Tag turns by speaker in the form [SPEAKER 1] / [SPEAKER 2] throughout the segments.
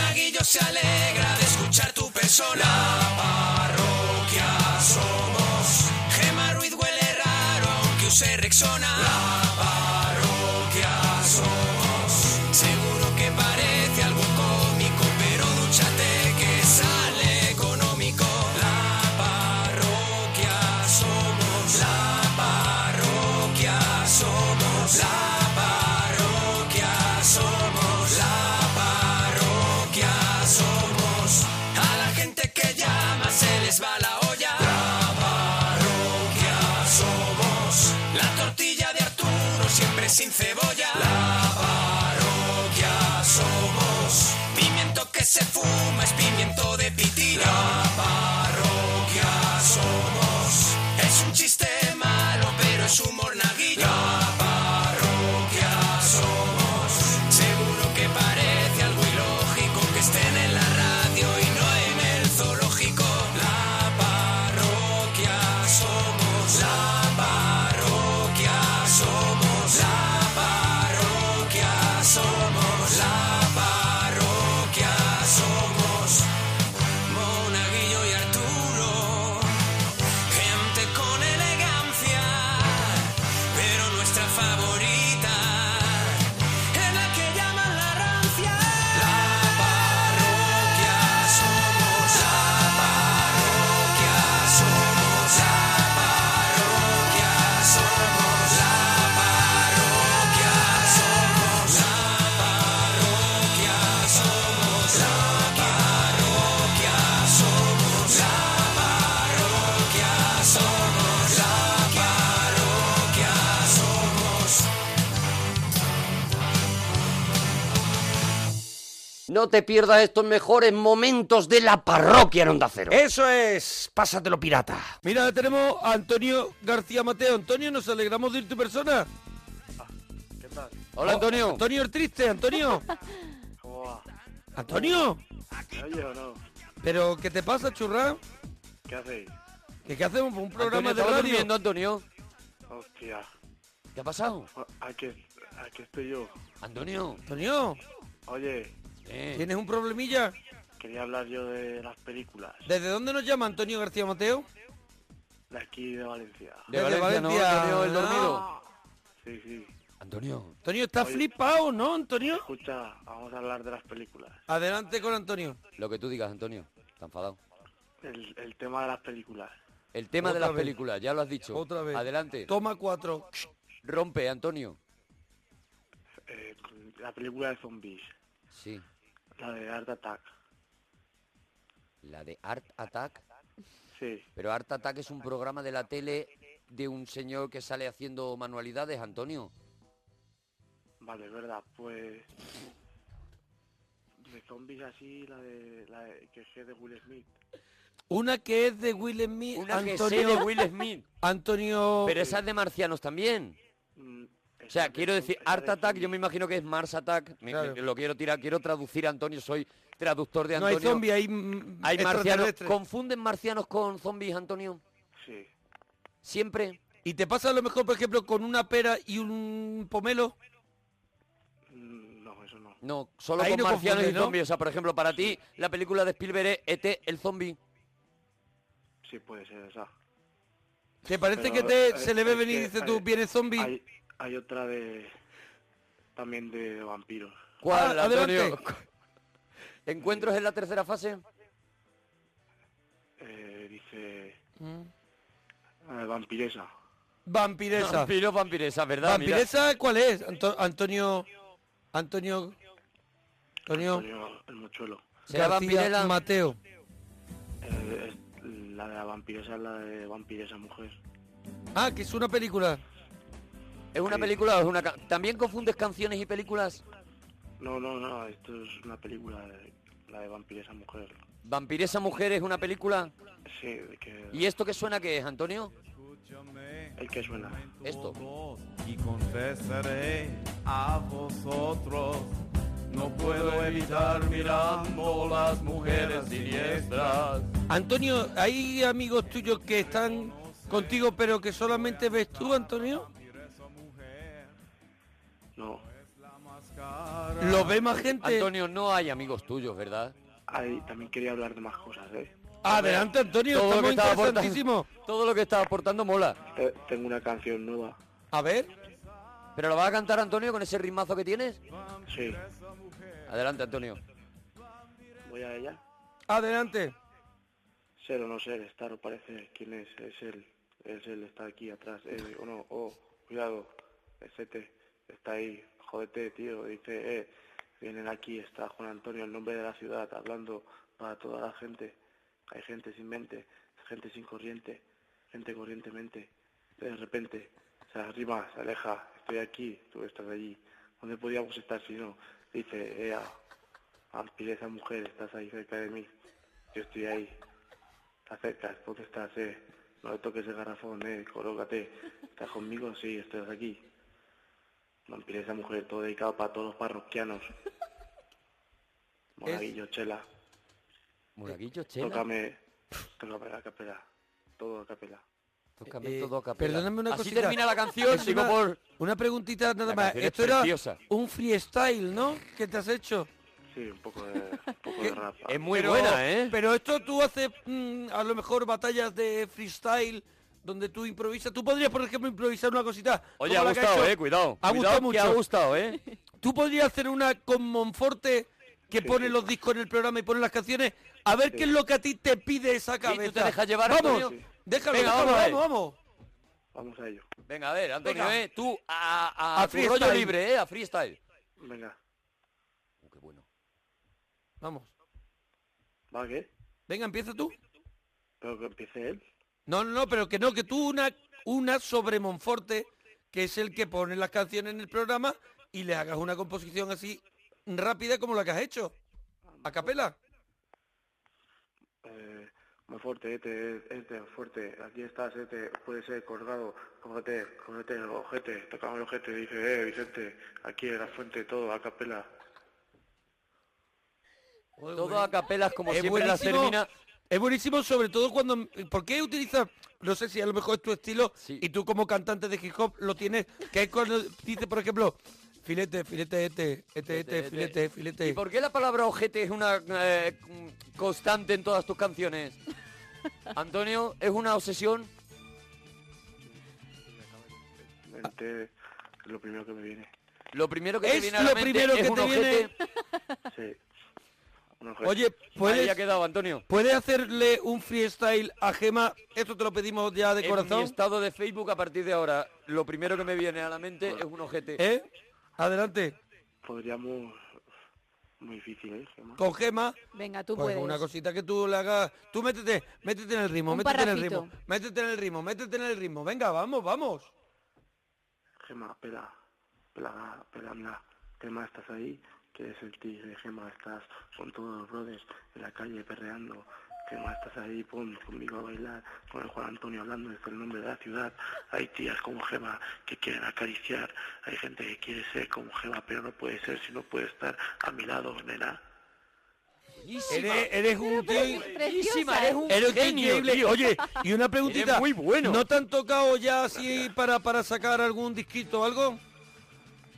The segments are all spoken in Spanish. [SPEAKER 1] radio se alegra de escuchar tu persona. La parroquia somos. Gema Ruiz huele raro aunque use Rexona. La parroquia somos. Seguro que parece algo cómico, pero dúchate que sale económico. La parroquia somos. La parroquia somos. La parroquia somos. La parroquia somos. A la gente que llama se les va la olla. La parroquia somos. La tortilla de Arturo siempre sin cebolla. La parroquia somos. Pimiento que se fuma es pimiento de pitilla. La parroquia somos. Es un chiste malo, pero es humor naguillo. La parroquia somos. Seguro que parece algo ilógico que estén en la radio y no en el zoológico. La parroquia somos. La parroquia somos. La parroquia somos. La parroquia somos. Monaguillo y Arturo. Gente con elegancia. Pero nuestra favorita. En la que llaman la rancia. La parroquia somos. La parroquia somos. La parroquia somos. La parroquia somos. La parroquia somos. La parroquia somos. La parroquia somos. La parroquia somos.
[SPEAKER 2] No te pierdas estos mejores momentos de la parroquia en Onda Cero.
[SPEAKER 3] Eso es, pásatelo pirata. Mira, tenemos a Antonio García Mateo. Antonio, nos alegramos de ir tu persona.
[SPEAKER 4] ¿Qué tal?
[SPEAKER 3] Hola, Antonio. Antonio el triste, Antonio.
[SPEAKER 4] ¿Cómo va?
[SPEAKER 3] Antonio,
[SPEAKER 4] ¿Me oye o no?
[SPEAKER 3] pero ¿qué te pasa, churra?
[SPEAKER 4] ¿Qué hacéis?
[SPEAKER 3] ¿Que ¿Qué hacemos? ¿Un programa
[SPEAKER 2] Antonio,
[SPEAKER 3] de
[SPEAKER 2] estaba
[SPEAKER 3] radio?
[SPEAKER 2] durmiendo, Antonio.
[SPEAKER 4] Hostia. Ah,
[SPEAKER 2] ¿Qué ha pasado?
[SPEAKER 4] Aquí, aquí estoy yo.
[SPEAKER 2] Antonio. Eh.
[SPEAKER 3] Antonio,
[SPEAKER 4] Oye,
[SPEAKER 3] ¿tienes un problemilla?
[SPEAKER 4] quería hablar yo de las películas.
[SPEAKER 3] ¿Desde dónde nos llama Antonio García Mateo?
[SPEAKER 4] De aquí de Valencia. Ah.
[SPEAKER 2] De
[SPEAKER 3] Desde
[SPEAKER 2] Valencia, ¿no?
[SPEAKER 3] Valencia.
[SPEAKER 2] Antonio, el dormido.
[SPEAKER 4] Sí, sí.
[SPEAKER 2] Antonio.
[SPEAKER 3] Antonio, ¿estás
[SPEAKER 4] Oye.
[SPEAKER 3] flipado, no, Antonio?
[SPEAKER 4] Escucha, vamos a hablar de las películas.
[SPEAKER 3] Adelante con Antonio.
[SPEAKER 2] Lo que tú digas, Antonio. Está enfadado.
[SPEAKER 4] El, el tema de las películas.
[SPEAKER 2] El tema de
[SPEAKER 3] Otra
[SPEAKER 2] las
[SPEAKER 3] vez.
[SPEAKER 2] películas, ya lo has dicho.
[SPEAKER 3] Otra vez.
[SPEAKER 2] Adelante.
[SPEAKER 3] Toma cuatro.
[SPEAKER 2] Rompe, Antonio.
[SPEAKER 4] Eh, la película de zombies.
[SPEAKER 2] Sí.
[SPEAKER 4] La de Art Attack.
[SPEAKER 2] La de Art Attack.
[SPEAKER 4] Sí.
[SPEAKER 2] Pero Art Attack es un programa de la tele de un señor que sale haciendo manualidades, Antonio.
[SPEAKER 4] Vale, es verdad. Pues... De zombies así, la de... La de- que es de Will Smith.
[SPEAKER 3] Una que es de Will Smith.
[SPEAKER 2] Una que sé de
[SPEAKER 3] Antonio,
[SPEAKER 2] Will Smith.
[SPEAKER 3] Antonio.
[SPEAKER 2] Pero esa es de marcianos también.
[SPEAKER 4] Mm,
[SPEAKER 2] O
[SPEAKER 4] esa
[SPEAKER 2] sea,
[SPEAKER 4] de
[SPEAKER 2] quiero
[SPEAKER 4] zom-
[SPEAKER 2] decir,
[SPEAKER 4] esa
[SPEAKER 2] Art
[SPEAKER 4] de
[SPEAKER 2] Attack, yo
[SPEAKER 4] zombies.
[SPEAKER 2] me imagino que es Mars Attack. Me-
[SPEAKER 3] Claro.
[SPEAKER 2] me- lo quiero tirar, quiero traducir a Antonio, soy traductor de
[SPEAKER 3] no hay
[SPEAKER 2] Antonio.
[SPEAKER 3] zombie, hay, mm,
[SPEAKER 2] Hay marcianos.
[SPEAKER 3] extraterrestres.
[SPEAKER 2] ¿Confunden marcianos con zombies, Antonio?
[SPEAKER 4] Sí.
[SPEAKER 2] Siempre.
[SPEAKER 3] Y te pasa a lo mejor, por ejemplo, con una pera y un pomelo.
[SPEAKER 4] Mm, No, eso no.
[SPEAKER 2] No, solo
[SPEAKER 3] Ahí
[SPEAKER 2] con
[SPEAKER 3] no
[SPEAKER 2] marcianos y
[SPEAKER 3] confunde, ¿no?
[SPEAKER 2] zombies. O sea, por ejemplo, para ti, la película de Spielberg es E.T., el zombie.
[SPEAKER 4] Sí, puede ser esa.
[SPEAKER 3] ¿Te parece
[SPEAKER 4] Pero,
[SPEAKER 3] que te,
[SPEAKER 4] eh,
[SPEAKER 3] se le ve
[SPEAKER 4] es
[SPEAKER 3] venir y
[SPEAKER 4] que
[SPEAKER 3] dice
[SPEAKER 4] hay-
[SPEAKER 3] tú, viene zombie?
[SPEAKER 4] Hay, hay otra de... También de vampiros.
[SPEAKER 2] ¿Cuál,
[SPEAKER 3] Ah, adelante.
[SPEAKER 2] Antonio? ¿Encuentros en la tercera fase?
[SPEAKER 4] Eh, dice...
[SPEAKER 3] Mm.
[SPEAKER 4] eh, vampiresa.
[SPEAKER 3] Vampiresa.
[SPEAKER 2] Vampiros, vampiresas, ¿verdad? Mira.
[SPEAKER 3] ¿Vampiresa cuál es? Anto- Antonio... Antonio... Antonio...
[SPEAKER 4] Antonio El mochuelo.
[SPEAKER 2] ¿Será
[SPEAKER 3] García
[SPEAKER 2] vampirela?
[SPEAKER 3] Mateo.
[SPEAKER 4] Eh, es- la de la vampiresa es la de vampiresa mujer.
[SPEAKER 3] Ah, que es una película.
[SPEAKER 2] ¿Es una película o es una... ca- ¿También confundes canciones y películas?
[SPEAKER 4] No, no, no, esto es una película, de- la de vampiresa mujer.
[SPEAKER 2] ¿Vampiresa Mujer es una película?
[SPEAKER 4] Sí, de que,
[SPEAKER 2] ¿Y esto que suena que es, Antonio?
[SPEAKER 5] Escúchame
[SPEAKER 4] el que suena.
[SPEAKER 2] Esto.
[SPEAKER 5] todos y confesaré a vosotros. No puedo evitar mirando las mujeres siniestras.
[SPEAKER 3] Antonio, ¿hay amigos tuyos que están contigo pero que solamente ves tú, Antonio?
[SPEAKER 4] No,
[SPEAKER 3] ¿Lo ve más gente?
[SPEAKER 2] Antonio, no hay amigos tuyos, ¿verdad?
[SPEAKER 4] Ay, también quería hablar de más cosas, ¿eh?
[SPEAKER 3] Adelante, Antonio,
[SPEAKER 2] Todo lo que
[SPEAKER 3] estamos
[SPEAKER 2] está aportando-
[SPEAKER 3] interesantísimos.
[SPEAKER 2] Todo lo que está aportando mola.
[SPEAKER 4] Te- Eh, tengo una canción nueva.
[SPEAKER 3] A ver,
[SPEAKER 2] ¿Pero lo vas a cantar, Antonio, con ese ritmazo que tienes?
[SPEAKER 4] Sí,
[SPEAKER 2] Adelante, Antonio.
[SPEAKER 4] voy a ella.
[SPEAKER 3] adelante.
[SPEAKER 4] Ser o no ser, estar o parecer, quién es, es él, es él, está aquí atrás, él o no, oh, cuidado, etcétera, está ahí, jódete, tío, dice, eh, vienen aquí, está Juan Antonio, el nombre de la ciudad, hablando para toda la gente, hay gente sin mente, gente sin corriente, gente corrientemente, de repente, se arriba, se aleja, estoy aquí, tú estás allí, ¿dónde podíamos estar si no? Dice, ea, vampireza mujer, estás ahí cerca de mí, yo estoy ahí, te acercas, ¿dónde estás? Eh? No le toques el garrafón, eh, colócate. ¿Estás conmigo? Sí, estás aquí. Vampira esa mujer, todo dedicado para todos los parroquianos. Monaguillo, chela.
[SPEAKER 2] Monaguillo, Chela.
[SPEAKER 4] Tócame, tócame a capela. Todo a capela.
[SPEAKER 2] Tócame
[SPEAKER 3] Eh,
[SPEAKER 2] todo a capela.
[SPEAKER 3] perdóname una
[SPEAKER 2] Así
[SPEAKER 3] cosita.
[SPEAKER 2] termina la canción,
[SPEAKER 3] Es
[SPEAKER 2] digo,
[SPEAKER 3] una-
[SPEAKER 2] por...
[SPEAKER 3] Una preguntita nada
[SPEAKER 2] La
[SPEAKER 3] más.
[SPEAKER 2] canción es
[SPEAKER 3] Esto era
[SPEAKER 2] preciosa.
[SPEAKER 3] un freestyle, ¿no? ¿Qué te has hecho?
[SPEAKER 4] Sí, un poco de, un poco de rap.
[SPEAKER 2] Es muy
[SPEAKER 3] Pero-
[SPEAKER 2] buena, ¿eh?
[SPEAKER 3] Pero esto tú haces mm, a lo mejor batallas de freestyle donde tú improvisas. Tú podrías, por ejemplo, improvisar una cosita.
[SPEAKER 2] Oye, ha
[SPEAKER 3] como la que
[SPEAKER 2] gustado,
[SPEAKER 3] hecho-
[SPEAKER 2] ¿eh? Cuidado.
[SPEAKER 3] Ha
[SPEAKER 2] Cuidado
[SPEAKER 3] gustado
[SPEAKER 2] que ha
[SPEAKER 3] mucho.
[SPEAKER 2] gustado, ¿eh?
[SPEAKER 3] Tú podrías hacer una con Monforte que pone los discos en el programa y pone las canciones. A ver qué es lo que a ti te pide esa
[SPEAKER 2] tú te
[SPEAKER 3] cabeza.
[SPEAKER 2] dejas llevar,
[SPEAKER 3] Vamos,
[SPEAKER 2] Antonio?
[SPEAKER 3] déjalo,
[SPEAKER 2] Venga,
[SPEAKER 3] déjalo,
[SPEAKER 2] vamos a ver.
[SPEAKER 3] vamos, vamos.
[SPEAKER 4] Vamos a ello.
[SPEAKER 2] Venga, a ver, Antonio,
[SPEAKER 3] Venga.
[SPEAKER 2] ¿eh? Tú a, a,
[SPEAKER 3] A
[SPEAKER 2] tu
[SPEAKER 3] freestyle.
[SPEAKER 2] rollo libre, ¿eh? A freestyle.
[SPEAKER 4] Venga.
[SPEAKER 2] Uh, qué bueno.
[SPEAKER 3] Vamos.
[SPEAKER 4] ¿Va qué?
[SPEAKER 3] Venga, empieza tú.
[SPEAKER 4] Pero que empiece él.
[SPEAKER 3] No, no, no, pero que no, que tú una, una sobre Monforte, que es el que pone las canciones en el programa, y le hagas una composición así rápida como la que has hecho. A capela.
[SPEAKER 4] Eh, muy fuerte, este, este, fuerte, aquí estás, este, puede ser colgado, cógete, cógete el ojete, tocame el ojete, dice, eh, Vicente, aquí en la fuente, todo, a capela.
[SPEAKER 2] Todo a capelas, como
[SPEAKER 3] es
[SPEAKER 2] siempre, las
[SPEAKER 3] buenísimo,
[SPEAKER 2] termina...
[SPEAKER 3] es buenísimo, sobre todo cuando... ¿Por qué utilizas? No sé si a lo mejor es tu estilo
[SPEAKER 2] Sí.
[SPEAKER 3] y tú como cantante de hip hop lo tienes, que es cuando dices, por ejemplo, filete, filete, este, este, este,
[SPEAKER 2] Filete,
[SPEAKER 3] filete,
[SPEAKER 2] este.
[SPEAKER 3] filete.
[SPEAKER 2] ¿Y por qué la palabra ojete es una eh, constante en todas tus canciones? Antonio, ¿es una obsesión?
[SPEAKER 4] Mente, es lo primero que me viene.
[SPEAKER 2] Lo primero que te
[SPEAKER 3] Es
[SPEAKER 2] viene a la
[SPEAKER 3] lo
[SPEAKER 2] mente
[SPEAKER 3] primero
[SPEAKER 2] es
[SPEAKER 3] que
[SPEAKER 2] un
[SPEAKER 3] te
[SPEAKER 2] ojete.
[SPEAKER 3] viene.
[SPEAKER 4] Sí. Un ojete.
[SPEAKER 3] Oye,
[SPEAKER 2] Pues Ahí
[SPEAKER 3] ¿puedes,
[SPEAKER 2] ha quedado, Antonio.
[SPEAKER 3] ¿puedes hacerle un freestyle a Gema? Esto te lo pedimos ya de
[SPEAKER 2] En mi
[SPEAKER 3] corazón.
[SPEAKER 2] estado de Facebook a partir de ahora, lo primero que me viene a la mente es un ojete.
[SPEAKER 3] ¿Eh? Adelante.
[SPEAKER 4] Podríamos... Muy difícil, ¿eh? Gemma?
[SPEAKER 3] Con Gema.
[SPEAKER 6] Venga, tú
[SPEAKER 3] pues,
[SPEAKER 6] puedes.
[SPEAKER 3] una cosita que tú le hagas. Tú métete, métete en el ritmo,
[SPEAKER 6] Un
[SPEAKER 3] métete en el
[SPEAKER 6] parrafito.
[SPEAKER 3] ritmo. Métete en el ritmo, métete en el ritmo. Venga, vamos, vamos.
[SPEAKER 4] Gema, pela, pela, pelamla. Gema, estás ahí, quieres el tigre. Gema, estás con todos los brothers en la calle perreando. Gema, estás ahí, pon conmigo a bailar, con el Juan Antonio hablando desde el nombre de la ciudad. Hay tías como Gema que quieren acariciar. Hay gente que quiere ser como Gema, pero no puede ser si no puede estar a mi lado, nena.
[SPEAKER 3] Eres, eres un tío.
[SPEAKER 6] Preciosa,
[SPEAKER 2] eres
[SPEAKER 6] ¿eh?
[SPEAKER 2] un
[SPEAKER 3] Eres un tío
[SPEAKER 2] genio,
[SPEAKER 3] increíble.
[SPEAKER 2] tío.
[SPEAKER 3] Oye, y una preguntita.
[SPEAKER 2] Eres muy bueno.
[SPEAKER 3] ¿No te han tocado ya así para, para sacar algún disquito o algo?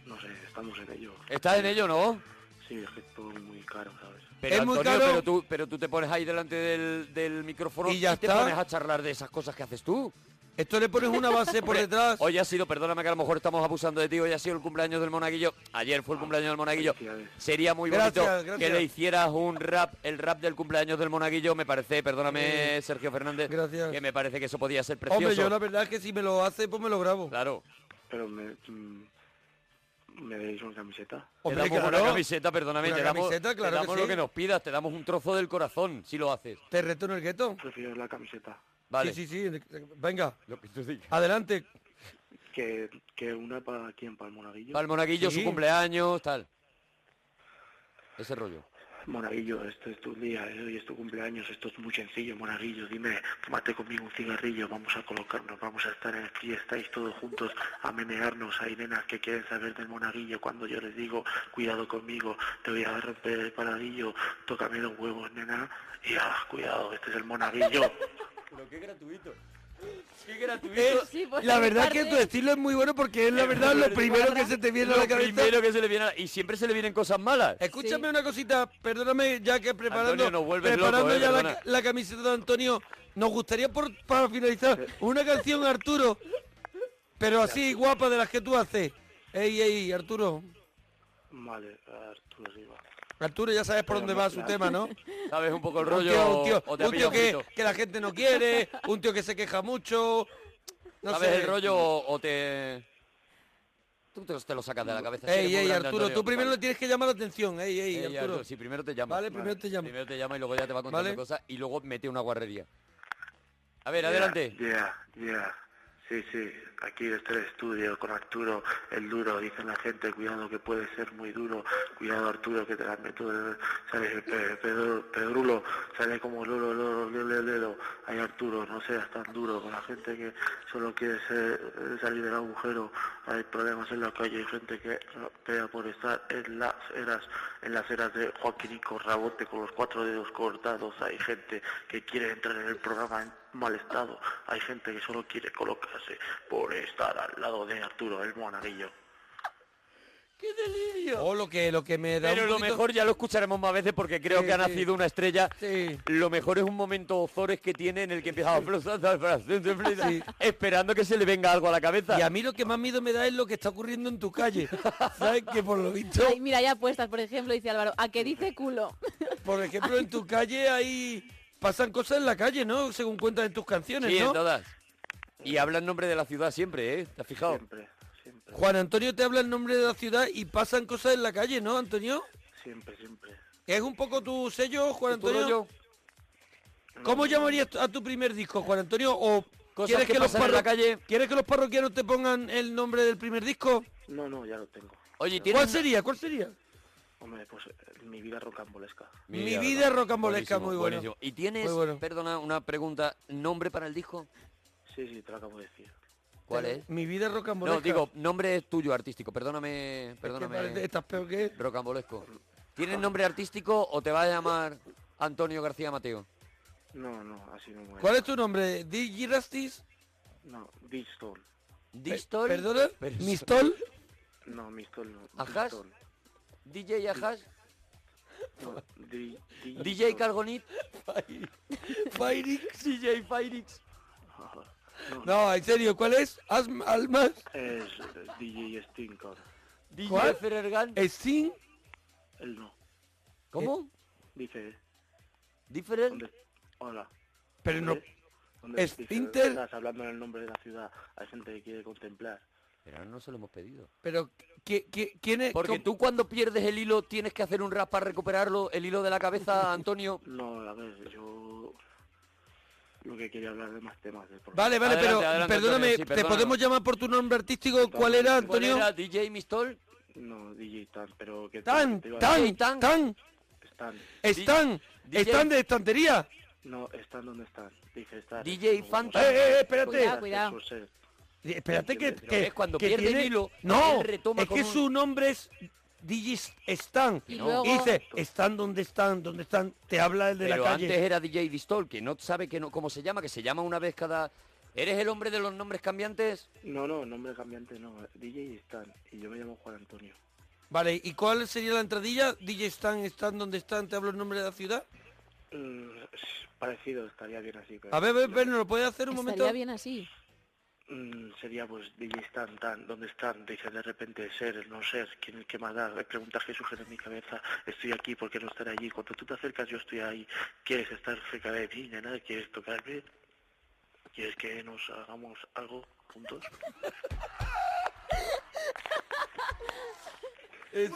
[SPEAKER 4] No sé, estamos en ello.
[SPEAKER 2] Estás en ello, ¿no?
[SPEAKER 4] Sí, es que es todo muy caro, ¿sabes?
[SPEAKER 2] Pero,
[SPEAKER 3] Es muy
[SPEAKER 2] Antonio,
[SPEAKER 3] caro.
[SPEAKER 2] Pero tú, pero tú te pones ahí delante del, del micrófono
[SPEAKER 3] Y ya
[SPEAKER 2] te
[SPEAKER 3] está.
[SPEAKER 2] pones a charlar de esas cosas que haces tú.
[SPEAKER 3] Esto le pones una base por
[SPEAKER 2] Hombre,
[SPEAKER 3] detrás.
[SPEAKER 2] Hoy ha sido, perdóname que a lo mejor estamos abusando de ti, hoy ha sido el cumpleaños del monaguillo. Ayer fue el cumpleaños del monaguillo.
[SPEAKER 4] felicidades.
[SPEAKER 2] Sería muy
[SPEAKER 3] Gracias,
[SPEAKER 2] bonito
[SPEAKER 3] gracias.
[SPEAKER 2] que le hicieras un rap, el rap del cumpleaños del monaguillo, me parece, perdóname Sergio Fernández,
[SPEAKER 3] gracias.
[SPEAKER 2] que me parece que eso podía ser precioso.
[SPEAKER 3] Hombre, yo la verdad es que si me lo hace, pues me lo grabo.
[SPEAKER 2] Claro.
[SPEAKER 4] Pero me... mm, ¿Me deis una camiseta?
[SPEAKER 3] Hombre,
[SPEAKER 2] te damos
[SPEAKER 3] claro.
[SPEAKER 2] una camiseta, perdóname,
[SPEAKER 3] Una
[SPEAKER 2] te damos,
[SPEAKER 3] camiseta,
[SPEAKER 2] te
[SPEAKER 3] claro que
[SPEAKER 2] damos
[SPEAKER 3] sí.
[SPEAKER 2] lo que nos pidas, te damos un trozo del corazón si lo haces.
[SPEAKER 3] Te reto en el gueto.
[SPEAKER 4] Prefiero la camiseta.
[SPEAKER 2] Vale.
[SPEAKER 3] Sí, sí, sí. Venga,
[SPEAKER 2] Lo que tú digas.
[SPEAKER 3] adelante.
[SPEAKER 4] Que, que una para quién, para el monaguillo.
[SPEAKER 2] Para el monaguillo,
[SPEAKER 3] Sí.
[SPEAKER 2] su cumpleaños, tal. Ese rollo.
[SPEAKER 4] Monaguillo, este es tu día, eh, hoy es tu cumpleaños, esto es muy sencillo, Monaguillo, dime, fumate conmigo un cigarrillo, vamos a colocarnos, vamos a estar en estáis todos juntos a menearnos, hay nenas que quieren saber del Monaguillo, cuando yo les digo, cuidado conmigo, te voy a romper el paladillo, tócame los huevos, nena, y ah, cuidado, este es el Monaguillo.
[SPEAKER 2] Pero qué gratuito. Qué gratuito.
[SPEAKER 3] Es-
[SPEAKER 7] Sí, por
[SPEAKER 3] la
[SPEAKER 7] mi
[SPEAKER 3] verdad
[SPEAKER 7] parte-
[SPEAKER 3] que tu estilo es muy bueno porque es la verdad lo primero que se te viene a la
[SPEAKER 2] Lo
[SPEAKER 3] cabeza.
[SPEAKER 2] primero que se le viene a la- Y siempre se le vienen cosas malas.
[SPEAKER 3] Escúchame una cosita, perdóname ya que preparando,
[SPEAKER 2] Antonio, nos vuelves
[SPEAKER 3] preparando
[SPEAKER 2] loco, eh,
[SPEAKER 3] ya la,
[SPEAKER 2] perdona.
[SPEAKER 3] la camiseta de Antonio, nos gustaría por, para finalizar una canción Arturo, pero así guapa de las que tú haces. Ey, ey, Arturo,
[SPEAKER 4] Vale, Arturo Rivas.
[SPEAKER 3] Arturo ya sabes por dónde va su tema, ¿no?
[SPEAKER 2] ¿Sabes? Un poco el
[SPEAKER 3] Un
[SPEAKER 2] rollo.
[SPEAKER 3] tío, un tío-
[SPEAKER 2] o te ha
[SPEAKER 3] un tío
[SPEAKER 2] pillado
[SPEAKER 3] que,
[SPEAKER 2] frito.
[SPEAKER 3] que la gente no quiere, un tío que se queja mucho, no
[SPEAKER 2] ¿Sabes
[SPEAKER 3] sé.
[SPEAKER 2] el rollo o, o te... Tú te, te lo sacas de la cabeza. si eres
[SPEAKER 3] Ey,
[SPEAKER 2] muy
[SPEAKER 3] ey,
[SPEAKER 2] grande,
[SPEAKER 3] Arturo,
[SPEAKER 2] Antonio.
[SPEAKER 3] tú primero
[SPEAKER 2] Vale.
[SPEAKER 3] le tienes que llamar la atención, ey, ey,
[SPEAKER 2] Ey,
[SPEAKER 3] Arturo.
[SPEAKER 2] Arturo, Sí, primero te llama.
[SPEAKER 3] Vale, primero te llamo.
[SPEAKER 2] Primero te llama y luego ya te va contando
[SPEAKER 3] Vale.
[SPEAKER 2] cosas y luego mete una guarrería. A ver, adelante.
[SPEAKER 4] Ya, ya. Sí, sí, aquí está el estudio con Arturo, el duro, dicen la gente, cuidado que puede ser muy duro, cuidado Arturo que te la meto, de- sale el pe- pedro- pedrulo, sale como lolo, lolo, lolo, lolo, ay Arturo, no seas tan duro con la gente que solo quiere ser- salir del agujero, hay problemas en la calle, hay gente que pega por estar en las eras, en las eras de Joaquinico Rabote con los cuatro dedos cortados, hay gente que quiere entrar en el programa en mal estado, hay gente que solo quiere colocarse por estar al lado de Arturo el monaguillo.
[SPEAKER 3] O Oh, lo que, lo que me da
[SPEAKER 2] Pero
[SPEAKER 3] un
[SPEAKER 2] lo
[SPEAKER 3] poquito-
[SPEAKER 2] mejor ya lo escucharemos más veces porque creo
[SPEAKER 3] Sí,
[SPEAKER 2] que ha
[SPEAKER 3] sí.
[SPEAKER 2] nacido una estrella.
[SPEAKER 3] Sí.
[SPEAKER 2] Lo mejor es un momento Ozores que tiene en el que empieza a flosar,
[SPEAKER 3] Sí.
[SPEAKER 2] esperando que se le venga algo a la cabeza.
[SPEAKER 3] Y a mí lo que más miedo me da es lo que está ocurriendo en tu calle. ¿Sabes? Que por lo visto,
[SPEAKER 7] Ay, mira, hay apuestas, por ejemplo, dice Álvaro, a que dice culo.
[SPEAKER 3] por ejemplo, en tu calle hay... Pasan cosas en la calle, ¿no? Según cuentas en tus canciones,
[SPEAKER 2] Sí, en
[SPEAKER 3] ¿no?
[SPEAKER 2] todas. Y habla en nombre de la ciudad siempre, ¿eh? ¿Te has fijado?
[SPEAKER 4] Siempre, siempre,
[SPEAKER 3] Juan Antonio te habla el nombre de la ciudad y pasan cosas en la calle, ¿no, Antonio?
[SPEAKER 4] siempre, siempre.
[SPEAKER 3] ¿Es un poco tu sello, Juan
[SPEAKER 2] ¿Tu
[SPEAKER 3] Antonio?
[SPEAKER 2] rollo?
[SPEAKER 4] Mm.
[SPEAKER 3] ¿Cómo llamarías a tu primer disco, Juan Antonio? ¿O
[SPEAKER 2] Cosas
[SPEAKER 3] quieres
[SPEAKER 2] que
[SPEAKER 3] que, los
[SPEAKER 2] pasan en la
[SPEAKER 3] parro-
[SPEAKER 2] calle.
[SPEAKER 3] ¿Quieres que los parroquianos te pongan el nombre del primer disco?
[SPEAKER 4] No, no, ya lo tengo.
[SPEAKER 2] Oye,
[SPEAKER 4] Ya.
[SPEAKER 2] ¿tienes
[SPEAKER 3] ¿Cuál sería? ¿Cuál sería?
[SPEAKER 4] Hombre, pues eh, mi vida rocambolesca.
[SPEAKER 3] Mi vida rocambolesca,
[SPEAKER 2] Buenísimo,
[SPEAKER 3] muy bueno.
[SPEAKER 2] buenísimo. ¿Y tienes,
[SPEAKER 4] Pues,
[SPEAKER 3] Muy bueno.
[SPEAKER 2] perdona, una pregunta, nombre para el disco?
[SPEAKER 4] Sí, sí, te lo acabo de decir.
[SPEAKER 2] ¿Cuál es?
[SPEAKER 3] Mi vida rocambolesca.
[SPEAKER 2] No, digo, nombre es tuyo artístico, perdóname,
[SPEAKER 3] Es que
[SPEAKER 2] perdóname,
[SPEAKER 3] parece- Estás peor que...
[SPEAKER 2] rocambolesco. ¿Tienes nombre artístico o te va a llamar Antonio García Mateo?
[SPEAKER 4] No, no, así no muero.
[SPEAKER 3] ¿Cuál es tu nombre? ¿DJ Rastis?
[SPEAKER 4] No, Bistol.
[SPEAKER 2] Distol,
[SPEAKER 3] ¿Perdona?
[SPEAKER 2] Pero-
[SPEAKER 3] ¿Mistol?
[SPEAKER 4] No, Mistol no.
[SPEAKER 2] ¿Ajás?
[SPEAKER 4] Bistol.
[SPEAKER 2] DJ Ajax,
[SPEAKER 4] No, di- di-
[SPEAKER 2] DJ
[SPEAKER 4] Bistol.
[SPEAKER 2] Cargonit,
[SPEAKER 3] Firix.
[SPEAKER 2] DJ Firix.
[SPEAKER 4] No,
[SPEAKER 3] No, en serio, ¿cuál es? Asm- Almas,
[SPEAKER 4] es eh, DJ Stinkor.
[SPEAKER 2] DJ
[SPEAKER 3] ¿Cuál?
[SPEAKER 2] Ferergan.
[SPEAKER 3] Sting,
[SPEAKER 4] Él no.
[SPEAKER 2] ¿Cómo?
[SPEAKER 4] Dice,
[SPEAKER 2] ¿Different?
[SPEAKER 4] ¿dónde? Hola.
[SPEAKER 3] pero no.
[SPEAKER 4] ¿Dónde- dónde
[SPEAKER 3] es
[SPEAKER 4] dice,
[SPEAKER 3] Inter-
[SPEAKER 4] Estás hablando en el nombre de la ciudad. Hay gente que quiere contemplar.
[SPEAKER 2] Pero no se lo hemos pedido.
[SPEAKER 3] Pero ¿qui- qui- quién es?
[SPEAKER 2] Porque
[SPEAKER 3] cómo-
[SPEAKER 2] tú cuando pierdes el hilo tienes que hacer un rap para recuperarlo, el hilo de la cabeza, Antonio.
[SPEAKER 4] No, a ver, yo... Lo que quería hablar de más temas del programa.
[SPEAKER 3] Vale, vale,
[SPEAKER 2] Adelante,
[SPEAKER 3] pero
[SPEAKER 2] adelante,
[SPEAKER 3] perdóname,
[SPEAKER 2] Antonio, sí,
[SPEAKER 3] te
[SPEAKER 2] perdónanos.
[SPEAKER 3] podemos llamar por tu nombre artístico. ¿Cuál era,
[SPEAKER 2] ¿Cuál
[SPEAKER 3] Antonio?
[SPEAKER 2] era? DJ Mistol,
[SPEAKER 4] No, DJ Tan, pero que...
[SPEAKER 3] Tan,
[SPEAKER 4] que te iba a
[SPEAKER 3] tan,
[SPEAKER 4] decir,
[SPEAKER 3] tan,
[SPEAKER 2] Tan.
[SPEAKER 4] Están.
[SPEAKER 3] están,
[SPEAKER 2] DJ.
[SPEAKER 3] están de estantería.
[SPEAKER 4] No, están donde están. Dice, están.
[SPEAKER 2] DJ
[SPEAKER 4] como-
[SPEAKER 2] Phantom.
[SPEAKER 3] Eh, eh, eh, espérate.
[SPEAKER 7] Cuidado, cuidado.
[SPEAKER 4] Por ser.
[SPEAKER 3] Eh, Espérate que,
[SPEAKER 4] Pero
[SPEAKER 3] que
[SPEAKER 2] es cuando
[SPEAKER 3] que
[SPEAKER 2] pierde el hilo,
[SPEAKER 3] No,
[SPEAKER 2] él retoma
[SPEAKER 3] es que
[SPEAKER 2] con un-
[SPEAKER 3] su nombre es DJ Stan.
[SPEAKER 7] Y luego-
[SPEAKER 3] dice, están donde están, donde están. Te habla el de
[SPEAKER 2] pero
[SPEAKER 3] la calle.
[SPEAKER 2] antes era DJ Distol, que no sabe que no, cómo se llama, que se llama una vez cada... ¿Eres el hombre de los nombres cambiantes?
[SPEAKER 4] No, no, nombre cambiante no. DJ Stan. Y yo me llamo Juan Antonio.
[SPEAKER 3] Vale, ¿y cuál sería la entradilla? DJ Stan, están donde están, te hablo el nombre de la ciudad.
[SPEAKER 4] Mm, parecido, estaría bien así. Pero,
[SPEAKER 3] A ver, a ver, a ver, ¿nos lo puede hacer un momento?
[SPEAKER 7] Estaría bien así.
[SPEAKER 4] Mm, sería pues DJ Stan, tan, ¿dónde están? Dice de repente ser, no ser, ¿quién, ¿qué más da? Hay preguntas que surgen en mi cabeza. Estoy aquí, ¿por qué no estar allí? Cuando tú te acercas, yo estoy ahí. ¿Quieres estar cerca de mí, nena? ¿Quieres tocarme? ¿Quieres que nos hagamos algo juntos?
[SPEAKER 3] Es,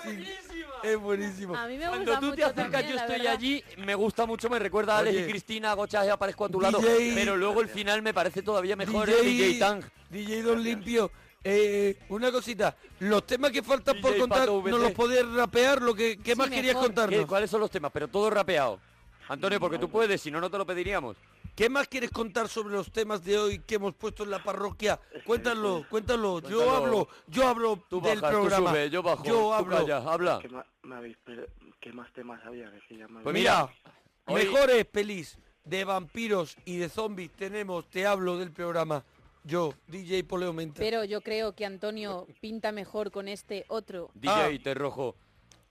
[SPEAKER 3] es buenísimo.
[SPEAKER 7] A mí me gusta
[SPEAKER 2] Cuando tú
[SPEAKER 7] mucho
[SPEAKER 2] te acercas,
[SPEAKER 7] también,
[SPEAKER 2] yo
[SPEAKER 7] la
[SPEAKER 2] estoy
[SPEAKER 7] verdad.
[SPEAKER 2] allí, me gusta mucho, me recuerda a Alex
[SPEAKER 3] Oye.
[SPEAKER 2] y Cristina, a Gochaje, aparezco a tu lado,
[SPEAKER 3] DJ.
[SPEAKER 2] pero luego el final me parece todavía mejor ¿eh? DJ Tang.
[SPEAKER 3] DJ Don Limpio. Eh, una cosita, los temas que faltan por
[SPEAKER 2] DJ
[SPEAKER 3] contar,
[SPEAKER 2] Pato
[SPEAKER 3] ¿nos
[SPEAKER 2] VT.
[SPEAKER 3] los podés rapear? Lo que, ¿Qué
[SPEAKER 7] Sí,
[SPEAKER 3] más querías
[SPEAKER 7] mejor.
[SPEAKER 3] contarnos? Mm,
[SPEAKER 2] ¿Qué- ¿Cuáles son los temas? Pero todo rapeado. Antonio, porque tú puedes, si no, no te lo pediríamos.
[SPEAKER 3] ¿Qué más quieres contar sobre los temas de hoy que hemos puesto en la parroquia? Cuéntalo, cuéntalo. Yo
[SPEAKER 2] Cuéntalo.
[SPEAKER 3] hablo, yo hablo
[SPEAKER 2] Tú
[SPEAKER 3] del
[SPEAKER 2] bajas, tú
[SPEAKER 3] programa.
[SPEAKER 2] subes, yo bajo, tú
[SPEAKER 3] hablo.
[SPEAKER 2] callas, habla.
[SPEAKER 4] ¿Qué más, me habéis per- ¿Qué más temas había? Que ya me
[SPEAKER 2] Pues
[SPEAKER 4] habéis-
[SPEAKER 2] mira,
[SPEAKER 3] Mira,
[SPEAKER 2] hoy-
[SPEAKER 3] mejores pelis, de vampiros y de zombies tenemos Te hablo del programa. Yo, DJ Poleo Menta.
[SPEAKER 7] Pero yo creo que Antonio pinta mejor con este otro.
[SPEAKER 2] DJ Te Rojo.
[SPEAKER 3] Ah.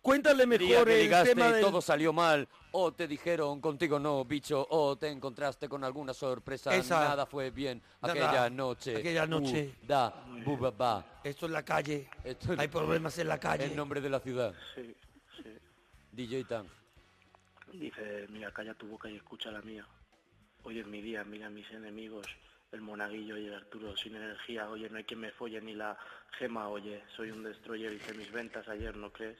[SPEAKER 3] Cuéntale
[SPEAKER 2] Día
[SPEAKER 3] mejor
[SPEAKER 2] que
[SPEAKER 3] el
[SPEAKER 2] ligaste
[SPEAKER 3] tema
[SPEAKER 2] y
[SPEAKER 3] del...
[SPEAKER 2] todo salió mal. O te dijeron contigo no, bicho. O te encontraste con alguna sorpresa.
[SPEAKER 3] Esa.
[SPEAKER 2] Nada fue bien
[SPEAKER 3] Nada.
[SPEAKER 2] aquella noche.
[SPEAKER 3] Aquella noche.
[SPEAKER 2] Bu, da, bu, ba, ba.
[SPEAKER 3] Esto en la calle.
[SPEAKER 2] Esto es
[SPEAKER 3] Hay problemas en la calle.
[SPEAKER 2] el nombre de la ciudad.
[SPEAKER 4] Sí, sí.
[SPEAKER 2] DJ Tan.
[SPEAKER 4] Dice, mira, calla tu boca y escucha la mía. Hoy es mi día, mira mis enemigos, el monaguillo y el Arturo, sin energía, oye, no hay quien me folle ni la gema, oye, soy un destroyer, hice mis ventas ayer, ¿no crees?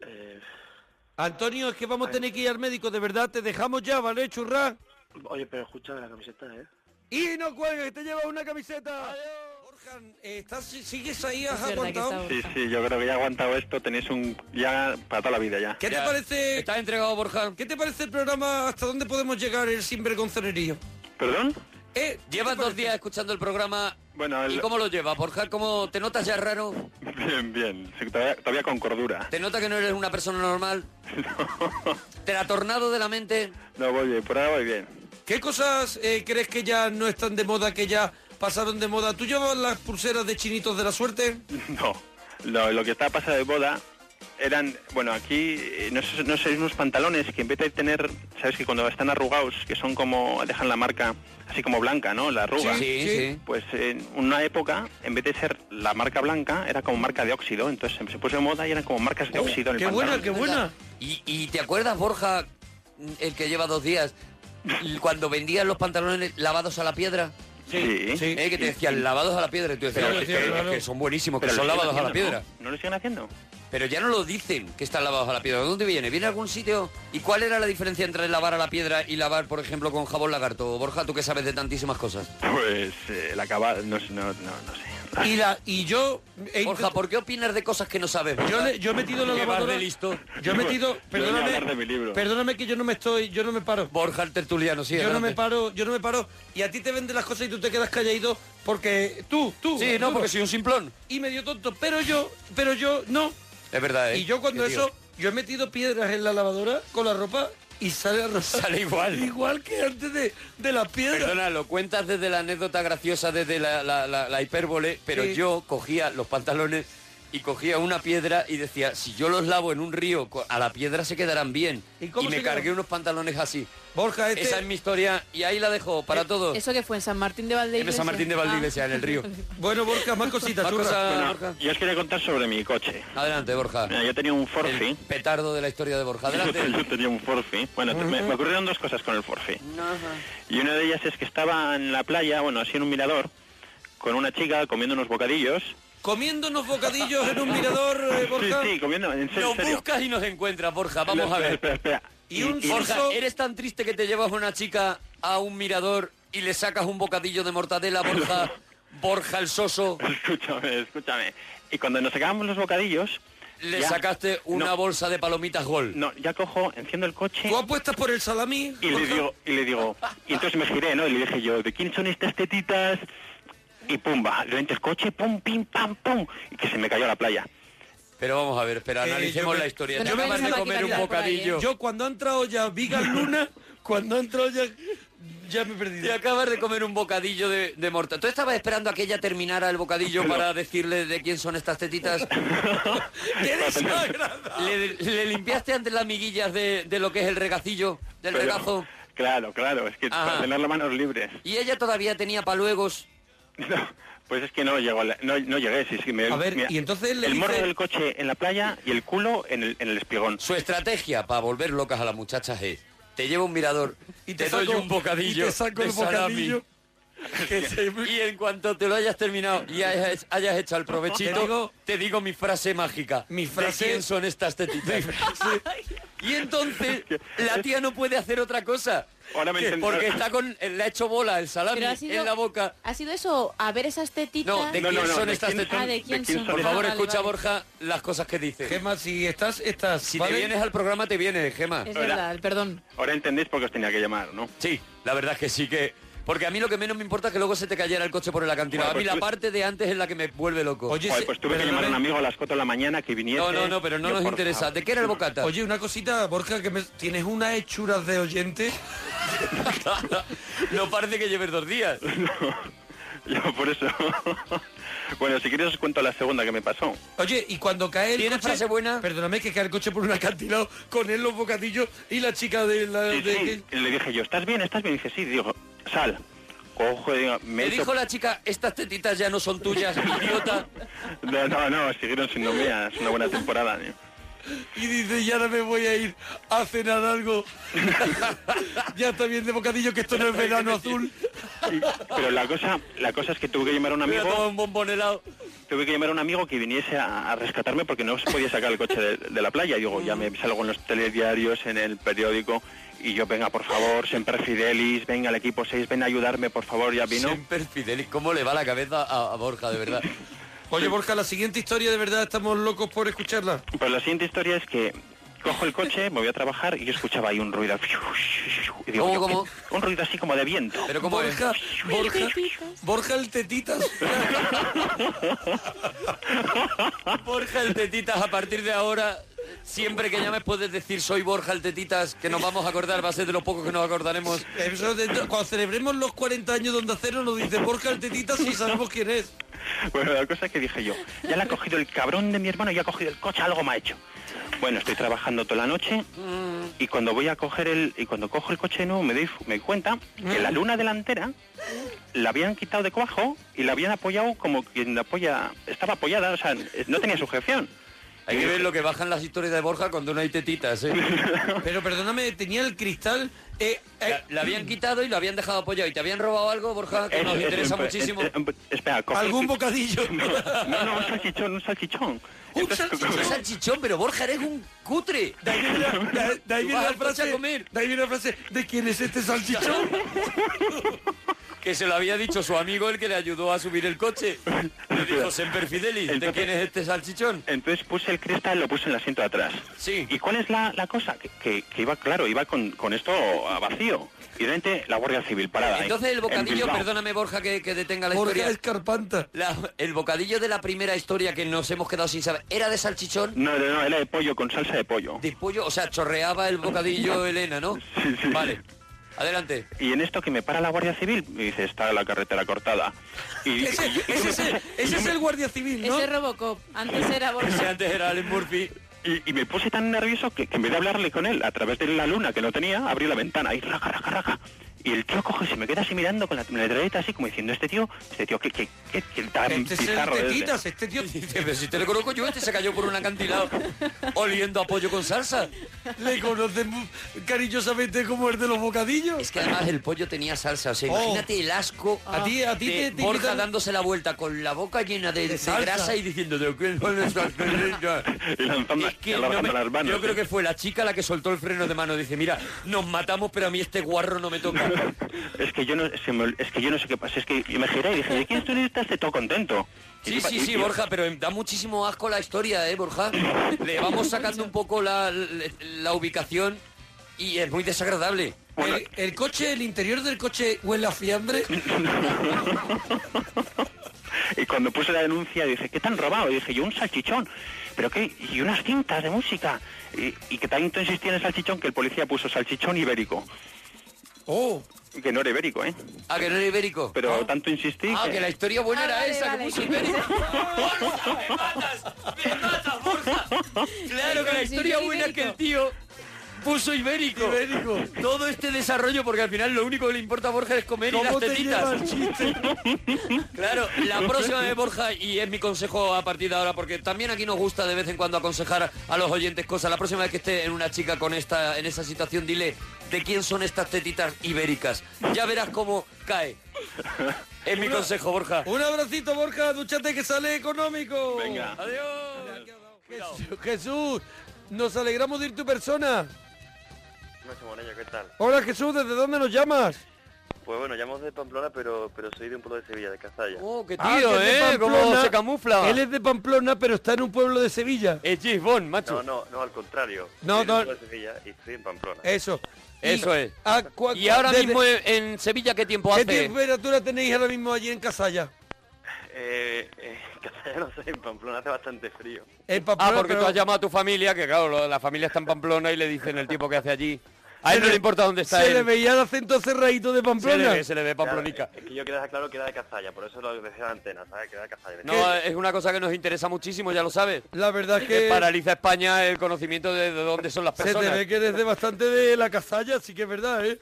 [SPEAKER 4] Eh,
[SPEAKER 3] Antonio, es que vamos a tener que ir al médico, de verdad. Te dejamos ya, ¿vale, churra?
[SPEAKER 4] oye, pero escucha de la camiseta, ¿eh?
[SPEAKER 3] Y no cuelgues, te llevas una camiseta. Orhan, eh, ¿estás- ¿sigues ahí? ¿Has
[SPEAKER 7] Es verdad que
[SPEAKER 3] aguantado?
[SPEAKER 8] Sí, sí, yo creo que ya he aguantado esto, tenéis un... ya para toda la vida ya.
[SPEAKER 3] ¿Qué te
[SPEAKER 2] Ya.
[SPEAKER 3] parece?
[SPEAKER 2] Estás entregado, Borja.
[SPEAKER 3] ¿Qué te parece el programa? ¿Hasta dónde podemos llegar el sinvergonzonerío?
[SPEAKER 8] ¿Perdón?
[SPEAKER 3] ¿Eh? ¿qué
[SPEAKER 2] Llevas
[SPEAKER 3] te
[SPEAKER 2] dos
[SPEAKER 3] parece?
[SPEAKER 2] días escuchando el programa.
[SPEAKER 8] Bueno, el-
[SPEAKER 2] ¿Y cómo lo llevas, Borja? ¿Cómo te notas ya raro?
[SPEAKER 8] bien, bien, sí, todavía, todavía con cordura.
[SPEAKER 2] ¿Te nota que no eres una persona normal? ¿Te la tornado de la mente?
[SPEAKER 8] No voy, por ahora voy bien.
[SPEAKER 3] ¿Qué cosas eh, crees que ya no están de moda, que ya pasaron de moda? ¿Tú llevas las pulseras de chinitos de la suerte?
[SPEAKER 8] No, lo, lo que estaba pasando de boda eran, bueno, aquí, eh, no sé, no sé, unos pantalones que en vez de tener, sabes que cuando están arrugados, que son como, dejan la marca así como blanca, ¿no? La arruga.
[SPEAKER 3] Sí.
[SPEAKER 8] Pues en una época, en vez de ser la marca blanca, era como marca de óxido. Entonces se puso de moda y eran como marcas de óxido en el
[SPEAKER 3] Oh, ¡Qué
[SPEAKER 8] pantalón.
[SPEAKER 3] buena, qué buena!
[SPEAKER 2] ¿Y, y te acuerdas, Borja, el que lleva dos días, cuando vendían los pantalones lavados a la piedra?
[SPEAKER 8] Sí,
[SPEAKER 3] sí.
[SPEAKER 2] Eh, que te decían lavados a la piedra y tú decías
[SPEAKER 8] Pero
[SPEAKER 2] "Oye,
[SPEAKER 8] sí,
[SPEAKER 2] que,
[SPEAKER 3] claro.
[SPEAKER 2] que son buenísimos, que
[SPEAKER 8] Pero
[SPEAKER 2] son
[SPEAKER 8] lo siguen
[SPEAKER 2] lavados a la
[SPEAKER 8] haciendo,
[SPEAKER 2] piedra.
[SPEAKER 8] ¿No, ¿No lo siguen haciendo?
[SPEAKER 2] Pero ya no lo dicen que están lavados a la piedra. ¿De dónde viene? ¿Viene de algún sitio? ¿Y cuál era la diferencia entre lavar a la piedra y lavar, por ejemplo, con jabón lagarto? Borja, tú que sabes de tantísimas cosas.
[SPEAKER 8] Pues eh, el acabado, no, sé, no, no, no sé.
[SPEAKER 3] Y, la, y yo... he
[SPEAKER 2] Borja,
[SPEAKER 3] intent-
[SPEAKER 2] ¿por qué opinas de cosas que no sabes?
[SPEAKER 3] Yo,
[SPEAKER 2] Borja?
[SPEAKER 3] le- yo he metido la
[SPEAKER 2] Que vas
[SPEAKER 3] lavadora...
[SPEAKER 2] de listo.
[SPEAKER 3] Yo he metido...
[SPEAKER 8] Yo voy a
[SPEAKER 3] Perdóname,
[SPEAKER 8] hablar de mi libro.
[SPEAKER 3] perdóname que yo no me estoy... Yo no me paro.
[SPEAKER 2] Borja, el tertuliano, sí.
[SPEAKER 3] Yo no
[SPEAKER 2] adelante.
[SPEAKER 3] me paro, yo no me paro. Y a ti te venden las cosas y tú te quedas calladito porque tú, tú.
[SPEAKER 2] Sí,
[SPEAKER 3] tú
[SPEAKER 2] no, porque soy un simplón.
[SPEAKER 3] Y medio tonto, pero yo, pero yo no.
[SPEAKER 2] Es verdad, ¿eh?
[SPEAKER 3] Y yo cuando
[SPEAKER 2] Qué tío.
[SPEAKER 3] eso, yo he metido piedras en la lavadora con la ropa y sale a rozar.
[SPEAKER 2] Sale igual.
[SPEAKER 3] Igual que antes de, de las piedras.
[SPEAKER 2] Perdona, lo cuentas desde la anécdota graciosa, desde la, la- la- la hipérbole, pero
[SPEAKER 3] Sí.
[SPEAKER 2] yo cogía los pantalones y cogía una piedra y decía, si yo los lavo en un río, co- a la piedra se quedarán bien.
[SPEAKER 3] ¿Y
[SPEAKER 2] Y,
[SPEAKER 3] cómo
[SPEAKER 2] me
[SPEAKER 3] se quedan?
[SPEAKER 2] cargué unos pantalones así.
[SPEAKER 3] Borja, este. Eh,
[SPEAKER 2] Esa es mi historia y ahí la dejo
[SPEAKER 3] Ah.
[SPEAKER 2] para todos.
[SPEAKER 7] ¿Eso que fue en San Martín de Valdivia? Ah.
[SPEAKER 2] En San Martín de Valdivia, en el río.
[SPEAKER 3] Bueno, Borja, más cositas.
[SPEAKER 2] Más
[SPEAKER 3] churra.
[SPEAKER 2] cosas,
[SPEAKER 8] Bueno,
[SPEAKER 2] Borja.
[SPEAKER 8] yo os quería contar sobre mi coche.
[SPEAKER 2] Adelante, Borja.
[SPEAKER 8] Mira, yo tenía un
[SPEAKER 2] El
[SPEAKER 8] Forfi.
[SPEAKER 2] petardo de la historia de Borja. Adelante.
[SPEAKER 8] Yo tenía un Forfi. Bueno, te- me, me ocurrieron dos cosas con el Forfi. Y una de ellas es que estaba en la playa, bueno, así en un mirador, con una chica comiendo unos bocadillos.
[SPEAKER 3] Comiendo unos bocadillos en un mirador, eh,
[SPEAKER 8] Sí,
[SPEAKER 3] Borja.
[SPEAKER 8] sí, comiendo, en serio.
[SPEAKER 2] Nos
[SPEAKER 8] en serio.
[SPEAKER 2] buscas y nos encuentras, Borja. Vamos a
[SPEAKER 8] Espera,
[SPEAKER 2] ver.
[SPEAKER 8] Espera, espera.
[SPEAKER 3] Y un
[SPEAKER 2] Borja,
[SPEAKER 3] Eso-
[SPEAKER 2] ¿eres tan triste que te llevas una chica a un mirador y le sacas un bocadillo de mortadela, Borja? Borja el soso,
[SPEAKER 8] Escúchame, escúchame. Y cuando nos sacábamos los bocadillos...
[SPEAKER 2] le
[SPEAKER 8] ya-
[SPEAKER 2] sacaste una
[SPEAKER 8] no,
[SPEAKER 2] bolsa de palomitas gol.
[SPEAKER 8] No, ya cojo, enciendo el coche...
[SPEAKER 3] Tú apuestas por el salamí.
[SPEAKER 8] Y le
[SPEAKER 3] Borja?
[SPEAKER 8] digo, y le digo, y entonces me giré, ¿no? Y le dije yo, ¿de quién son estas tetitas? Y pumba, le entra el coche, pum, pim, pam, pum, y que se me cayó a la playa.
[SPEAKER 2] Pero vamos a ver, espera,
[SPEAKER 3] Eh, yo
[SPEAKER 2] analicemos
[SPEAKER 3] me-
[SPEAKER 2] la historia.
[SPEAKER 7] Pero
[SPEAKER 2] Te
[SPEAKER 7] no
[SPEAKER 2] acabas de
[SPEAKER 7] pensaba que
[SPEAKER 2] comer
[SPEAKER 7] iba a
[SPEAKER 2] un
[SPEAKER 7] llegar por ahí,
[SPEAKER 2] bocadillo.
[SPEAKER 3] Yo cuando ha entrado ya Vigas Luna, cuando ha entrado ya, ya me he perdido.
[SPEAKER 2] Te acabas de comer un bocadillo de, de mortadela. ¿Tú estabas esperando a que ella terminara el bocadillo para decirle de quién son estas tetitas?
[SPEAKER 3] ¡Qué desagradable!
[SPEAKER 2] ¿Le, le limpiaste antes las miguillas de, de lo que es el regacillo, del
[SPEAKER 8] Pero-
[SPEAKER 2] regazo?
[SPEAKER 8] Claro, claro, es que
[SPEAKER 2] Ajá.
[SPEAKER 8] para tener las manos libres.
[SPEAKER 2] Y ella todavía tenía paluegos.
[SPEAKER 8] No, pues es que no llegó, a la- no, no llegué, sí, sí, me-
[SPEAKER 3] A ver,
[SPEAKER 8] mira,
[SPEAKER 3] y entonces le
[SPEAKER 8] el morro
[SPEAKER 3] dice-
[SPEAKER 8] del coche en la playa y el culo en el, en el espigón.
[SPEAKER 2] Su estrategia para volver locas a las muchachas es: te llevo un mirador y te, doy
[SPEAKER 3] saco-
[SPEAKER 2] un bocadillo.
[SPEAKER 3] Y te saco
[SPEAKER 2] de
[SPEAKER 3] el
[SPEAKER 2] salami.
[SPEAKER 3] bocadillo. que se-
[SPEAKER 2] Y en cuanto te lo hayas terminado y hayas, hayas hecho el provechito,
[SPEAKER 3] Te digo-
[SPEAKER 2] te digo mi frase mágica.
[SPEAKER 3] Mi
[SPEAKER 2] ¿De
[SPEAKER 3] frase-
[SPEAKER 2] quién son estas tetitas? y entonces la tía no puede hacer otra cosa.
[SPEAKER 8] Ahora me
[SPEAKER 2] que-
[SPEAKER 8] entiendo.
[SPEAKER 2] porque está con. Le ha hecho bola el salami
[SPEAKER 7] Pero ha sido-
[SPEAKER 2] en la boca.
[SPEAKER 7] ¿Ha sido eso? A ver esas tetitas.
[SPEAKER 2] No, de
[SPEAKER 8] No, no,
[SPEAKER 2] quién
[SPEAKER 8] no,
[SPEAKER 2] son
[SPEAKER 8] ¿de
[SPEAKER 2] estas
[SPEAKER 8] quién
[SPEAKER 2] tetitas.
[SPEAKER 7] Ah, de quién
[SPEAKER 8] ¿De quién
[SPEAKER 7] son.
[SPEAKER 8] son?
[SPEAKER 2] Por
[SPEAKER 7] Ah,
[SPEAKER 2] favor,
[SPEAKER 7] vale,
[SPEAKER 2] escucha,
[SPEAKER 7] vale.
[SPEAKER 2] Borja, las cosas que dice.
[SPEAKER 3] Gemma, si estás, estás.
[SPEAKER 2] si
[SPEAKER 3] ¿vale?
[SPEAKER 2] te vienes al programa, te vienes, Gema.
[SPEAKER 7] Es
[SPEAKER 8] Hola.
[SPEAKER 7] verdad, perdón.
[SPEAKER 8] Ahora entendéis por qué os tenía que llamar, ¿no?
[SPEAKER 2] Sí, la verdad es que sí que... Porque a mí lo que menos me importa es que luego se te cayera el coche por la cantina.
[SPEAKER 8] Joder,
[SPEAKER 2] a mí la
[SPEAKER 8] pues tú-
[SPEAKER 2] parte de antes es la que me vuelve loco.
[SPEAKER 3] Oye,
[SPEAKER 8] Joder,
[SPEAKER 3] se-
[SPEAKER 8] pues tuve que
[SPEAKER 3] pero
[SPEAKER 8] llamar a un
[SPEAKER 3] no-
[SPEAKER 8] amigo a las 4 de la mañana que viniese.
[SPEAKER 2] no, no, no, pero no
[SPEAKER 8] Yo,
[SPEAKER 2] nos
[SPEAKER 8] por
[SPEAKER 2] interesa.
[SPEAKER 8] favor.
[SPEAKER 2] ¿De qué era el bocata?
[SPEAKER 3] Oye, una cosita, Borja, que me- tienes unas hechuras de oyente
[SPEAKER 2] no parece que lleves dos días.
[SPEAKER 8] Yo por eso. bueno, si quieres os cuento la segunda que me pasó.
[SPEAKER 3] Oye, y cuando cae el
[SPEAKER 2] ¿Tienes
[SPEAKER 3] coche...
[SPEAKER 2] frase buena?
[SPEAKER 3] Perdóname que cae el coche por un acantilado con él los bocadillos y la chica de la...
[SPEAKER 8] Sí,
[SPEAKER 3] de-
[SPEAKER 8] sí. Y Le dije yo, ¿estás bien? ¿Estás bien? Y dice, sí. Digo, sal. Cojo y digo, me
[SPEAKER 2] Me
[SPEAKER 8] echo-
[SPEAKER 2] dijo la chica, estas tetitas ya no son tuyas, idiota.
[SPEAKER 8] No, no, no, siguieron siendo mías. Una buena temporada. ¿eh?
[SPEAKER 3] Y dice, y ahora me voy a ir a cenar algo. ya está bien de bocadillo que esto no es verano azul.
[SPEAKER 8] Y- Pero la cosa, la cosa es que tuve que llamar a un
[SPEAKER 2] Me ha tomado
[SPEAKER 8] amigo,
[SPEAKER 2] un bombón helado.
[SPEAKER 8] tuve que llamar a un amigo que viniese a, a rescatarme porque no se podía sacar el coche de, de la playa. Digo, ya
[SPEAKER 3] Mm.
[SPEAKER 8] me salgo en los telediarios, en el periódico y yo, venga, por favor, siempre Fidelis, venga el equipo 6, ven a ayudarme, por favor, ya vino.
[SPEAKER 2] Siempre Fidelis, ¿cómo le va la cabeza a, a Borja, de verdad?
[SPEAKER 3] Oye, Borja, la siguiente historia de verdad estamos locos por escucharla.
[SPEAKER 8] Pues la siguiente historia es que cojo el coche, me voy a trabajar y yo escuchaba ahí un ruido. Y digo,
[SPEAKER 2] ¿Cómo,
[SPEAKER 8] yo,
[SPEAKER 2] cómo?
[SPEAKER 8] Un ruido así como de viento.
[SPEAKER 2] Pero ¿cómo es?
[SPEAKER 3] Borja, Borja, Borja el tetitas.
[SPEAKER 2] Borja el Tetitas, a partir de ahora, siempre que llames puedes decir soy Borja el Tetitas, que nos vamos a acordar, va a ser de los pocos que nos acordaremos.
[SPEAKER 3] Eso de- cuando celebremos los 40 años de Onda Cero nos dice Borja el tetitas y sabemos quién es.
[SPEAKER 8] Bueno, la cosa es que dije yo, ya la ha cogido el cabrón de mi hermano y ha cogido el coche, algo me ha hecho. Bueno, estoy trabajando toda la noche y cuando voy a coger el y cuando cojo el coche de nuevo me doy me doy cuenta que
[SPEAKER 2] Ah.
[SPEAKER 8] la luna delantera la habían quitado de cuajo y la habían apoyado como quien la apoya estaba apoyada, o sea, no tenía sujeción.
[SPEAKER 2] Hay que ver lo que bajan las historias de Borja cuando no hay tetitas, ¿eh?
[SPEAKER 3] Pero perdóname, tenía el cristal... eh, eh,
[SPEAKER 2] La, la habían quitado y lo habían dejado apoyado. ¿Y te habían robado algo, Borja? Que
[SPEAKER 8] Eso,
[SPEAKER 2] nos
[SPEAKER 3] Eh,
[SPEAKER 8] eso,
[SPEAKER 2] interesa
[SPEAKER 8] empe-
[SPEAKER 2] muchísimo.
[SPEAKER 8] em- em- espera, cogí el
[SPEAKER 3] algún
[SPEAKER 8] pi-
[SPEAKER 3] bocadillo.
[SPEAKER 8] No, no, un salchichón, un salchichón.
[SPEAKER 2] Un
[SPEAKER 3] eh,
[SPEAKER 2] salchichón, un salchichón, pero Borja eres un cutre.
[SPEAKER 3] De ahí viene la, de- de ahí
[SPEAKER 2] Tú
[SPEAKER 3] viene
[SPEAKER 2] vas
[SPEAKER 3] la
[SPEAKER 2] al coche
[SPEAKER 3] frase,
[SPEAKER 2] a comer.
[SPEAKER 3] de ahí viene la frase, ¿de quién es este salchichón?
[SPEAKER 2] Que se lo había dicho su amigo el que le ayudó a subir el coche. Le dijo Semper Fidelis, ¿de
[SPEAKER 8] Entonces-
[SPEAKER 2] quién es este salchichón?
[SPEAKER 8] Entonces puse el cristal y lo puse en el asiento de atrás.
[SPEAKER 2] Sí.
[SPEAKER 8] ¿Y cuál es la, la cosa? Que, que- que iba, claro, iba con, con esto a vacío. Y de repente la Guardia Civil parada. ahí,
[SPEAKER 2] Entonces el
[SPEAKER 8] en
[SPEAKER 2] bocadillo,
[SPEAKER 8] Bilbao.
[SPEAKER 2] perdóname Borja que, que detenga la
[SPEAKER 3] ¿eh? Borja
[SPEAKER 2] historia.
[SPEAKER 3] Escarpanta.
[SPEAKER 2] La- el bocadillo de la primera historia que nos hemos quedado sin saber, ¿era de salchichón?
[SPEAKER 8] No, no, no, era de pollo con salsa de pollo.
[SPEAKER 2] De pollo, o sea, chorreaba el bocadillo Elena, ¿no?
[SPEAKER 8] Sí, sí.
[SPEAKER 2] Vale, adelante.
[SPEAKER 8] Y en esto que me para la Guardia Civil, me dice, está la carretera cortada. Y,
[SPEAKER 3] Ese,
[SPEAKER 8] y yo-
[SPEAKER 3] ese es el, ese es el guardia civil, ¿no?
[SPEAKER 7] Ese es Robocop. Antes era
[SPEAKER 2] Ese
[SPEAKER 7] Borja.
[SPEAKER 2] antes era Alan Murphy.
[SPEAKER 8] y- y me puse tan nervioso que, que en vez de hablarle con él a través de la luna que no tenía, abrí la ventana y raca, raca, raca. Y el tío coge y se me queda así mirando con la letrereta así como diciendo, este tío, este tío, que qué, qué- qué tan
[SPEAKER 3] Este es el
[SPEAKER 8] pizarro es?". eh?".
[SPEAKER 3] tetitas, este tío
[SPEAKER 2] Dice, pero si te lo conozco yo, este se cayó por un acantilado oliendo a pollo con salsa.
[SPEAKER 3] le conoce mu- cariñosamente como el de los bocadillos.
[SPEAKER 2] Es que además el pollo tenía salsa, o sea,
[SPEAKER 3] Oh.
[SPEAKER 2] imagínate el asco
[SPEAKER 3] A ti, a ti
[SPEAKER 2] de
[SPEAKER 3] te, te
[SPEAKER 2] Borja
[SPEAKER 3] invitan-
[SPEAKER 2] dándose la vuelta con la boca llena de, de
[SPEAKER 3] salsa.
[SPEAKER 2] grasa y diciendo "¿De qué son esas pelillas?".
[SPEAKER 8] Y lanzando-
[SPEAKER 2] Es que
[SPEAKER 8] y
[SPEAKER 2] no
[SPEAKER 8] lanzando
[SPEAKER 2] me-
[SPEAKER 8] las manos. ¿eh?
[SPEAKER 2] yo creo que fue la chica la que soltó el freno de mano dice mira nos matamos pero a mí este guarro no me toca
[SPEAKER 8] Es que yo no, se me ol- es que yo no sé qué pasa. Es que yo me giré y dije, ¿de quién tú estás de todo contento? Y
[SPEAKER 2] sí
[SPEAKER 8] yo-
[SPEAKER 2] sí
[SPEAKER 8] y-
[SPEAKER 2] sí
[SPEAKER 8] y-
[SPEAKER 2] Borja pero da muchísimo asco la historia eh Borja le vamos sacando un poco la, la- la ubicación y es muy desagradable
[SPEAKER 8] Bueno,
[SPEAKER 3] El, el coche, el interior del coche huele a fiambre.
[SPEAKER 8] y cuando puse la denuncia dije, ¿qué te han robado? Y dije, yo un salchichón. ¿Pero qué? Y unas cintas de música. Y, y que tanto insistía en el salchichón que el policía puso salchichón ibérico.
[SPEAKER 3] Oh,
[SPEAKER 8] Que no era ibérico, ¿eh?
[SPEAKER 2] a Ah, que no era ibérico
[SPEAKER 8] Pero tanto insistí
[SPEAKER 2] Ah,
[SPEAKER 8] que...
[SPEAKER 2] que la historia buena
[SPEAKER 7] Ah,
[SPEAKER 2] era
[SPEAKER 7] vale,
[SPEAKER 2] esa,
[SPEAKER 7] vale.
[SPEAKER 2] que puso Ibérico. ¡Borja, me matas! ¡Me matas, Borja! Claro que la historia
[SPEAKER 7] Sí,
[SPEAKER 2] buena es que el
[SPEAKER 7] Ibérico.
[SPEAKER 2] tío puso ibérico.
[SPEAKER 3] Ibérico.
[SPEAKER 2] Todo este desarrollo, porque al final lo único que le importa a Borja es comer y las
[SPEAKER 3] ¿cómo te lleva
[SPEAKER 2] tetitas.
[SPEAKER 3] el chiste?
[SPEAKER 2] Claro, la próxima vez, Borja, y es mi consejo a partir de ahora, porque también aquí nos gusta de vez en cuando aconsejar a los oyentes cosas. La próxima vez que esté en una chica con esta, en esa situación, dile de quién son estas tetitas ibéricas. Ya verás cómo cae. Es mi consejo, Borja.
[SPEAKER 3] Un abracito, Borja, duchate que sale económico.
[SPEAKER 8] Venga.
[SPEAKER 2] Adiós.
[SPEAKER 3] Jesús, Jesús, nos alegramos de ir tu persona.
[SPEAKER 5] Nacho Moreno, ¿qué tal?
[SPEAKER 3] Hola Jesús, ¿desde dónde nos llamas?
[SPEAKER 5] Pues bueno, llamo de Pamplona, pero, pero soy de un pueblo de Sevilla, de Cazalla.
[SPEAKER 2] Oh, qué tío,
[SPEAKER 3] Ah, que es de
[SPEAKER 2] ¿eh? Cómo
[SPEAKER 3] Pamplona.
[SPEAKER 2] se camufla.
[SPEAKER 3] Él es de Pamplona, pero está en un pueblo de Sevilla.
[SPEAKER 2] Es Gisbon,
[SPEAKER 5] No,
[SPEAKER 2] macho.
[SPEAKER 5] no, no, al contrario.
[SPEAKER 3] No,
[SPEAKER 5] soy de
[SPEAKER 3] no.
[SPEAKER 5] un pueblo de Sevilla y estoy en Pamplona.
[SPEAKER 3] Eso.
[SPEAKER 2] Eso es.
[SPEAKER 3] a cua-
[SPEAKER 2] Y ahora
[SPEAKER 3] desde-
[SPEAKER 2] mismo en, en Sevilla, ¿qué tiempo
[SPEAKER 3] ¿Qué
[SPEAKER 2] hace?
[SPEAKER 3] temperatura tenéis ahora mismo allí en Casalla?
[SPEAKER 5] Eh, eh, Cazalla no sé, en Pamplona hace bastante frío.
[SPEAKER 3] En
[SPEAKER 2] Ah,
[SPEAKER 3] Pamplona,
[SPEAKER 2] porque
[SPEAKER 3] pero-
[SPEAKER 2] tú has llamado a tu familia, que claro, lo- la familia está en Pamplona y le dicen el tipo que hace allí. A él
[SPEAKER 3] Se
[SPEAKER 2] no le
[SPEAKER 3] le-
[SPEAKER 2] importa dónde está
[SPEAKER 3] Se
[SPEAKER 2] él.
[SPEAKER 3] le veía el acento cerradito de
[SPEAKER 2] se le
[SPEAKER 3] Pamplona. eh,
[SPEAKER 2] ve, se le ve pamplonica.
[SPEAKER 5] Es que yo queda claro que era de Cazalla, por eso lo decía la antena, ¿sabes? Que era de Cazalla.
[SPEAKER 2] No, es una cosa que nos interesa muchísimo, ya lo sabes.
[SPEAKER 3] La verdad es
[SPEAKER 2] Que
[SPEAKER 3] que
[SPEAKER 2] paraliza España el conocimiento de, de dónde son las
[SPEAKER 3] se te
[SPEAKER 2] personas.
[SPEAKER 3] ve que desde bastante de la casalla, sí que es verdad, ¿eh?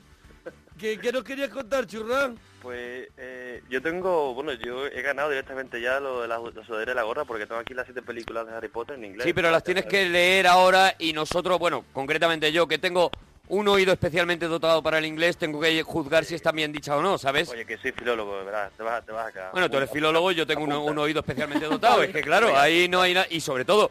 [SPEAKER 3] ¿Qué, qué nos querías contar, churrán?
[SPEAKER 5] Pues eh, yo tengo, bueno, yo he ganado directamente ya lo de la, la sudadera y la gorra porque tengo aquí las siete películas de Harry Potter en inglés.
[SPEAKER 2] Sí, pero las tienes que leer ahora y nosotros, bueno, concretamente yo, que tengo un oído especialmente dotado para el inglés, tengo que juzgar si están bien dichas o no, ¿sabes?
[SPEAKER 5] Oye, que soy filólogo, de ¿verdad? Te vas, te vas acá.
[SPEAKER 2] Bueno, tú eres filólogo, yo tengo un,
[SPEAKER 5] Apunta.
[SPEAKER 2] un oído especialmente dotado. es que claro, ahí no hay nada. Y sobre todo,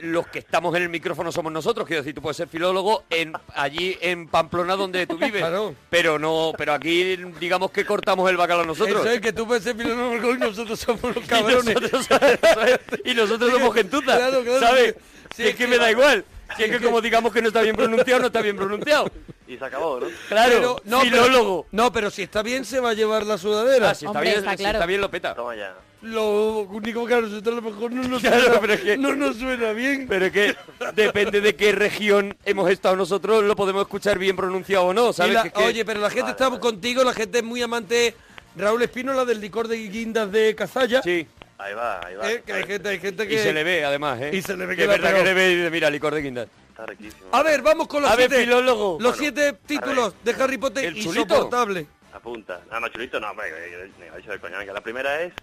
[SPEAKER 2] los que estamos en el micrófono somos nosotros. Quiero decir, tú puedes ser filólogo en, allí en Pamplona donde tú vives.
[SPEAKER 3] Claro.
[SPEAKER 2] Pero no, pero aquí digamos que cortamos el bacalao nosotros.
[SPEAKER 3] Eso es que tú puedes ser filólogo y nosotros somos los
[SPEAKER 2] Y
[SPEAKER 3] cabrones.
[SPEAKER 2] nosotros, eso es, y nosotros somos gentuza,
[SPEAKER 3] Claro, claro,
[SPEAKER 2] ¿sabes?
[SPEAKER 3] sí,
[SPEAKER 2] Si
[SPEAKER 3] sí,
[SPEAKER 2] es que
[SPEAKER 3] sí.
[SPEAKER 2] me da igual. Si es que como digamos que no está bien pronunciado, no está bien pronunciado.
[SPEAKER 5] Y se acabó, ¿no?
[SPEAKER 2] Claro,
[SPEAKER 3] Pero- no, pero-
[SPEAKER 2] filólogo.
[SPEAKER 3] no, pero si está bien se va a llevar la sudadera.
[SPEAKER 2] Ah, si está,
[SPEAKER 7] Hombre,
[SPEAKER 2] bien,
[SPEAKER 7] está
[SPEAKER 2] si
[SPEAKER 7] claro.
[SPEAKER 2] está bien lo peta.
[SPEAKER 5] Toma ya.
[SPEAKER 3] Lo único que a nosotros a lo mejor no nos,
[SPEAKER 2] Claro,
[SPEAKER 3] suena,
[SPEAKER 2] pero es que-
[SPEAKER 3] no nos suena bien.
[SPEAKER 2] Pero es que depende de qué región hemos estado nosotros, lo podemos escuchar bien pronunciado o no,
[SPEAKER 3] Y
[SPEAKER 2] ¿sabes?
[SPEAKER 3] la-
[SPEAKER 2] Que es que-
[SPEAKER 3] Oye, pero la gente está contigo, la gente es muy amante. Raúl Espínola del licor de guindas de Cazalla.
[SPEAKER 2] Sí,
[SPEAKER 5] Ahí va, ahí va.
[SPEAKER 3] Eh, que hay gente, hay gente que...
[SPEAKER 2] y se le ve además, ¿eh?
[SPEAKER 3] Y se le ve
[SPEAKER 2] Que
[SPEAKER 3] que
[SPEAKER 2] es
[SPEAKER 3] la
[SPEAKER 2] verdad que
[SPEAKER 3] pegó.
[SPEAKER 2] le ve, y dice, mira, licor de guindas.
[SPEAKER 5] Está riquísimo.
[SPEAKER 3] A ver, vamos con los
[SPEAKER 2] A ver,
[SPEAKER 3] siete...
[SPEAKER 2] filólogo.
[SPEAKER 3] Los siete títulos de Harry Potter
[SPEAKER 2] ¿El chulito?
[SPEAKER 3] insoportable.
[SPEAKER 5] Apunta. Ah, no, chulito, no, hombre, que- que- me ha dicho de coña. venga. La primera es,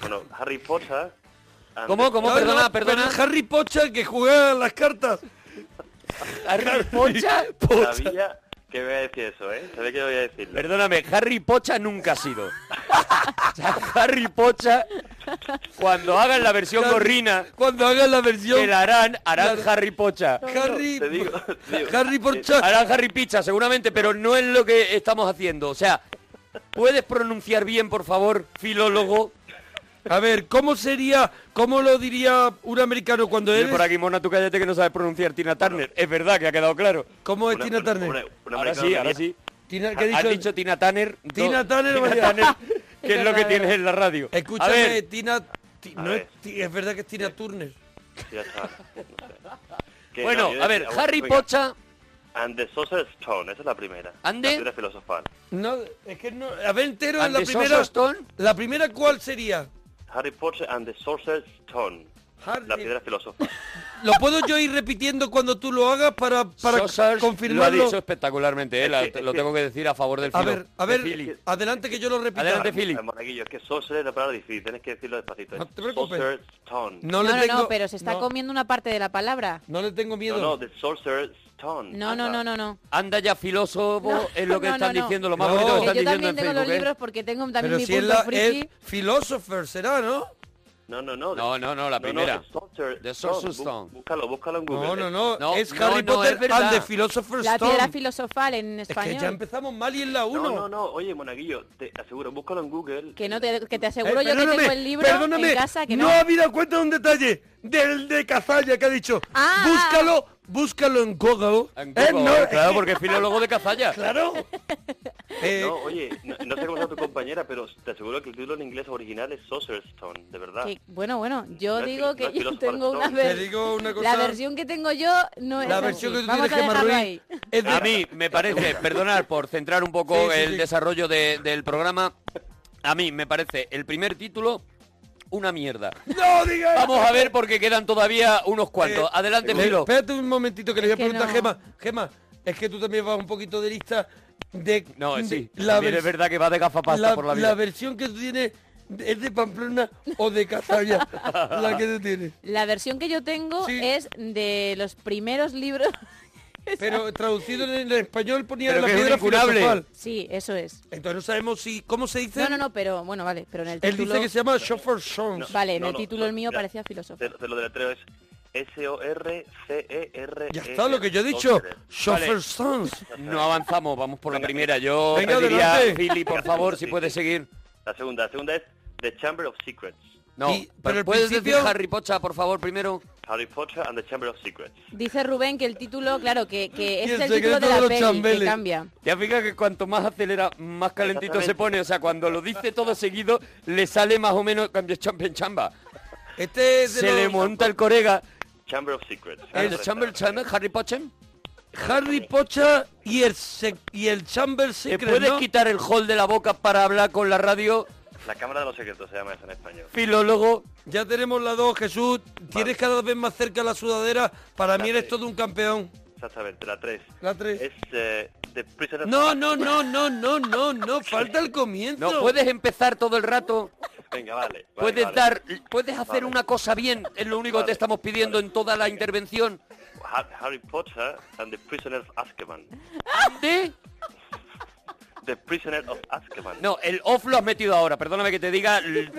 [SPEAKER 5] bueno, Harry Potter. and-
[SPEAKER 2] ¿Cómo, cómo?
[SPEAKER 3] No,
[SPEAKER 2] perdona,
[SPEAKER 3] no,
[SPEAKER 2] perdona.
[SPEAKER 3] pero Harry Potter que juega a las cartas.
[SPEAKER 2] Harry Pocha.
[SPEAKER 5] Sabía que voy a decir eso, ¿eh? Sabía que voy a decirlo.
[SPEAKER 2] Perdóname, Harry Pocha nunca ha sido. O sea, Harry Pocha, cuando hagan la versión
[SPEAKER 3] Harry-
[SPEAKER 2] gorrina,
[SPEAKER 3] Cuando hagan la
[SPEAKER 2] que
[SPEAKER 3] versión
[SPEAKER 2] la harán, harán Harry Pocha.
[SPEAKER 3] Harry...
[SPEAKER 5] Te digo, te digo. Eh,
[SPEAKER 3] Harry Potter.
[SPEAKER 2] Harán Harry Picha, seguramente, pero no es lo que estamos haciendo. O sea, ¿puedes pronunciar bien, por favor, filólogo?
[SPEAKER 3] A ver, ¿cómo sería, cómo lo diría un americano cuando
[SPEAKER 2] Oye,
[SPEAKER 3] eres?
[SPEAKER 2] por aquí, Mona, tú cállate que no sabes pronunciar Tina Turner. Es verdad que ha quedado claro.
[SPEAKER 3] ¿Cómo es
[SPEAKER 5] Una-
[SPEAKER 3] Tina
[SPEAKER 5] una-
[SPEAKER 3] Turner?
[SPEAKER 5] una- una
[SPEAKER 2] ahora
[SPEAKER 5] americana
[SPEAKER 2] sí, ahora
[SPEAKER 5] venía.
[SPEAKER 2] sí.
[SPEAKER 3] Tina- ¿qué he
[SPEAKER 2] Has
[SPEAKER 3] dicho?
[SPEAKER 2] dicho Tina Turner. do-
[SPEAKER 3] Tina Turner, vaya.
[SPEAKER 2] que es lo que
[SPEAKER 7] verdadero.
[SPEAKER 2] tienes en la radio.
[SPEAKER 3] Escúchame,
[SPEAKER 2] A ver,
[SPEAKER 3] Tina... ti-
[SPEAKER 5] A
[SPEAKER 3] no es,
[SPEAKER 5] ver.
[SPEAKER 3] ti- es verdad que es Tina Turner.
[SPEAKER 5] Sí, ya está. No sé. Que
[SPEAKER 2] bueno,
[SPEAKER 5] no, yo
[SPEAKER 2] a ver,
[SPEAKER 5] decía,
[SPEAKER 2] Harry
[SPEAKER 5] venga,
[SPEAKER 2] Pocha,
[SPEAKER 5] And the Sorcerer's Stone, esa es la primera.
[SPEAKER 2] And
[SPEAKER 5] La
[SPEAKER 2] the-
[SPEAKER 5] piedra filosofal.
[SPEAKER 3] No, es que no... A ver, entero
[SPEAKER 2] And
[SPEAKER 3] en la
[SPEAKER 2] the
[SPEAKER 3] primera...
[SPEAKER 2] Sorcerer's Stone.
[SPEAKER 3] ¿La primera cuál sería?
[SPEAKER 5] Harry Potter and the Sorcerer's Stone.
[SPEAKER 3] Harry-
[SPEAKER 5] La piedra filosofal.
[SPEAKER 3] ¿Lo puedo yo ir repitiendo cuando tú lo hagas para, para
[SPEAKER 2] Saussure
[SPEAKER 3] confirmarlo?
[SPEAKER 2] Lo ha dicho espectacularmente, eh, la-
[SPEAKER 5] que-
[SPEAKER 2] lo tengo que decir a favor del
[SPEAKER 3] A
[SPEAKER 2] filo-
[SPEAKER 3] ver, a
[SPEAKER 2] de
[SPEAKER 3] ver,
[SPEAKER 2] Philly.
[SPEAKER 3] adelante que yo lo repita.
[SPEAKER 2] Adelante, Philly.
[SPEAKER 5] El monaguillo, es que Sorcerer es la palabra difícil, tienes que decirlo despacito. ¿eh?
[SPEAKER 3] No
[SPEAKER 5] es
[SPEAKER 3] te preocupes.
[SPEAKER 5] Sorcerer's Stone.
[SPEAKER 3] No,
[SPEAKER 7] No,
[SPEAKER 3] le
[SPEAKER 7] no,
[SPEAKER 3] tengo,
[SPEAKER 7] no, pero se está
[SPEAKER 3] no,
[SPEAKER 7] comiendo una parte de la palabra.
[SPEAKER 3] no le tengo
[SPEAKER 5] No,
[SPEAKER 3] miedo.
[SPEAKER 5] no, The Sorcerer's Stone.
[SPEAKER 7] No, no,
[SPEAKER 5] Anda.
[SPEAKER 7] no, no, no.
[SPEAKER 2] Anda ya, filósofo,
[SPEAKER 7] No,
[SPEAKER 2] es lo que
[SPEAKER 7] no,
[SPEAKER 2] están
[SPEAKER 7] no, no.
[SPEAKER 2] diciendo, lo más
[SPEAKER 3] No.
[SPEAKER 2] bonito que
[SPEAKER 3] Que
[SPEAKER 7] Que yo
[SPEAKER 2] están diciendo
[SPEAKER 7] también
[SPEAKER 2] en
[SPEAKER 7] tengo los
[SPEAKER 2] Facebook, ¿eh?
[SPEAKER 7] libros porque tengo también
[SPEAKER 3] pero
[SPEAKER 7] mi
[SPEAKER 3] si es
[SPEAKER 7] punto
[SPEAKER 3] la
[SPEAKER 7] friki.
[SPEAKER 3] es philosopher será, ¿no?
[SPEAKER 5] No, no, no.
[SPEAKER 2] No, no, no, la primera.
[SPEAKER 5] The Sorcerer's
[SPEAKER 2] The
[SPEAKER 5] Stone.
[SPEAKER 2] Sorcerer's
[SPEAKER 5] Bú-
[SPEAKER 2] Stone.
[SPEAKER 5] Búscalo, búscalo en Google. ¿eh?
[SPEAKER 3] No, no, no,
[SPEAKER 2] No,
[SPEAKER 3] es
[SPEAKER 2] no,
[SPEAKER 3] Harry
[SPEAKER 2] no,
[SPEAKER 3] Potter
[SPEAKER 2] es verdad.
[SPEAKER 3] and the philosopher's
[SPEAKER 7] La piedra
[SPEAKER 3] stone.
[SPEAKER 7] filosofal en
[SPEAKER 3] es que
[SPEAKER 7] español.
[SPEAKER 3] ya empezamos mal y en la 1.
[SPEAKER 5] No, no, no, oye, monaguillo, te aseguro, búscalo en Google.
[SPEAKER 7] Que, no te, que te aseguro yo que tengo el libro
[SPEAKER 3] Eh, perdóname,
[SPEAKER 7] en casa que
[SPEAKER 3] no
[SPEAKER 7] no.
[SPEAKER 3] había dado cuenta de un detalle del de Cazalla que ha dicho.
[SPEAKER 7] Ah.
[SPEAKER 3] búscalo, búscalo en Google.
[SPEAKER 2] En
[SPEAKER 3] Eh,
[SPEAKER 2] Google,
[SPEAKER 3] no,
[SPEAKER 2] claro, porque es filólogo de Cazalla.
[SPEAKER 3] claro. Eh,
[SPEAKER 5] No, oye, no, no sé cómo está tu compañera, pero te aseguro que el título en inglés original es Sorcerer's Stone, de verdad.
[SPEAKER 7] Que- bueno, bueno, yo
[SPEAKER 5] No es
[SPEAKER 7] digo
[SPEAKER 5] filo-
[SPEAKER 7] que
[SPEAKER 5] no es
[SPEAKER 7] yo
[SPEAKER 5] filosofal,
[SPEAKER 7] tengo
[SPEAKER 5] no.
[SPEAKER 7] una
[SPEAKER 5] Te
[SPEAKER 3] te
[SPEAKER 7] vez.
[SPEAKER 3] digo una cosa.
[SPEAKER 7] La versión que tengo yo no es
[SPEAKER 3] la
[SPEAKER 7] así.
[SPEAKER 3] versión que tú
[SPEAKER 7] Vamos
[SPEAKER 3] tienes
[SPEAKER 7] a
[SPEAKER 3] que
[SPEAKER 7] dejarlo
[SPEAKER 3] Marruín
[SPEAKER 7] ahí.
[SPEAKER 3] es de
[SPEAKER 2] A mí me parece, perdonar por centrar un poco
[SPEAKER 3] Sí, sí,
[SPEAKER 2] el
[SPEAKER 3] sí.
[SPEAKER 2] desarrollo de- del programa, a mí me parece el primer título una mierda.
[SPEAKER 3] eh, No digas.
[SPEAKER 2] Vamos a ver porque quedan todavía unos cuantos.
[SPEAKER 3] Eh,
[SPEAKER 2] Adelante,
[SPEAKER 3] Le-
[SPEAKER 2] Filo.
[SPEAKER 3] Espérate un momentito que le voy a
[SPEAKER 7] Es que
[SPEAKER 3] preguntar a
[SPEAKER 7] no.
[SPEAKER 3] Gema. Gema, es que tú también vas un poquito de lista de
[SPEAKER 2] No, eh,
[SPEAKER 3] de-
[SPEAKER 2] sí.
[SPEAKER 3] la,
[SPEAKER 2] también
[SPEAKER 3] vers-
[SPEAKER 2] es verdad que va de gafapasta
[SPEAKER 3] la-
[SPEAKER 2] por la
[SPEAKER 3] la
[SPEAKER 2] vida.
[SPEAKER 3] versión que tú tienes es de Pamplona o de Cazalla, la que tú tienes.
[SPEAKER 7] La versión que yo tengo
[SPEAKER 3] Sí.
[SPEAKER 7] es de los primeros libros.
[SPEAKER 3] Pero traducido en el español ponía
[SPEAKER 2] Pero
[SPEAKER 3] la
[SPEAKER 2] que es
[SPEAKER 3] piedra
[SPEAKER 2] incurable.
[SPEAKER 3] filosofal.
[SPEAKER 7] Sí, eso es.
[SPEAKER 3] Entonces no sabemos si cómo se dice.
[SPEAKER 7] No, no, no, pero bueno, vale, pero en el
[SPEAKER 3] Él
[SPEAKER 7] título...
[SPEAKER 3] dice que se llama Shoffer Songs.
[SPEAKER 7] Vale, en
[SPEAKER 5] No,
[SPEAKER 7] el
[SPEAKER 5] no,
[SPEAKER 7] título
[SPEAKER 5] no,
[SPEAKER 7] el mío
[SPEAKER 5] mira,
[SPEAKER 7] parecía filósofo.
[SPEAKER 5] Te, te lo deletreo es S-O-R-C-E-R.
[SPEAKER 3] Ya está lo que yo he dicho. Shoffer
[SPEAKER 2] Vale.
[SPEAKER 3] Songs.
[SPEAKER 2] No avanzamos, vamos por la primera. Yo
[SPEAKER 3] Venga,
[SPEAKER 2] pediría,
[SPEAKER 3] adelante.
[SPEAKER 2] Fili, por
[SPEAKER 5] Venga,
[SPEAKER 2] favor,
[SPEAKER 5] sí,
[SPEAKER 2] si
[SPEAKER 5] sí,
[SPEAKER 2] puedes
[SPEAKER 5] sí.
[SPEAKER 2] seguir.
[SPEAKER 5] La segunda, la segunda es The Chamber of Secrets.
[SPEAKER 2] No,
[SPEAKER 3] Y-
[SPEAKER 2] pero,
[SPEAKER 3] pero al
[SPEAKER 2] puedes decir
[SPEAKER 3] principio-
[SPEAKER 2] Harry Pocha, por favor, primero.
[SPEAKER 5] Harry Potter and the Chamber of Secrets.
[SPEAKER 7] Dice Rubén que el título, claro, que, que
[SPEAKER 3] Y
[SPEAKER 7] ese es
[SPEAKER 3] el
[SPEAKER 7] el título
[SPEAKER 3] secreto
[SPEAKER 7] de la
[SPEAKER 3] de los
[SPEAKER 7] peli, que
[SPEAKER 3] chambeles.
[SPEAKER 7] cambia.
[SPEAKER 2] Ya fija que cuanto más acelera, más calentito se pone. O sea, cuando lo dice todo seguido, le sale más o menos cambio champa en chamba.
[SPEAKER 3] Este es de
[SPEAKER 2] Se le
[SPEAKER 3] los-
[SPEAKER 2] monta el corega.
[SPEAKER 5] Chamber of Secrets.
[SPEAKER 2] El chamber chamber, Harry Potter.
[SPEAKER 3] Harry Pocha y el, sec- y el Chamber
[SPEAKER 2] ¿Te
[SPEAKER 3] Secret,
[SPEAKER 2] puedes
[SPEAKER 3] ¿no?
[SPEAKER 2] quitar el hall de la boca para hablar con la radio?
[SPEAKER 5] La Cámara de los Secretos se llama esa en español.
[SPEAKER 3] Filólogo, ya tenemos la dos, Jesús. Tienes cada vez más cerca la sudadera. Para mí eres todo un campeón.
[SPEAKER 5] Exactamente, la 3.
[SPEAKER 3] La tres.
[SPEAKER 5] Es eh, The Prisoner
[SPEAKER 3] No, no, no, no, no, no, no. Falta el comienzo.
[SPEAKER 2] No, puedes empezar todo el rato,
[SPEAKER 5] Venga, vale. vale,
[SPEAKER 2] puedes
[SPEAKER 5] vale.
[SPEAKER 2] dar, puedes hacer
[SPEAKER 5] Vale.
[SPEAKER 2] una cosa bien, es lo único que te
[SPEAKER 5] Vale,
[SPEAKER 2] estamos pidiendo en toda la intervención.
[SPEAKER 5] Ha- Harry Potter and the Prisoner of Azkaban.
[SPEAKER 2] ¿De?
[SPEAKER 5] The Prisoner of Azkaban.
[SPEAKER 2] No, el off lo has metido ahora, perdóname que te diga. l-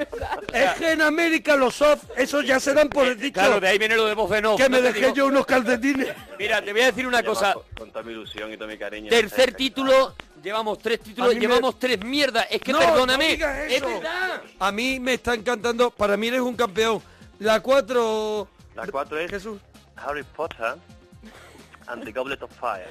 [SPEAKER 3] Es que en América los soft, esos ya se dan por dicho.
[SPEAKER 2] Claro, de ahí viene lo de voz en off,
[SPEAKER 3] que me
[SPEAKER 2] no te
[SPEAKER 3] dejé
[SPEAKER 2] digo-
[SPEAKER 3] yo unos calcetines.
[SPEAKER 2] Mira, te voy a decir una
[SPEAKER 5] Lleva
[SPEAKER 2] cosa.
[SPEAKER 5] Con, con toda mi ilusión y todo mi cariño.
[SPEAKER 2] Tercer
[SPEAKER 5] Eh,
[SPEAKER 2] título, llevamos tres
[SPEAKER 3] A
[SPEAKER 2] títulos,
[SPEAKER 3] mí me-
[SPEAKER 2] llevamos tres mierdas. Es que
[SPEAKER 3] No, no
[SPEAKER 2] perdóname.
[SPEAKER 3] digas
[SPEAKER 2] es
[SPEAKER 3] eso.
[SPEAKER 2] verdad.
[SPEAKER 3] A mí me está encantando. Para mí eres un campeón. La 4...
[SPEAKER 5] La 4 es
[SPEAKER 3] Jesús.
[SPEAKER 5] Harry Potter and the Goblet of Fire.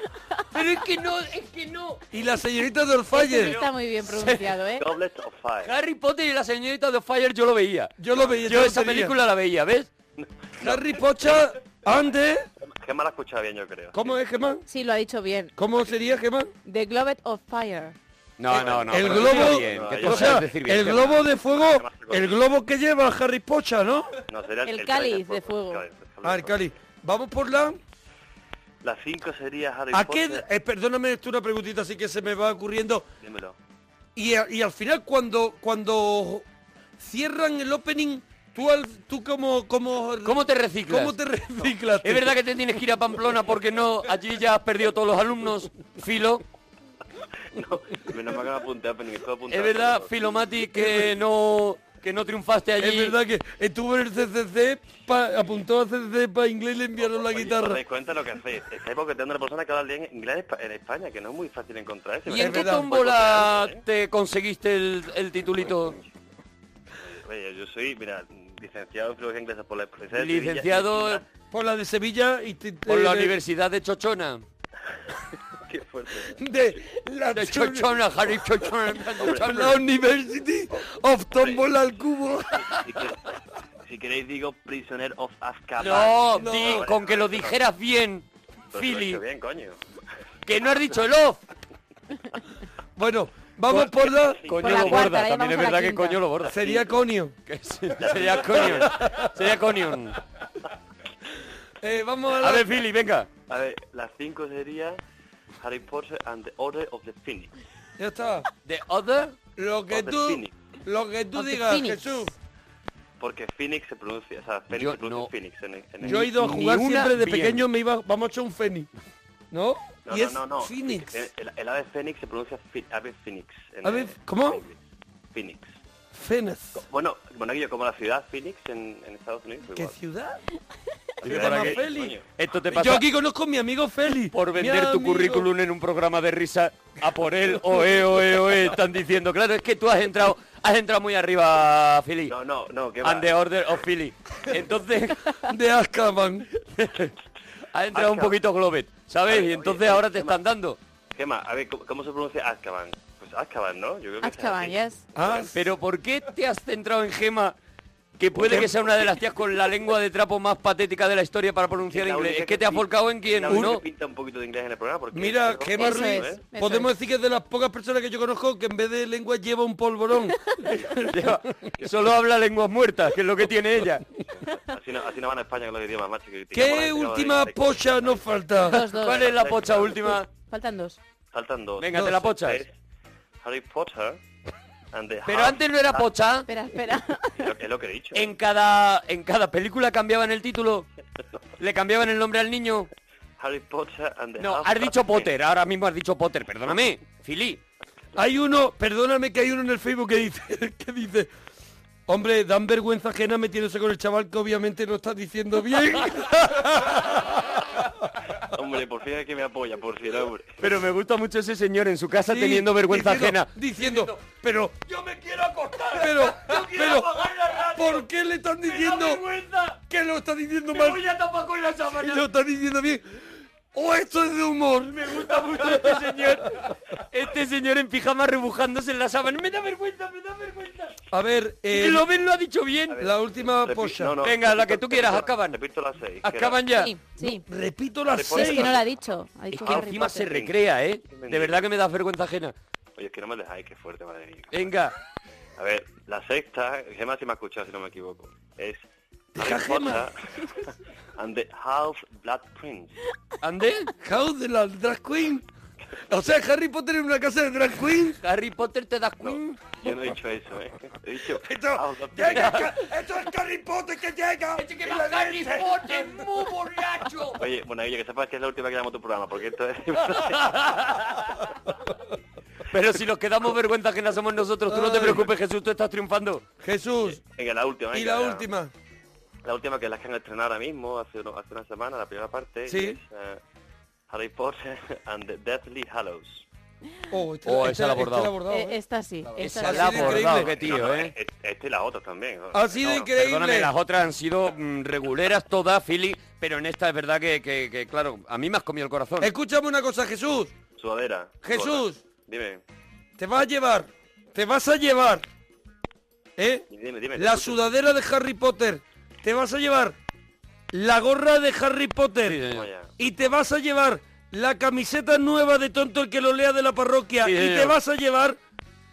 [SPEAKER 2] Pero es que no, es que no.
[SPEAKER 3] Y la señorita
[SPEAKER 7] Ese sí
[SPEAKER 3] Dolfayer.
[SPEAKER 7] Este está muy bien pronunciado, ¿eh?
[SPEAKER 5] Goblet of Fire.
[SPEAKER 2] Harry Potter y la señorita de Fire yo lo veía.
[SPEAKER 3] Yo lo veía.
[SPEAKER 2] Yo
[SPEAKER 3] lo
[SPEAKER 2] esa
[SPEAKER 3] tenía.
[SPEAKER 2] película la veía, ¿ves?
[SPEAKER 3] Harry Pocha, ande.
[SPEAKER 5] Gemma la escuchaba bien, yo creo.
[SPEAKER 3] ¿Cómo es, Gemán?
[SPEAKER 7] Sí, lo ha dicho bien.
[SPEAKER 3] ¿Cómo sería, Gemán?
[SPEAKER 7] The Globet of Fire.
[SPEAKER 2] No, no, no.
[SPEAKER 3] el
[SPEAKER 2] pero decirlo
[SPEAKER 3] globo,
[SPEAKER 2] bien, que
[SPEAKER 5] No,
[SPEAKER 2] tú
[SPEAKER 3] o
[SPEAKER 5] yo-
[SPEAKER 3] sea,
[SPEAKER 2] sabes decir bien,
[SPEAKER 3] el
[SPEAKER 2] que-
[SPEAKER 3] globo de fuego,
[SPEAKER 5] Gemma se lo
[SPEAKER 3] el
[SPEAKER 5] dice.
[SPEAKER 3] globo que lleva Harry Pocha, ¿no?
[SPEAKER 5] No, será
[SPEAKER 7] El cáliz de fuego.
[SPEAKER 5] el cáliz de fuego.
[SPEAKER 3] Ah, el Cali. Vamos por la...
[SPEAKER 5] La 5 sería Harry
[SPEAKER 3] ¿A qué,
[SPEAKER 5] Potter.
[SPEAKER 3] eh, perdóname esto una preguntita así que se me va ocurriendo.
[SPEAKER 5] Dímelo.
[SPEAKER 3] Y, a- y al final cuando cuando cierran el opening, tú al, tú como como
[SPEAKER 2] ¿Cómo te reciclas?
[SPEAKER 3] cómo te reciclas?
[SPEAKER 2] ¿Es verdad que te tienes que ir a Pamplona porque no allí ya has perdido todos los alumnos, Filo?
[SPEAKER 5] No, no me acabo de apuntar, pero ni estoy apuntando.
[SPEAKER 2] ¿Es verdad, Filo Mati,
[SPEAKER 3] Eh,
[SPEAKER 2] que no que no triunfaste allí?
[SPEAKER 3] Es verdad que estuvo en el CCC, pa- apuntó a CCC para inglés y le enviaron la
[SPEAKER 5] Oye, ¿Os
[SPEAKER 3] guitarra.
[SPEAKER 5] dais cuenta de lo que hacéis? Estáis boqueteando a la persona que habla bien inglés en Espa- en España, que no es muy fácil encontrar. ese,
[SPEAKER 2] ¿Y
[SPEAKER 5] ¿verdad?
[SPEAKER 2] en
[SPEAKER 3] Es
[SPEAKER 2] qué
[SPEAKER 3] verdad.
[SPEAKER 2] tómbola
[SPEAKER 3] ¿eh?
[SPEAKER 2] te conseguiste el, el titulito?
[SPEAKER 5] Oye, yo soy, mira, licenciado en filología inglesa por la Universidad de Sevilla.
[SPEAKER 2] Licenciado
[SPEAKER 3] Por la de Sevilla y te-
[SPEAKER 2] por la
[SPEAKER 3] eh,
[SPEAKER 2] Universidad de Chochona.
[SPEAKER 5] Qué fuerte.
[SPEAKER 3] de la,
[SPEAKER 2] De
[SPEAKER 3] Cho-
[SPEAKER 2] Chochona, Harry Chochona.
[SPEAKER 3] la University of Tombola al Cubo.
[SPEAKER 5] Si, que- si queréis digo Prisoner of Azkaban.
[SPEAKER 2] No,
[SPEAKER 5] Vale,
[SPEAKER 2] di,
[SPEAKER 5] vale,
[SPEAKER 2] con que lo
[SPEAKER 5] vale,
[SPEAKER 2] dijeras bien,
[SPEAKER 5] pero si lo he
[SPEAKER 2] Fili,
[SPEAKER 5] hecho bien, coño.
[SPEAKER 2] que no has dicho el off.
[SPEAKER 3] Bueno, vamos por la
[SPEAKER 7] Por la cuarta, ya vamos a la quinta.
[SPEAKER 2] lo borda.
[SPEAKER 3] sería Conio.
[SPEAKER 2] Que sí, sería Conion. Sería Conion.
[SPEAKER 3] Eh, vamos a la
[SPEAKER 2] A ver, Fili, venga.
[SPEAKER 5] A ver, las 5 sería Harry Potter and the Order of the Phoenix.
[SPEAKER 3] Ya está.
[SPEAKER 2] The Other.
[SPEAKER 3] Lo que
[SPEAKER 5] Of the
[SPEAKER 3] tú
[SPEAKER 5] Phoenix.
[SPEAKER 3] lo que tú
[SPEAKER 7] Of the
[SPEAKER 3] digas,
[SPEAKER 7] Phoenix.
[SPEAKER 3] Jesús.
[SPEAKER 5] Porque Phoenix se pronuncia, o sea, Phoenix
[SPEAKER 2] Yo
[SPEAKER 5] se pronuncia
[SPEAKER 2] no.
[SPEAKER 5] Phoenix en, en
[SPEAKER 3] Yo he ido a
[SPEAKER 2] Ni
[SPEAKER 3] jugar
[SPEAKER 2] una
[SPEAKER 3] siempre de
[SPEAKER 2] bien.
[SPEAKER 3] pequeño, me iba, vamos a echar un Fénix. ¿No?
[SPEAKER 5] No,
[SPEAKER 3] y
[SPEAKER 5] no,
[SPEAKER 3] es
[SPEAKER 5] no, no.
[SPEAKER 3] Phoenix.
[SPEAKER 5] El, el- el ave Fénix se pronuncia fi- ave Phoenix. en-
[SPEAKER 3] Ave-
[SPEAKER 5] en-
[SPEAKER 3] ¿cómo?
[SPEAKER 5] en inglés. Phoenix.
[SPEAKER 3] Fénix.
[SPEAKER 5] Bueno, Monaguillo, como la ciudad Phoenix en, en Estados Unidos.
[SPEAKER 3] ¿Qué
[SPEAKER 5] Igual.
[SPEAKER 3] ciudad?
[SPEAKER 5] La
[SPEAKER 3] se
[SPEAKER 5] ciudad
[SPEAKER 3] llama
[SPEAKER 5] de Phoenix,
[SPEAKER 3] Félix?
[SPEAKER 5] coño.
[SPEAKER 2] Esto te
[SPEAKER 3] Yo
[SPEAKER 2] pasa
[SPEAKER 3] aquí conozco a mi amigo Félix.
[SPEAKER 2] por
[SPEAKER 3] Mi
[SPEAKER 2] vender tu
[SPEAKER 3] amigo.
[SPEAKER 2] currículum en un programa de risa a por él. eh, Oe, oe, oe. Están diciendo, claro, es que tú has entrado, has entrado muy arriba, Fili.
[SPEAKER 5] No, no, no, que va.
[SPEAKER 2] And the Order of Fili. Entonces,
[SPEAKER 3] De Azkaban.
[SPEAKER 2] has entrado un poquito Globet, ¿sabes? Y entonces ahora te están dando.
[SPEAKER 5] ¿Qué más? A ver, ¿cómo, cómo se pronuncia Azkaban? Pues Azkaban, ¿no? Yo creo que es
[SPEAKER 7] Azkaban,
[SPEAKER 5] así.
[SPEAKER 7] yes.
[SPEAKER 3] Ah,
[SPEAKER 2] Pero ¿por qué te has centrado en Gema, que puede que sea una de las tías con la lengua de trapo más patética de la historia para pronunciar
[SPEAKER 5] Es la
[SPEAKER 2] inglés?
[SPEAKER 5] única
[SPEAKER 2] Es que te has
[SPEAKER 5] pi-
[SPEAKER 2] volcado en quien
[SPEAKER 5] la única
[SPEAKER 2] uno.
[SPEAKER 5] que pinta un poquito de inglés en el programa porque...
[SPEAKER 3] mira,
[SPEAKER 5] pero-
[SPEAKER 3] qué
[SPEAKER 7] Eso
[SPEAKER 3] barri-
[SPEAKER 7] es, eso
[SPEAKER 3] Podemos
[SPEAKER 7] es.
[SPEAKER 3] decir que es de las pocas personas que yo conozco que en vez de lengua lleva un polvorón.
[SPEAKER 2] Lleva- Solo habla lenguas muertas, que es lo que tiene ella.
[SPEAKER 5] Así no, así no van a España con los idiomas, macho. que criticamos
[SPEAKER 3] ¿Qué
[SPEAKER 5] las-
[SPEAKER 3] última
[SPEAKER 5] este de- de-
[SPEAKER 3] pocha nos falta?
[SPEAKER 7] Dos, dos.
[SPEAKER 2] ¿Cuál es la pocha última?
[SPEAKER 7] Faltan dos.
[SPEAKER 5] Faltan dos.
[SPEAKER 2] Venga,
[SPEAKER 5] Dos.
[SPEAKER 2] te la pochas.
[SPEAKER 5] Es Harry Potter and the
[SPEAKER 2] Pero
[SPEAKER 5] Half- Ah.
[SPEAKER 2] antes no era pocha.
[SPEAKER 7] Espera, espera.
[SPEAKER 5] Es lo- es lo que he dicho.
[SPEAKER 2] En cada, en cada película cambiaban el título. Le cambiaban el nombre al niño.
[SPEAKER 5] Harry Potter and the
[SPEAKER 2] No,
[SPEAKER 5] Half-
[SPEAKER 2] has dicho Potter. Ahora mismo has dicho Potter. Perdóname, Fili.
[SPEAKER 3] Hay uno, perdóname que hay uno en el Facebook que dice, que dice, hombre, dan vergüenza ajena metiéndose con el chaval que obviamente no está diciendo bien.
[SPEAKER 5] Hombre, por fin es que me apoya, por fin, hombre.
[SPEAKER 2] Pero me gusta mucho ese señor en su casa
[SPEAKER 3] Sí,
[SPEAKER 2] teniendo vergüenza
[SPEAKER 3] diciendo-
[SPEAKER 2] ajena.
[SPEAKER 3] Diciendo, pero,
[SPEAKER 2] Yo me quiero acostar.
[SPEAKER 3] pero, pero,
[SPEAKER 2] la radio.
[SPEAKER 3] ¿por qué le están diciendo que lo está diciendo mal
[SPEAKER 2] a tapar con la
[SPEAKER 3] y
[SPEAKER 2] sábana.
[SPEAKER 3] lo está diciendo bien? O esto es de humor.
[SPEAKER 2] Me gusta mucho este señor. Este señor en pijama rebujándose en la sábana. Me da vergüenza, me da vergüenza.
[SPEAKER 3] A ver... Eh,
[SPEAKER 2] Lo ven, lo ha dicho bien.
[SPEAKER 3] La última
[SPEAKER 5] Repi-
[SPEAKER 3] posa.
[SPEAKER 5] no, no,
[SPEAKER 2] Venga, la que tú
[SPEAKER 5] repito-
[SPEAKER 2] quieras,
[SPEAKER 5] repito-
[SPEAKER 2] acaban.
[SPEAKER 5] Repito las seis. que
[SPEAKER 2] Acaban
[SPEAKER 5] era-
[SPEAKER 2] ya.
[SPEAKER 7] Sí, sí.
[SPEAKER 3] No, repito las
[SPEAKER 5] Repito
[SPEAKER 7] Es
[SPEAKER 3] seis.
[SPEAKER 7] que no lo ha dicho. Ha
[SPEAKER 2] Es
[SPEAKER 7] dicho
[SPEAKER 2] que
[SPEAKER 7] que
[SPEAKER 2] encima
[SPEAKER 7] repite.
[SPEAKER 2] se recrea, ¿eh? De verdad que me da vergüenza ajena.
[SPEAKER 5] Oye, es que no me dejáis, que fuerte, madre mía.
[SPEAKER 2] Venga.
[SPEAKER 5] A ver, la sexta, Gemma si me ha escuchado, si no me equivoco, es
[SPEAKER 3] Deja
[SPEAKER 5] Harry
[SPEAKER 3] Gemma.
[SPEAKER 5] Potter and the Half-Blood Prince.
[SPEAKER 2] ¿Ande?
[SPEAKER 3] House de la drag queen. O sea, Harry Potter en una casa de drag queen.
[SPEAKER 2] Harry Potter te da
[SPEAKER 5] No,
[SPEAKER 2] queen.
[SPEAKER 5] yo no he dicho eso, ¿eh? He dicho
[SPEAKER 3] Esto,
[SPEAKER 5] Half-Blood
[SPEAKER 3] llega,
[SPEAKER 5] Prince.
[SPEAKER 3] Ca- esto es Harry Potter que llega.
[SPEAKER 2] Este que va Harry Potter muy borracho.
[SPEAKER 5] Oye, bueno, oye, que sepas que es la última que damos tu programa, porque esto es...
[SPEAKER 2] Pero si nos quedamos vergüenza ajena somos nosotros, tú no te
[SPEAKER 3] Ay.
[SPEAKER 2] preocupes, Jesús, tú estás triunfando.
[SPEAKER 3] Jesús,
[SPEAKER 5] Venga, la última.
[SPEAKER 3] y
[SPEAKER 5] venga,
[SPEAKER 3] la
[SPEAKER 5] ya.
[SPEAKER 3] última.
[SPEAKER 5] La última que es la que han estrenado ahora mismo, hace, uno- hace una semana, la primera parte,
[SPEAKER 3] Sí.
[SPEAKER 5] y es eh, Harry Potter and the Deathly Hallows.
[SPEAKER 3] Oh, este,
[SPEAKER 2] Oh,
[SPEAKER 3] este-
[SPEAKER 2] esa la ha
[SPEAKER 3] este
[SPEAKER 2] abordado.
[SPEAKER 7] Eh, esta sí. Esta
[SPEAKER 2] Esa
[SPEAKER 7] sí.
[SPEAKER 2] la ha
[SPEAKER 3] sido increíble.
[SPEAKER 2] abordado, qué
[SPEAKER 5] No,
[SPEAKER 2] tío,
[SPEAKER 5] no,
[SPEAKER 2] ¿eh?
[SPEAKER 5] e- Este y las otras también. joder.
[SPEAKER 3] Ha sido
[SPEAKER 5] No, no.
[SPEAKER 3] increíble.
[SPEAKER 2] Perdóname, las otras han sido mm, reguleras todas, Philly, pero en esta es verdad que, que- que, claro, a mí me has comido el corazón.
[SPEAKER 3] Escúchame una cosa, Jesús.
[SPEAKER 5] Sudadera.
[SPEAKER 3] Jesús.
[SPEAKER 5] gorra. Dime,
[SPEAKER 3] Te vas a llevar. Te vas a llevar. ¿Eh?
[SPEAKER 5] dime, dime. te
[SPEAKER 3] La
[SPEAKER 5] escucho.
[SPEAKER 3] sudadera de Harry Potter. Te vas a llevar la gorra de Harry Potter.
[SPEAKER 2] Sí,
[SPEAKER 5] Vaya.
[SPEAKER 3] y te vas a llevar la camiseta nueva de tonto el que lo lea de la parroquia.
[SPEAKER 2] Sí,
[SPEAKER 3] y
[SPEAKER 2] señor.
[SPEAKER 3] te vas a llevar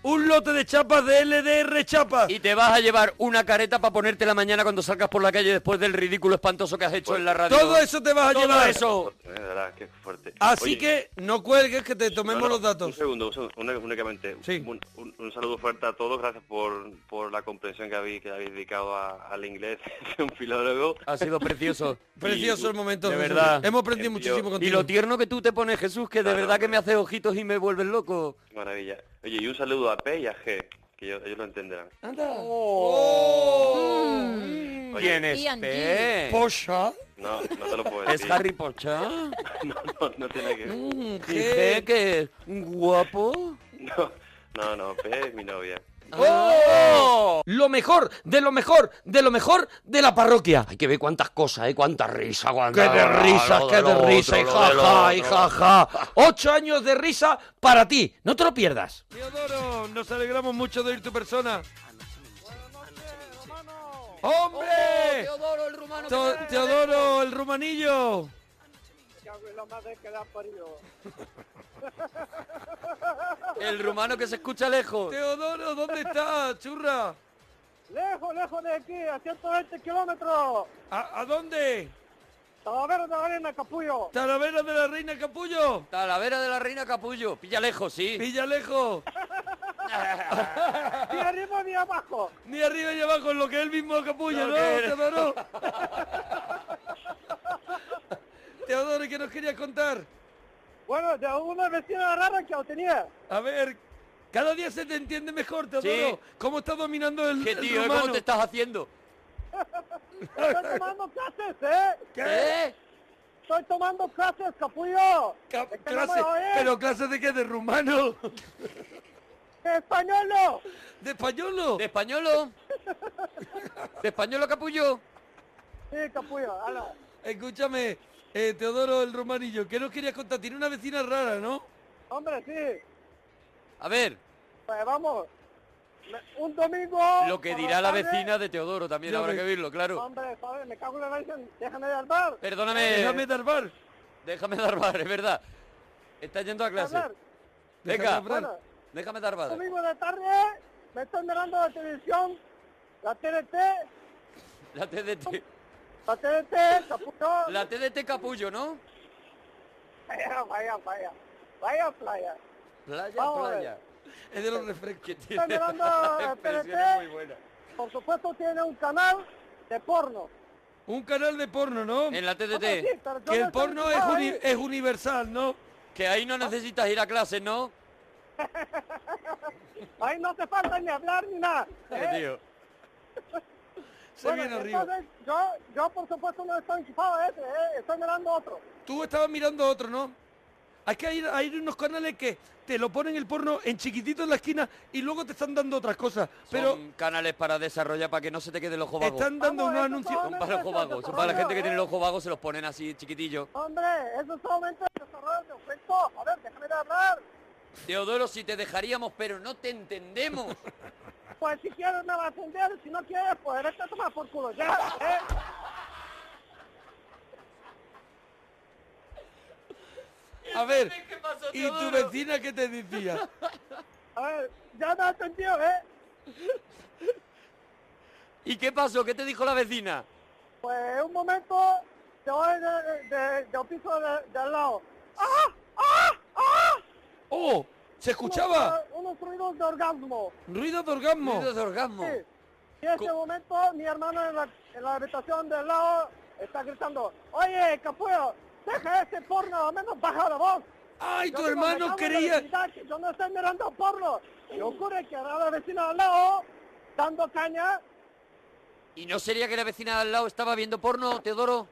[SPEAKER 3] un lote de chapas de LDR chapas.
[SPEAKER 2] Y te vas a llevar una careta para ponértela mañana cuando salgas por la calle después del ridículo espantoso que has hecho en la radio.
[SPEAKER 3] Pues, Todo eso te vas a
[SPEAKER 2] Todo
[SPEAKER 3] llevar.
[SPEAKER 2] eso.
[SPEAKER 5] Eh, de verdad, qué fuerte.
[SPEAKER 3] Así
[SPEAKER 5] Oye,
[SPEAKER 3] que no cuelgues que te
[SPEAKER 5] no,
[SPEAKER 3] tomemos
[SPEAKER 5] no,
[SPEAKER 3] los
[SPEAKER 5] Un
[SPEAKER 3] datos.
[SPEAKER 5] segundo, un segundo, una- únicamente.
[SPEAKER 3] Sí.
[SPEAKER 5] Un, un- un saludo fuerte a todos, gracias por, por la comprensión que habéis, que habéis dedicado a- al inglés de un filólogo.
[SPEAKER 2] Ha sido precioso.
[SPEAKER 3] Precioso el momento.
[SPEAKER 2] De
[SPEAKER 3] Jesús.
[SPEAKER 2] verdad.
[SPEAKER 3] Hemos aprendido
[SPEAKER 5] Envío-
[SPEAKER 3] muchísimo
[SPEAKER 2] Y
[SPEAKER 3] contigo.
[SPEAKER 2] lo tierno que tú te pones, Jesús, que de
[SPEAKER 5] Claro,
[SPEAKER 2] verdad que me
[SPEAKER 5] hombre.
[SPEAKER 2] haces ojitos y me vuelves loco.
[SPEAKER 5] Qué Maravilla. Oye, y un saludo a P y a G, que ellos, ellos lo entenderán.
[SPEAKER 6] Oh.
[SPEAKER 2] Mm.
[SPEAKER 5] Oye,
[SPEAKER 2] ¿Quién es?
[SPEAKER 7] Ian G.
[SPEAKER 2] Pe?
[SPEAKER 3] Posha.
[SPEAKER 5] No, no te lo puedo decir.
[SPEAKER 2] este- ¿Es Harry Potter? Mm,
[SPEAKER 5] No, no, no tiene que ver.
[SPEAKER 2] Dije que es guapo.
[SPEAKER 5] No, no, no, P es mi novia.
[SPEAKER 2] ¡Oh!
[SPEAKER 3] Lo mejor, de lo mejor, de lo mejor de la parroquia.
[SPEAKER 2] Hay que ver cuántas cosas, ¿eh? Cuánta risa,
[SPEAKER 3] ¡Qué de risas, qué de risa! ¡Y jaja, y jaja! ¡Ocho años de risa para ti! ¡No te lo pierdas! Teodoro, nos alegramos mucho de oír tu persona. ¡Hombre!
[SPEAKER 2] Teodoro, el rumano.
[SPEAKER 3] Te- Teodoro, el rumanillo.
[SPEAKER 2] El rumano que se escucha lejos.
[SPEAKER 3] Teodoro, ¿dónde estás, churra?
[SPEAKER 9] Lejos, lejos de aquí, a 120 kilómetros.
[SPEAKER 3] ¿A, a dónde?
[SPEAKER 9] Talavera de la Arena, capullo.
[SPEAKER 3] ¿Talavera de la Reina Capullo?
[SPEAKER 2] Talavera de la Reina Capullo. Pilla lejos, sí.
[SPEAKER 3] Villalejo.
[SPEAKER 9] Ni arriba ni abajo.
[SPEAKER 3] Ni arriba ni abajo, en lo que es el mismo capullo,
[SPEAKER 2] Lo
[SPEAKER 3] ¿no,
[SPEAKER 2] que eres.
[SPEAKER 3] Teodoro? Teodoro, ¿qué nos querías contar?
[SPEAKER 9] Bueno, de una vecina rara que lo tenía.
[SPEAKER 3] A ver, cada día se te entiende mejor, Teodoro.
[SPEAKER 2] Sí.
[SPEAKER 3] ¿Cómo estás dominando el,
[SPEAKER 2] ¿Qué
[SPEAKER 3] el
[SPEAKER 2] tío, eh?
[SPEAKER 3] rumano?
[SPEAKER 2] cómo te estás haciendo?
[SPEAKER 9] Estoy tomando clases, ¿eh?
[SPEAKER 2] ¿Eh?
[SPEAKER 9] Estoy tomando clases, capullo.
[SPEAKER 3] Ca-
[SPEAKER 9] ¿De qué no me
[SPEAKER 3] clase-
[SPEAKER 9] oyes?
[SPEAKER 3] ¿Pero clases de qué? ¿De rumano?
[SPEAKER 9] eh. ¡De español no!
[SPEAKER 3] ¿De españolo?
[SPEAKER 2] ¿De españolo? ¿De españolo, Capullo?
[SPEAKER 9] Sí, capullo, ala.
[SPEAKER 3] Escúchame, eh, Teodoro el romanillo, ¿qué nos querías contar? Tiene una vecina rara, ¿no?
[SPEAKER 9] Hombre, sí.
[SPEAKER 2] A ver,
[SPEAKER 9] Pues vamos. Me- Un domingo...
[SPEAKER 2] lo que
[SPEAKER 9] por
[SPEAKER 2] dirá la
[SPEAKER 9] tarde-
[SPEAKER 2] vecina de Teodoro también
[SPEAKER 3] Ya
[SPEAKER 2] habrá
[SPEAKER 3] ves.
[SPEAKER 2] que verlo, claro.
[SPEAKER 9] Hombre, ¿sabes? Me cago en la Virgen. Déjame de hablar.
[SPEAKER 2] Perdóname,
[SPEAKER 3] Déjame dar bar.
[SPEAKER 2] déjame dar bar, es verdad. Está yendo a clase.
[SPEAKER 9] Hablar.
[SPEAKER 2] Venga,
[SPEAKER 3] Déjame hablar.
[SPEAKER 9] Bueno,
[SPEAKER 2] déjame dar bar.
[SPEAKER 9] domingo de tarde me estoy mirando la televisión, la TNT,
[SPEAKER 2] La TDT,
[SPEAKER 9] la TNT, capullo.
[SPEAKER 2] la TDT Capullo, ¿no?
[SPEAKER 9] Vaya, vaya, vaya. Vaya playa.
[SPEAKER 2] Playa,
[SPEAKER 9] Vamos a ver.
[SPEAKER 2] playa.
[SPEAKER 3] Es de los refrescos.
[SPEAKER 2] Que tiene
[SPEAKER 9] Estoy mirando
[SPEAKER 2] una
[SPEAKER 9] la
[SPEAKER 2] expresión muy
[SPEAKER 9] TNT.
[SPEAKER 2] buena.
[SPEAKER 9] Por supuesto tiene un canal de porno.
[SPEAKER 3] Un canal de porno, ¿no?
[SPEAKER 2] En la
[SPEAKER 9] Hombre, sí,
[SPEAKER 2] TDT,
[SPEAKER 9] pero
[SPEAKER 3] Que
[SPEAKER 9] yo no
[SPEAKER 3] el
[SPEAKER 9] estoy
[SPEAKER 3] porno es,
[SPEAKER 9] ocupado,
[SPEAKER 3] uni-
[SPEAKER 9] ¿eh?
[SPEAKER 3] es universal, ¿no?
[SPEAKER 2] que ahí no necesitas ir a clase, ¿no?
[SPEAKER 9] Ahí no te falta ni hablar ni nada. ¿eh?
[SPEAKER 2] Eh, tío.
[SPEAKER 3] Se
[SPEAKER 9] Bueno,
[SPEAKER 3] viene arriba.
[SPEAKER 9] entonces, yo, yo por supuesto no estoy enchufado a ese, ¿eh? estoy mirando otro.
[SPEAKER 3] Tú estabas mirando otro, ¿no? Es que hay, hay unos canales que te lo ponen el porno en chiquitito en la esquina y luego te están dando otras cosas. Pero
[SPEAKER 2] Son canales para desarrollar para que no se te quede el ojo vago. Ah,
[SPEAKER 3] están dando
[SPEAKER 9] Vamos,
[SPEAKER 3] unos
[SPEAKER 9] esos
[SPEAKER 3] anuncios.
[SPEAKER 9] son-
[SPEAKER 2] Son para el ojo vago. Son para la gente que tiene el ojo vago, se los ponen así chiquitillo.
[SPEAKER 9] Hombre, eso es solamente el desarrollo de efecto. A ver, déjame de hablar.
[SPEAKER 2] Teodoro, si te dejaríamos, pero no te entendemos.
[SPEAKER 9] pues si quieres me va a atender, si no quieres, pues eres te toma por culo ya, ¿eh?
[SPEAKER 3] A ver, ¿y tu vecina qué te decía?
[SPEAKER 9] A ver, ya me ha atendido, ¿eh?
[SPEAKER 2] ¿Y qué pasó? ¿Qué te dijo la vecina?
[SPEAKER 9] Pues en un momento te voy de, de- del piso de, de al lado. ¡Ah! ¡Ah! ¡Ah!
[SPEAKER 3] ¡Oh! ¿Se escuchaba?
[SPEAKER 9] Unos, unos ruidos de orgasmo.
[SPEAKER 3] Ruido de orgasmo.
[SPEAKER 9] Ruido de
[SPEAKER 3] orgasmo.
[SPEAKER 9] Sí. Y en ese momento mi hermano en la, en la habitación del lado está gritando, oye, capullo, deja ese porno, al menos baja la voz.
[SPEAKER 3] Ay,
[SPEAKER 9] tu hermano quería... Yo no estoy mirando porno. Y ocurre que era la vecina al lado, dando caña.
[SPEAKER 2] ¿Y no sería que la vecina de al lado estaba viendo porno, Teodoro?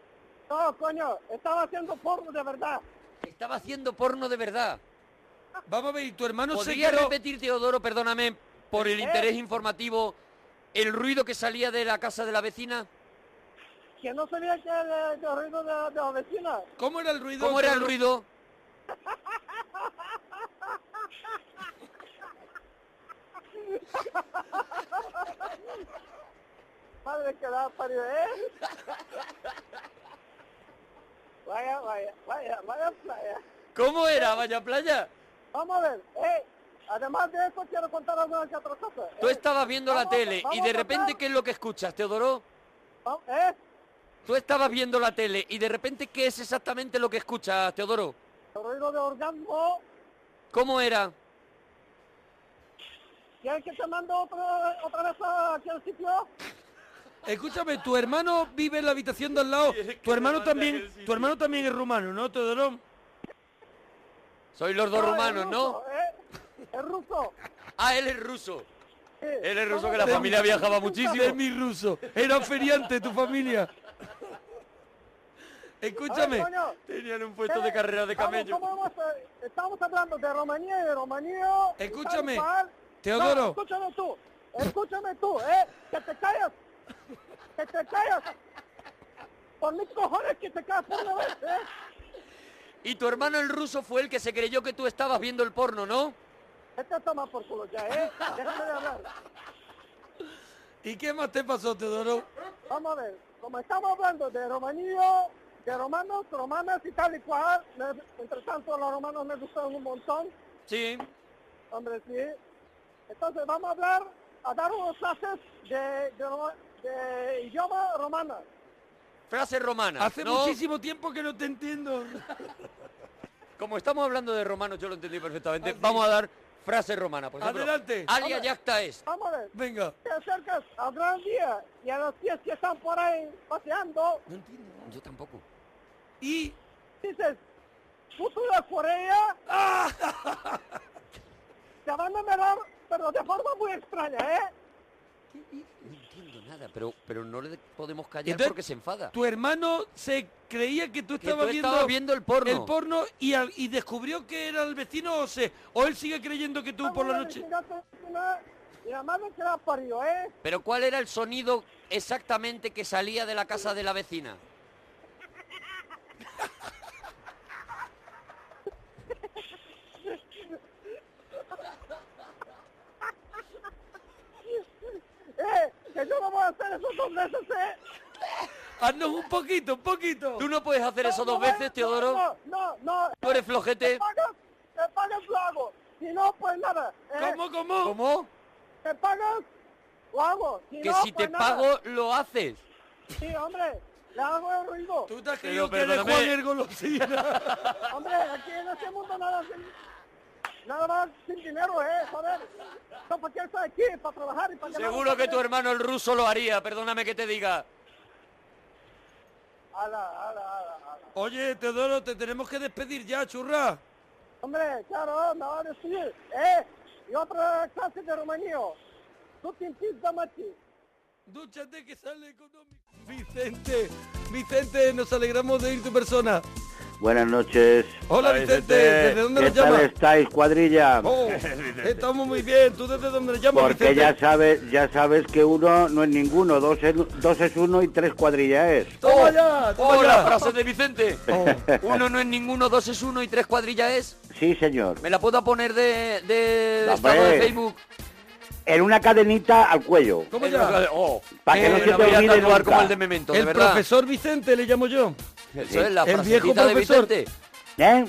[SPEAKER 9] No, "Oh, coño, estaba haciendo porno de verdad.
[SPEAKER 2] Estaba haciendo porno de verdad.
[SPEAKER 3] Vamos a ver, tu hermano
[SPEAKER 9] se
[SPEAKER 2] ¿Podría
[SPEAKER 9] quedó-
[SPEAKER 2] repetir, Teodoro, perdóname, por el
[SPEAKER 9] ¿Eh?
[SPEAKER 2] interés informativo, el ruido que salía de la casa de la vecina?
[SPEAKER 9] Que no sabía que era el, el ruido de, de la vecina.
[SPEAKER 3] ¿Cómo era el ruido?
[SPEAKER 2] ¿Cómo era el ruido?
[SPEAKER 9] Madre que la parió, ¿eh? Vaya, vaya, vaya, vaya playa.
[SPEAKER 2] ¿Cómo era, vaya playa?
[SPEAKER 9] Vamos a ver, ¿eh? Además de eso, quiero contar alguna que otra cosa. ¿eh?
[SPEAKER 2] Tú estabas viendo la
[SPEAKER 9] Vamos,
[SPEAKER 2] tele y
[SPEAKER 9] vamos
[SPEAKER 2] de
[SPEAKER 9] a
[SPEAKER 2] repente,
[SPEAKER 9] hablar.
[SPEAKER 2] ¿qué es lo que escuchas, Teodoro?
[SPEAKER 9] Va- ¿Eh?
[SPEAKER 2] Tú estabas viendo la tele y de repente, ¿qué es exactamente lo que escuchas, Teodoro?
[SPEAKER 9] El ruido de orgasmo.
[SPEAKER 2] ¿Cómo era?
[SPEAKER 9] ¿Quieres que te mando otra, otra vez a aquel sitio?
[SPEAKER 3] Escúchame, tu hermano vive en la habitación de al lado. Tu hermano también, tu hermano también es rumano, ¿no, Teodoro?
[SPEAKER 2] Sois los dos
[SPEAKER 9] No, es
[SPEAKER 2] rumanos, ¿no?
[SPEAKER 9] ruso, ¿eh? Es ruso.
[SPEAKER 2] Ah, él es ruso.
[SPEAKER 9] sí.
[SPEAKER 2] Él es ruso, que la
[SPEAKER 3] Vamos,
[SPEAKER 2] familia
[SPEAKER 3] vamos,
[SPEAKER 2] viajaba
[SPEAKER 3] vamos,
[SPEAKER 2] muchísimo.
[SPEAKER 3] Es mi ruso. Era feriante tu familia. Escúchame.
[SPEAKER 9] A ver, coño.
[SPEAKER 2] Tenían un
[SPEAKER 9] Eh, vamos, vamos, eh, estamos hablando de Rumanía y de Rumanía. y
[SPEAKER 3] Escúchame,
[SPEAKER 9] tal y cual.
[SPEAKER 3] Teodoro.
[SPEAKER 9] No, escúchame tú. Escúchame tú, ¿eh? Que te callas. Que te callas. Por mis cojones que te callas por una vez, ¿eh?
[SPEAKER 2] Y tu hermano el ruso fue el que se creyó que tú estabas viendo el porno, ¿no?
[SPEAKER 9] Vete Este toma por culo ya, ¿eh? Déjame de hablar.
[SPEAKER 3] ¿Y qué más te pasó, Teodoro?
[SPEAKER 9] Vamos a ver. Como estamos hablando de Rumanía, de romanos, romanas y tal y cual. me- entre tanto, los romanos me gustan un montón.
[SPEAKER 2] Sí.
[SPEAKER 9] Hombre, sí. Entonces vamos a hablar, a dar unos clases de, de ro- de idioma romano.
[SPEAKER 2] Frase romana.
[SPEAKER 3] Hace
[SPEAKER 2] ¿no?
[SPEAKER 3] muchísimo tiempo que no te entiendo.
[SPEAKER 2] Como estamos hablando de romanos, yo lo entendí perfectamente. Vamos a dar frase romana, por ejemplo.
[SPEAKER 3] Adelante.
[SPEAKER 2] Alia yacta es.
[SPEAKER 9] Vamos a ver,
[SPEAKER 3] Venga.
[SPEAKER 9] te acercas al gran día y a los pies que están por ahí paseando,
[SPEAKER 2] No entiendo. ¿eh? Yo tampoco.
[SPEAKER 3] Y
[SPEAKER 9] dices, futura Corea, te van a mirar, pero de forma muy extraña, ¿eh?
[SPEAKER 2] No entiendo nada, pero, pero no le podemos callar
[SPEAKER 3] Entonces,
[SPEAKER 2] porque se enfada.
[SPEAKER 3] tu hermano se creía que tú
[SPEAKER 2] Que tú
[SPEAKER 3] estabas
[SPEAKER 2] estabas viendo
[SPEAKER 3] viendo,
[SPEAKER 2] el porno.
[SPEAKER 3] el porno y, al- y descubrió que era el vecino o se o él sigue creyendo que tú por la noche.
[SPEAKER 9] Y la madre que la parió, ¿eh?
[SPEAKER 2] Pero ¿cuál era el sonido exactamente que salía de la casa de la vecina?
[SPEAKER 9] ¡Eh! Que yo no voy a hacer eso dos veces, ¿eh?
[SPEAKER 3] Haznos un poquito, un poquito.
[SPEAKER 2] ¿Tú no puedes hacer eso
[SPEAKER 9] No,
[SPEAKER 2] dos
[SPEAKER 9] no,
[SPEAKER 2] veces, este Teodoro?
[SPEAKER 9] No, no, no.
[SPEAKER 2] ¿Tú eres flojete?
[SPEAKER 9] Me pagas, me pagas lo hago. Si no, pues nada. ¿eh?
[SPEAKER 3] ¿Cómo, cómo?
[SPEAKER 2] ¿Cómo?
[SPEAKER 9] ¿Me pagas? Lo hago. Si
[SPEAKER 2] Que
[SPEAKER 9] no,
[SPEAKER 2] si te
[SPEAKER 9] pues nada.
[SPEAKER 2] pago, lo haces.
[SPEAKER 9] Sí, hombre. Le hago el ruido.
[SPEAKER 3] Tú te has
[SPEAKER 2] Pero
[SPEAKER 3] creído que eres
[SPEAKER 2] perdóname.
[SPEAKER 3] Juan el Golosina.
[SPEAKER 9] Hombre, aquí en este mundo nada sin... Nada más sin dinero, ¿eh? Joder. No, ¿para qué estoy aquí? Para trabajar y para... ganar
[SPEAKER 2] Seguro que
[SPEAKER 9] dinero.
[SPEAKER 2] tu hermano el ruso lo haría, perdóname que te diga.
[SPEAKER 9] Ala, ala, ala, ala.
[SPEAKER 3] Oye, Teodoro, te tenemos que despedir ya, churra.
[SPEAKER 9] Hombre, claro, me va a decir. ¿Eh? Y otra clase de romanío. Tú tienes damati.
[SPEAKER 3] Dúchate que sale económico. Vicente, Vicente, nos alegramos de ir tu persona.
[SPEAKER 6] Buenas noches. este,
[SPEAKER 3] Hola, Vicente, ¿desde dónde
[SPEAKER 6] ¿Qué
[SPEAKER 3] nos
[SPEAKER 6] tal
[SPEAKER 3] llamas?
[SPEAKER 6] estáis, cuadrilla?
[SPEAKER 3] Oh, estamos muy bien. ¿Tú desde dónde nos llamas,
[SPEAKER 6] Porque
[SPEAKER 3] Vicente?
[SPEAKER 6] ya sabes, ya sabes que uno no es ninguno, dos es, dos es uno y tres cuadrilla es.
[SPEAKER 3] Toma ya, toma
[SPEAKER 2] ¡Oh, la
[SPEAKER 3] ya.
[SPEAKER 2] frase de Vicente!
[SPEAKER 6] Oh.
[SPEAKER 2] Uno no es ninguno, dos es uno y tres cuadrillas es.
[SPEAKER 6] Sí, señor.
[SPEAKER 2] ¿Me la puedo poner de, de
[SPEAKER 6] Hombre.
[SPEAKER 2] estado de Facebook?
[SPEAKER 6] en una cadenita al cuello.
[SPEAKER 3] ¿Cómo llama?
[SPEAKER 6] Para
[SPEAKER 3] eh,
[SPEAKER 6] que no se te olvide nunca.
[SPEAKER 3] El profesor Vicente le llamo yo.
[SPEAKER 6] Eso es, la
[SPEAKER 3] el viejo
[SPEAKER 6] frasecita de
[SPEAKER 3] profesor.
[SPEAKER 6] ¿Eh?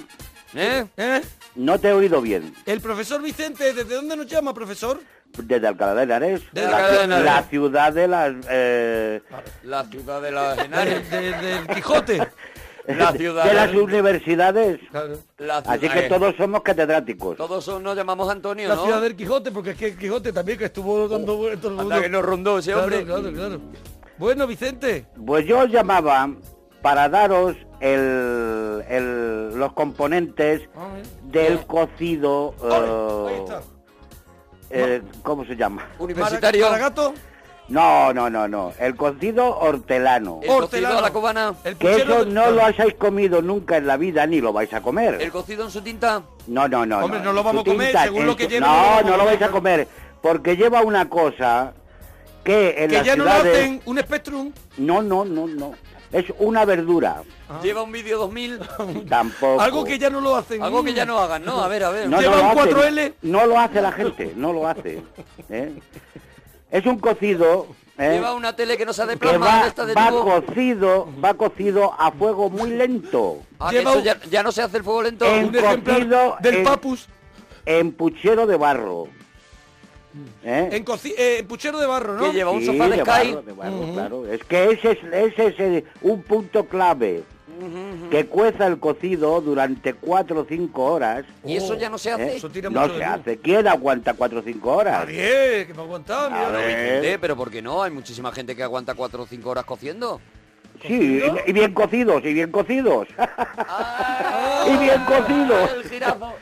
[SPEAKER 3] ¿Eh? ¿Eh?
[SPEAKER 6] No te he oído bien.
[SPEAKER 3] El profesor Vicente, ¿desde dónde nos llama, profesor?
[SPEAKER 6] Desde Alcalá de Henares.
[SPEAKER 3] Desde
[SPEAKER 6] la,
[SPEAKER 3] Alcalá de Henares.
[SPEAKER 6] la ciudad de las... eh,
[SPEAKER 10] La ciudad de las Henares.
[SPEAKER 3] del Quijote.
[SPEAKER 10] La ciudad
[SPEAKER 6] de
[SPEAKER 10] de-
[SPEAKER 6] las universidades.
[SPEAKER 10] La ciudad-
[SPEAKER 6] Así que todos somos catedráticos.
[SPEAKER 10] Todos son- nos llamamos Antonio,
[SPEAKER 3] La
[SPEAKER 10] ¿no? Oh,
[SPEAKER 3] ciudad del Quijote, porque es que el Quijote también que estuvo dando vueltas. al
[SPEAKER 10] Anda,
[SPEAKER 3] mundo.
[SPEAKER 10] que nos rondó ese
[SPEAKER 3] Claro,
[SPEAKER 10] hombre.
[SPEAKER 3] Claro, claro. Bueno, Vicente.
[SPEAKER 6] Pues yo os llamaba para daros el, el- los componentes del cocido... eh, eh, ¿Cómo se llama?
[SPEAKER 10] Universitario.
[SPEAKER 3] ¿Para gato?
[SPEAKER 6] No, no, no, no. El cocido hortelano.
[SPEAKER 10] El cocido a la cubana. El
[SPEAKER 6] Que eso no lo hayáis comido nunca en la vida ni lo vais a comer.
[SPEAKER 10] El cocido en su tinta.
[SPEAKER 6] No, no, no.
[SPEAKER 10] Hombre,
[SPEAKER 6] no,
[SPEAKER 10] no lo
[SPEAKER 6] en
[SPEAKER 10] vamos a
[SPEAKER 6] su
[SPEAKER 10] comer,
[SPEAKER 6] tinta,
[SPEAKER 10] según
[SPEAKER 6] en
[SPEAKER 10] lo que
[SPEAKER 6] su-
[SPEAKER 10] lleve, no lo
[SPEAKER 6] No,
[SPEAKER 10] vamos a
[SPEAKER 6] no lo vais a comer, porque lleva una cosa que en
[SPEAKER 3] Que
[SPEAKER 6] las
[SPEAKER 3] ya no lo
[SPEAKER 6] ciudades-
[SPEAKER 3] hacen un Spectrum.
[SPEAKER 6] No, no, no, no. Es una verdura.
[SPEAKER 10] Ah. Lleva un vídeo 2000.
[SPEAKER 6] Tampoco.
[SPEAKER 3] Algo que ya no lo hacen.
[SPEAKER 10] Algo que ya no hagan, ¿no? A ver, a ver.
[SPEAKER 6] No, no
[SPEAKER 10] Lleva
[SPEAKER 6] lo Eh.
[SPEAKER 10] un
[SPEAKER 6] hace,
[SPEAKER 10] 4L.
[SPEAKER 6] No lo hace la gente, no lo hace. ¿eh? Es un cocido. ¿eh?
[SPEAKER 10] Lleva una tele que no sea de
[SPEAKER 6] que
[SPEAKER 10] plasma, de
[SPEAKER 6] va,
[SPEAKER 10] esta de
[SPEAKER 6] va
[SPEAKER 10] tubo.
[SPEAKER 6] cocido, va cocido a fuego muy lento.
[SPEAKER 10] Ah, que esto ya, ya no se hace el fuego lento.
[SPEAKER 6] en cocido en-
[SPEAKER 3] papus.
[SPEAKER 6] En puchero de barro. ¿eh?
[SPEAKER 3] En, coci- eh, en puchero de barro, ¿no?
[SPEAKER 6] Sí, barro, de barro, claro. Es que ese es, ese es el- un punto clave. Que cueza el cocido durante 4 o 5 horas.
[SPEAKER 10] Y eso ya no se hace.
[SPEAKER 6] ¿eh?
[SPEAKER 10] Eso tira
[SPEAKER 6] no
[SPEAKER 10] mucho
[SPEAKER 6] se
[SPEAKER 10] de luz.
[SPEAKER 6] hace. ¿Quién aguanta 4 o 5 horas?
[SPEAKER 3] Nadie, que me ha aguantado.
[SPEAKER 6] mira.
[SPEAKER 10] Claro,
[SPEAKER 6] ver.
[SPEAKER 10] Vicente, pero ¿por qué no? Hay muchísima gente que aguanta 4 o 5 horas cociendo.
[SPEAKER 6] Sí, y, y bien cocidos, y bien cocidos. y bien cocidos.
[SPEAKER 10] Ah, El girazo.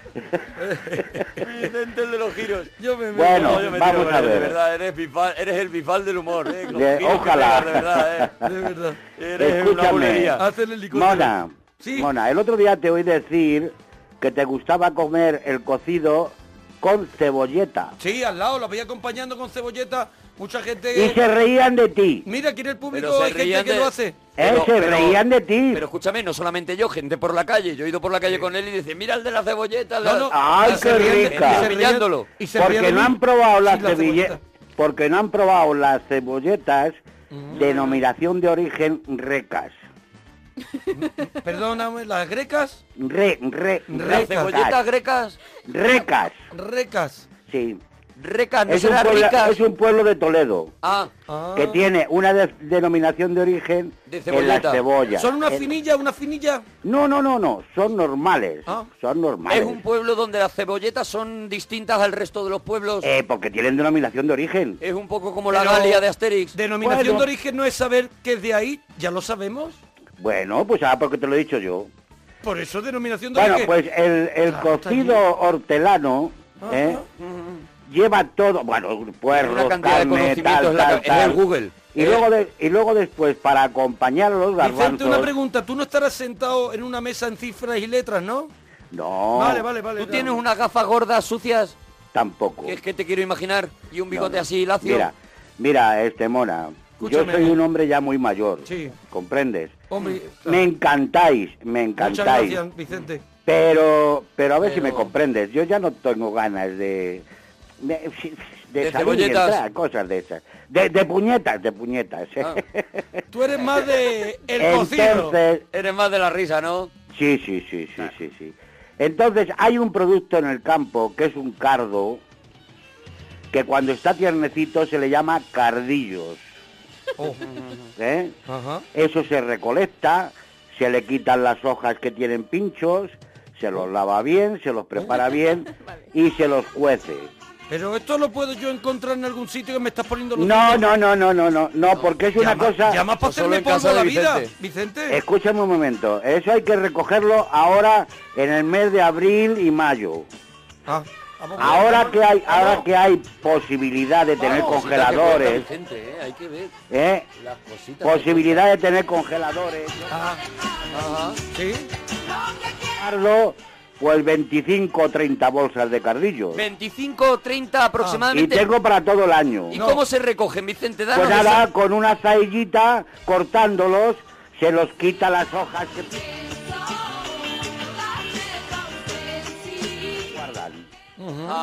[SPEAKER 10] Vicente, el de los giros.
[SPEAKER 6] Bueno, vamos a
[SPEAKER 10] De
[SPEAKER 6] ver.
[SPEAKER 10] verdad, eres, bifal- eres el bifal del humor. eh, con
[SPEAKER 6] De-
[SPEAKER 10] los giros que
[SPEAKER 6] ojalá.
[SPEAKER 10] pegas, de verdad, eh.
[SPEAKER 3] De verdad.
[SPEAKER 10] Eres una
[SPEAKER 6] Escúchame.
[SPEAKER 10] bulería.
[SPEAKER 6] Mona, Mona, el otro día te oí decir que te gustaba comer el cocido con cebolleta.
[SPEAKER 3] Sí, al lado, lo veía acompañando con cebolleta. Mucha gente...
[SPEAKER 6] Y se reían de ti.
[SPEAKER 3] Mira, aquí en el público
[SPEAKER 10] Pero se
[SPEAKER 3] hay gente
[SPEAKER 10] reían
[SPEAKER 3] que
[SPEAKER 10] de-
[SPEAKER 3] lo hace.
[SPEAKER 6] Eh, se reían de ti.
[SPEAKER 10] Pero escúchame, no solamente yo, gente por la calle. Yo he ido por la calle con él y dice, mira el de la cebolleta. la-
[SPEAKER 6] ¡Ay,
[SPEAKER 10] la-
[SPEAKER 6] qué
[SPEAKER 10] se ríen de-
[SPEAKER 6] rica!
[SPEAKER 10] Humillándolo.
[SPEAKER 6] Porque no han probado las cebolletas. Porque no han probado las cebolletas denominación de origen recas.
[SPEAKER 3] Perdóname, las grecas,
[SPEAKER 6] Re, re,
[SPEAKER 10] Las cebolletas
[SPEAKER 6] recas.
[SPEAKER 10] grecas,
[SPEAKER 6] Recas,
[SPEAKER 3] recas.
[SPEAKER 6] sí.
[SPEAKER 10] recas, no
[SPEAKER 6] Es un,
[SPEAKER 10] serán
[SPEAKER 6] pueblo,
[SPEAKER 10] ricas.
[SPEAKER 6] es un pueblo de Toledo
[SPEAKER 10] Ah,
[SPEAKER 6] que tiene una de- denominación de origen
[SPEAKER 10] De
[SPEAKER 6] en las
[SPEAKER 10] cebolleta.
[SPEAKER 6] cebollas.
[SPEAKER 3] Son una
[SPEAKER 6] En-
[SPEAKER 3] finilla, una finilla.
[SPEAKER 6] No, no, no, no, son normales.
[SPEAKER 3] Ah.
[SPEAKER 6] Son
[SPEAKER 10] es
[SPEAKER 6] normales.
[SPEAKER 10] un pueblo donde las cebolletas son distintas al resto de los pueblos.
[SPEAKER 6] Eh, porque tienen denominación de origen.
[SPEAKER 10] Es un poco como la
[SPEAKER 3] Pero-
[SPEAKER 10] Galia de Asterix.
[SPEAKER 3] Denominación
[SPEAKER 6] Bueno.
[SPEAKER 3] de origen no es saber que es de ahí, ya lo sabemos.
[SPEAKER 6] Bueno, pues ahora porque te lo he dicho yo.
[SPEAKER 3] Por eso denominación de
[SPEAKER 6] Bueno,
[SPEAKER 3] origen.
[SPEAKER 6] pues el,
[SPEAKER 10] Ah,
[SPEAKER 6] el
[SPEAKER 3] Claro, está
[SPEAKER 6] cocido hortelano ¿eh? lleva todo, bueno, puerros,
[SPEAKER 10] Una cantidad de
[SPEAKER 6] carne,
[SPEAKER 10] conocimientos
[SPEAKER 6] tal,
[SPEAKER 10] en la
[SPEAKER 6] tal,
[SPEAKER 10] ca- en el
[SPEAKER 6] tal.
[SPEAKER 10] Google. Eh.
[SPEAKER 6] Y, luego de- y luego después, para acompañar a los
[SPEAKER 3] Vicente, una
[SPEAKER 6] garbanzos...
[SPEAKER 3] pregunta. Tú no estarás sentado en una mesa en cifras y letras, ¿no?
[SPEAKER 6] No,
[SPEAKER 3] Vale, vale, vale.
[SPEAKER 10] Tú tienes unas gafas gordas, sucias,
[SPEAKER 6] tampoco.
[SPEAKER 10] que es que te quiero imaginar, y un bigote así lacio.
[SPEAKER 6] Mira, mira, este mona,
[SPEAKER 3] Escúchame.
[SPEAKER 6] yo soy un hombre ya muy mayor,
[SPEAKER 3] Sí.
[SPEAKER 6] ¿comprendes?
[SPEAKER 3] Hombre,
[SPEAKER 6] Me encantáis, me
[SPEAKER 3] muchas
[SPEAKER 6] encantáis.
[SPEAKER 3] gracias, Vicente.
[SPEAKER 6] Pero, pero a ver si
[SPEAKER 10] Pero-
[SPEAKER 6] me comprendes. Yo ya no tengo ganas de de, de
[SPEAKER 10] De
[SPEAKER 6] salir y
[SPEAKER 10] cebolletas.
[SPEAKER 6] entrar, cosas de esas. De, de puñetas, de puñetas. ¿eh?
[SPEAKER 10] Ah.
[SPEAKER 3] Tú eres más de el cocido.
[SPEAKER 6] Entonces,
[SPEAKER 10] Eres más de la risa, ¿no?
[SPEAKER 6] sí, sí, sí, sí, sí, sí. Entonces hay un producto en el campo que es un cardo que cuando está tiernecito se le llama cardillos.
[SPEAKER 3] Oh.
[SPEAKER 6] ¿eh?
[SPEAKER 3] Ajá.
[SPEAKER 6] Eso se recolecta, se le quitan las hojas que tienen pinchos, se los lava bien, se los prepara bien y se los cuece.
[SPEAKER 3] Pero esto lo puedo yo encontrar en algún sitio que me estás poniendo los
[SPEAKER 6] No, no, no, no, no, no, no, porque es una
[SPEAKER 3] llama,
[SPEAKER 6] cosa...
[SPEAKER 3] Llama para
[SPEAKER 10] Pues Solo
[SPEAKER 3] hacerme
[SPEAKER 10] en casa
[SPEAKER 3] polvo la
[SPEAKER 10] de
[SPEAKER 3] vida,
[SPEAKER 10] Vicente.
[SPEAKER 3] Vicente.
[SPEAKER 6] Escúchame un momento, eso hay que recogerlo ahora en el mes de abril y mayo.
[SPEAKER 3] Ah, vamos,
[SPEAKER 6] Ahora
[SPEAKER 3] vamos.
[SPEAKER 6] que hay, ahora que hay posibilidad de tener
[SPEAKER 10] Vamos,
[SPEAKER 6] congeladores,
[SPEAKER 10] cositas que cuenta Vicente, ¿eh? Hay que ver
[SPEAKER 6] ¿eh?
[SPEAKER 10] las cositas. que
[SPEAKER 6] posibilidad de tener congeladores,
[SPEAKER 3] Ah,
[SPEAKER 10] cuenta. Ajá.
[SPEAKER 3] sí.
[SPEAKER 6] cardo, pues 25 o 30 bolsas de cardillos.
[SPEAKER 10] 25 o 30
[SPEAKER 6] Ah, Y
[SPEAKER 10] aproximadamente.
[SPEAKER 6] tengo para todo el año.
[SPEAKER 10] ¿Y cómo se recogen, Vicente? Danos
[SPEAKER 6] Pues nada,
[SPEAKER 10] esa-
[SPEAKER 6] con una zaillita, cortándolos, se los quita las hojas que... Guardan.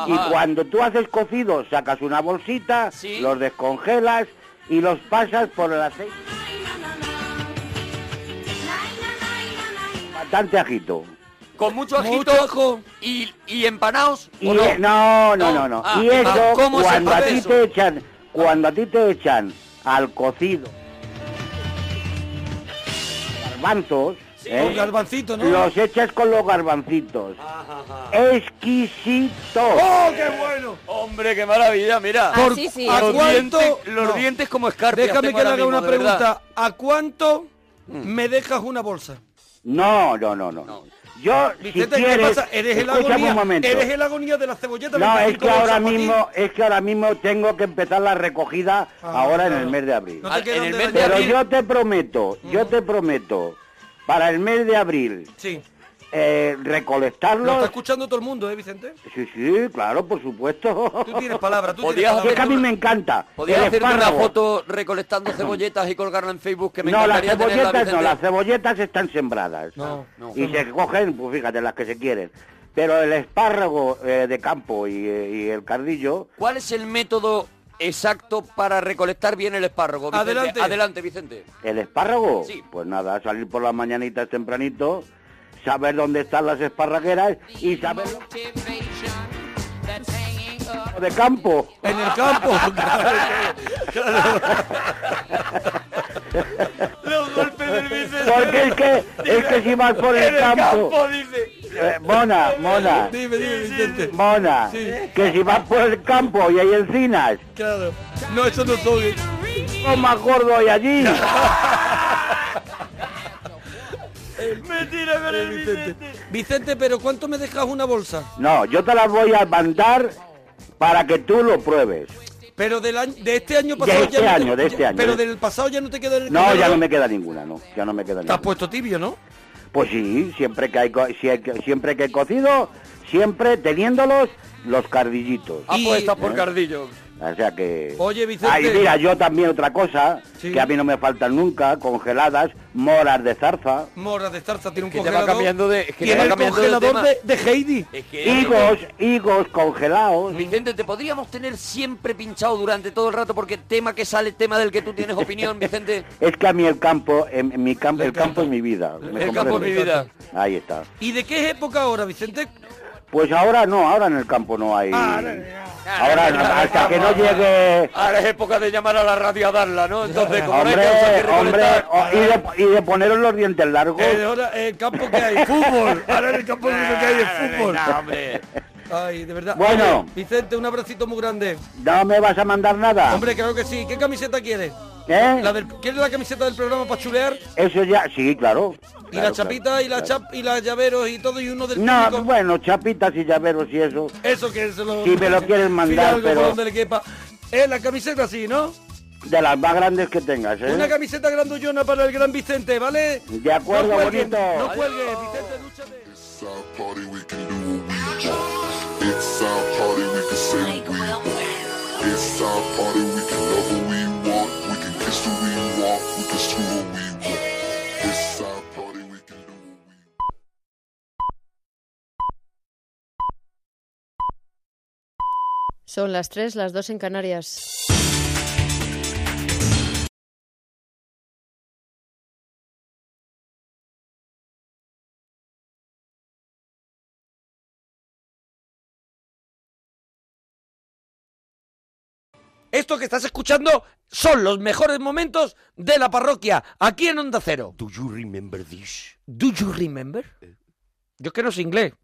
[SPEAKER 6] Y
[SPEAKER 10] Ajá.
[SPEAKER 6] cuando tú haces cocido, sacas una bolsita, los descongelas y los pasas por el aceite. Bastante ajito.
[SPEAKER 10] Con mucho ajito Y, y empanados.
[SPEAKER 6] Y
[SPEAKER 10] ¿o
[SPEAKER 6] no?
[SPEAKER 10] no?
[SPEAKER 6] no, no, no.
[SPEAKER 10] Ah,
[SPEAKER 6] y eso
[SPEAKER 10] ah, ¿cómo se
[SPEAKER 6] cuando a
[SPEAKER 10] hace
[SPEAKER 6] ti
[SPEAKER 10] eso?
[SPEAKER 6] te echan, cuando a ti te echan al cocido garbanzos, ¿eh?
[SPEAKER 3] Con garbancito, ¿no?
[SPEAKER 6] los echas con los garbancitos.
[SPEAKER 1] Ah.
[SPEAKER 6] Exquisito.
[SPEAKER 3] ¡Oh, qué bueno!
[SPEAKER 10] Hombre, qué maravilla, mira.
[SPEAKER 6] Ah, sí, sí.
[SPEAKER 3] ¿A
[SPEAKER 10] Los,
[SPEAKER 3] cuánto-
[SPEAKER 10] dientes, los
[SPEAKER 3] no.
[SPEAKER 10] dientes como escarpias.
[SPEAKER 3] Déjame
[SPEAKER 10] tengo
[SPEAKER 3] que le
[SPEAKER 10] ahora
[SPEAKER 3] haga
[SPEAKER 10] mismo,
[SPEAKER 3] una
[SPEAKER 10] de verdad. Mm.
[SPEAKER 3] pregunta. ¿A cuánto me dejas una bolsa?
[SPEAKER 6] No, no, no, no. Yo, Ah,
[SPEAKER 3] Vicente,
[SPEAKER 6] si
[SPEAKER 3] ¿qué
[SPEAKER 6] quieres,
[SPEAKER 3] pasa? Eres el
[SPEAKER 6] escúchame
[SPEAKER 3] agonía.
[SPEAKER 6] un momento.
[SPEAKER 3] Eres el agonía de la cebolleta.
[SPEAKER 6] No,
[SPEAKER 3] me
[SPEAKER 6] es que
[SPEAKER 3] imagino,
[SPEAKER 6] ahora
[SPEAKER 3] Joaquín.
[SPEAKER 6] mismo, es que ahora mismo tengo que empezar la recogida
[SPEAKER 3] Ah,
[SPEAKER 6] ahora en
[SPEAKER 3] claro.
[SPEAKER 6] el mes de abril.
[SPEAKER 3] No te Ah, queda en el dónde mes de Mm.
[SPEAKER 6] Pero
[SPEAKER 3] abril.
[SPEAKER 6] yo te prometo, yo te prometo, para el mes de abril,
[SPEAKER 3] Sí.
[SPEAKER 6] eh,
[SPEAKER 3] Lo está
[SPEAKER 6] recolectarlos.
[SPEAKER 3] escuchando todo el mundo, ¿eh, Vicente?
[SPEAKER 6] Sí, sí, claro, por supuesto.
[SPEAKER 3] Tú tienes palabra, tú
[SPEAKER 10] Podías
[SPEAKER 6] Es que a
[SPEAKER 10] hacer
[SPEAKER 6] mí
[SPEAKER 10] una-
[SPEAKER 6] me encanta.
[SPEAKER 10] Podías
[SPEAKER 6] el
[SPEAKER 10] hacerte una
[SPEAKER 6] espárrago.
[SPEAKER 10] foto recolectando cebolletas y colgarla en Facebook que me
[SPEAKER 6] No, las
[SPEAKER 10] encantaría tenerla,
[SPEAKER 6] cebolletas no,
[SPEAKER 10] Vicente.
[SPEAKER 6] las cebolletas están sembradas.
[SPEAKER 10] No, no.
[SPEAKER 6] Y se cogen, pues fíjate, las que se quieren. Pero el espárrago eh, de campo y, eh, y el cardillo,
[SPEAKER 10] ¿Cuál es el método exacto para recolectar bien el espárrago? Vicente?
[SPEAKER 6] Adelante.
[SPEAKER 10] Adelante, Vicente.
[SPEAKER 6] el espárrago,
[SPEAKER 10] Sí.
[SPEAKER 6] pues nada, salir por las mañanitas tempranito, saber dónde están las esparragueras y saber lo de campo.
[SPEAKER 3] En el campo.
[SPEAKER 10] Los golpes del Vicente.
[SPEAKER 6] Porque es que, es que si vas por el campo... Eh, mona, mona.
[SPEAKER 3] Dime, dime, Vicente.
[SPEAKER 6] Mona,
[SPEAKER 3] Sí.
[SPEAKER 6] que si vas por el campo y hay encinas,
[SPEAKER 3] Claro. No, eso no soy.
[SPEAKER 6] lo más gordo hay allí.
[SPEAKER 3] Eh, Mentira
[SPEAKER 6] Eh,
[SPEAKER 3] con el Vicente. Vicente, pero ¿cuánto me dejas una bolsa?
[SPEAKER 6] No, yo te las voy a mandar para que tú lo pruebes.
[SPEAKER 3] Pero del año, de este año
[SPEAKER 6] De
[SPEAKER 3] pasado
[SPEAKER 6] este
[SPEAKER 3] ya no
[SPEAKER 6] año,
[SPEAKER 3] te-
[SPEAKER 6] de este
[SPEAKER 3] ya-
[SPEAKER 6] año,
[SPEAKER 3] Pero
[SPEAKER 6] de-
[SPEAKER 3] del pasado ya no te queda el
[SPEAKER 6] No, ya no
[SPEAKER 3] catálogo.
[SPEAKER 6] me queda ninguna, no. Ya no me queda
[SPEAKER 3] Te has
[SPEAKER 6] ninguna.
[SPEAKER 3] puesto tibio, ¿no?
[SPEAKER 6] Pues sí, siempre que hay, co- si hay que- siempre que he cocido, siempre teniéndolos los cardillitos.
[SPEAKER 3] Ah, pues
[SPEAKER 10] Apuestas Pues por
[SPEAKER 6] ¿Eh?
[SPEAKER 10] cardillo.
[SPEAKER 6] O sea que...
[SPEAKER 3] Oye, Vicente.
[SPEAKER 6] Ay, mira, yo también otra cosa,
[SPEAKER 3] Sí.
[SPEAKER 6] que a mí no me faltan nunca, congeladas, moras de zarza,
[SPEAKER 3] Mora de zarza tiene un
[SPEAKER 10] te va
[SPEAKER 3] congelador.
[SPEAKER 10] cambiando de- es que te
[SPEAKER 3] tiene
[SPEAKER 10] va
[SPEAKER 3] el
[SPEAKER 10] cambiando de
[SPEAKER 3] congelador
[SPEAKER 10] tema.
[SPEAKER 3] de, de Heidi.
[SPEAKER 10] Es que-
[SPEAKER 6] higos, higos congelados.
[SPEAKER 10] Vicente, te podríamos tener siempre pinchado durante todo el rato porque tema que sale, tema del que tú tienes opinión, Vicente.
[SPEAKER 6] Es que a mí el campo, en, en mi campo, el campo es mi vida. ¿me
[SPEAKER 10] El campo es mi
[SPEAKER 6] comprendes?
[SPEAKER 10] vida.
[SPEAKER 6] Ahí está.
[SPEAKER 3] ¿Y de qué época ahora, Vicente?
[SPEAKER 6] Pues ahora no, ahora en el campo no hay.
[SPEAKER 3] Ah,
[SPEAKER 6] Ahora no, hasta que no llegue.
[SPEAKER 10] Ahora es época de llamar a la radio a darla, ¿no? Entonces, como no hay
[SPEAKER 6] Hombre,
[SPEAKER 10] causa que
[SPEAKER 6] hombre,
[SPEAKER 10] recolectar-
[SPEAKER 6] o- y de, y de poneros los dientes largos.
[SPEAKER 3] Ah, Eh, ahora en el campo que hay fútbol. Ahora en el campo lo único que hay es fútbol.
[SPEAKER 6] No,
[SPEAKER 3] Ay, de verdad.
[SPEAKER 6] Bueno.
[SPEAKER 3] Oye, Vicente, un abracito muy grande.
[SPEAKER 6] No me vas a mandar nada.
[SPEAKER 3] Hombre, claro que sí. ¿Qué camiseta quieres?
[SPEAKER 6] ¿Eh?
[SPEAKER 3] La del, ¿Quieres la camiseta del programa para chulear?
[SPEAKER 6] Eso ya, sí, claro.
[SPEAKER 3] Y
[SPEAKER 6] Claro,
[SPEAKER 3] la chapita
[SPEAKER 6] claro,
[SPEAKER 3] y la
[SPEAKER 6] claro.
[SPEAKER 3] chap y las llaveros y todo y uno del
[SPEAKER 6] No,
[SPEAKER 3] público.
[SPEAKER 6] bueno, chapitas y llaveros y eso.
[SPEAKER 3] Eso que se lo...
[SPEAKER 6] Si me lo quieren mandar,
[SPEAKER 3] Fidalgo, por
[SPEAKER 6] pero-
[SPEAKER 3] donde le quepa. Eh, la camiseta así, ¿no?
[SPEAKER 6] De las más grandes que tengas, ¿eh?
[SPEAKER 3] Una camiseta grandullona para el gran Vicente, ¿vale?
[SPEAKER 6] De acuerdo,
[SPEAKER 3] no cuelgues,
[SPEAKER 6] bonito.
[SPEAKER 3] No cuelgues, Vicente,
[SPEAKER 11] South party, we can do what we want. It's South party, we can say what we want. It's South party, we can love what we want. We can kiss who we want. We can screw who we want. It's South party, we can do what we
[SPEAKER 7] Son las 3, las 2 en Canarias.
[SPEAKER 3] Esto que estás escuchando son los mejores momentos de la parroquia, aquí en Onda Cero.
[SPEAKER 10] Do you remember this?
[SPEAKER 3] ¿Do you remember? Yo es que no sé inglés.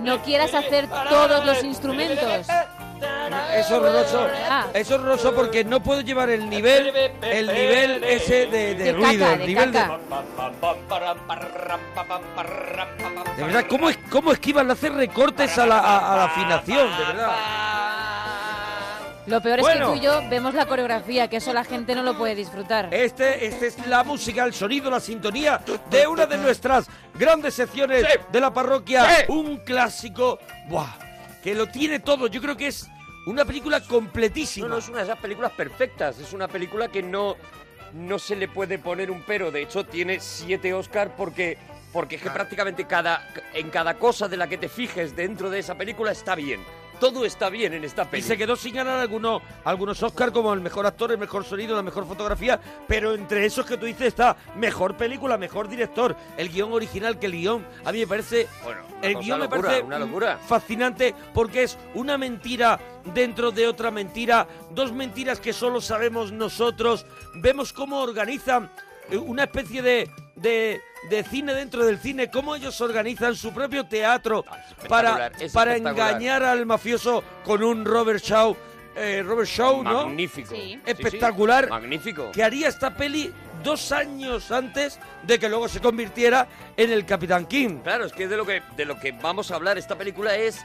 [SPEAKER 7] No quieras hacer todos los instrumentos.
[SPEAKER 3] Es horroroso.
[SPEAKER 7] Ah.
[SPEAKER 3] Es horroroso porque no puedo llevar el nivel, el nivel ese de, de
[SPEAKER 7] De caca,
[SPEAKER 3] ruido, el
[SPEAKER 7] de
[SPEAKER 3] nivel
[SPEAKER 7] caca.
[SPEAKER 3] de. De verdad, ¿cómo, es- cómo esquivan hacer recortes a la, a- a la afinación? De verdad.
[SPEAKER 7] Lo peor es
[SPEAKER 3] Bueno.
[SPEAKER 7] que tú y yo vemos la coreografía, que eso la gente no lo puede disfrutar.
[SPEAKER 2] Eh,
[SPEAKER 3] Este, este es la música, el sonido, la sintonía de una de nuestras grandes secciones de la parroquia. Un clásico, ¡buah! Que lo tiene todo. Yo creo que es Una película completísima.
[SPEAKER 2] No, no, es una de esas películas perfectas. Es una película que no, no se le puede poner un pero. De hecho, tiene siete Oscar porque, porque es que prácticamente cada, en cada cosa de la que te fijes dentro de esa película está bien. Todo está bien en esta
[SPEAKER 3] Y
[SPEAKER 2] película.
[SPEAKER 3] se quedó sin ganar algunos, algunos Oscar como el mejor actor, el mejor sonido, la mejor fotografía, pero entre esos que tú dices está mejor película, mejor director, el guión original, que el guión a mí me parece...
[SPEAKER 2] una
[SPEAKER 3] el
[SPEAKER 2] cosa
[SPEAKER 3] guión me
[SPEAKER 2] locura,
[SPEAKER 3] parece
[SPEAKER 2] una locura.
[SPEAKER 3] fascinante porque es una mentira dentro de otra mentira, dos mentiras que solo sabemos nosotros, vemos cómo organizan eh, una especie de... de de cine dentro del cine, cómo ellos organizan su propio teatro para,
[SPEAKER 2] espectacular, es
[SPEAKER 3] para
[SPEAKER 2] espectacular.
[SPEAKER 3] engañar acompañar al mafioso con un Robert Shaw. eh, Robert Shaw, ¿no?
[SPEAKER 2] Magnífico. Sí.
[SPEAKER 3] Espectacular.
[SPEAKER 2] Sí, sí, magnífico.
[SPEAKER 3] Que haría esta peli dos años antes de que luego se convirtiera en el Capitán King.
[SPEAKER 2] Claro, es que de lo que de lo que vamos a hablar esta película es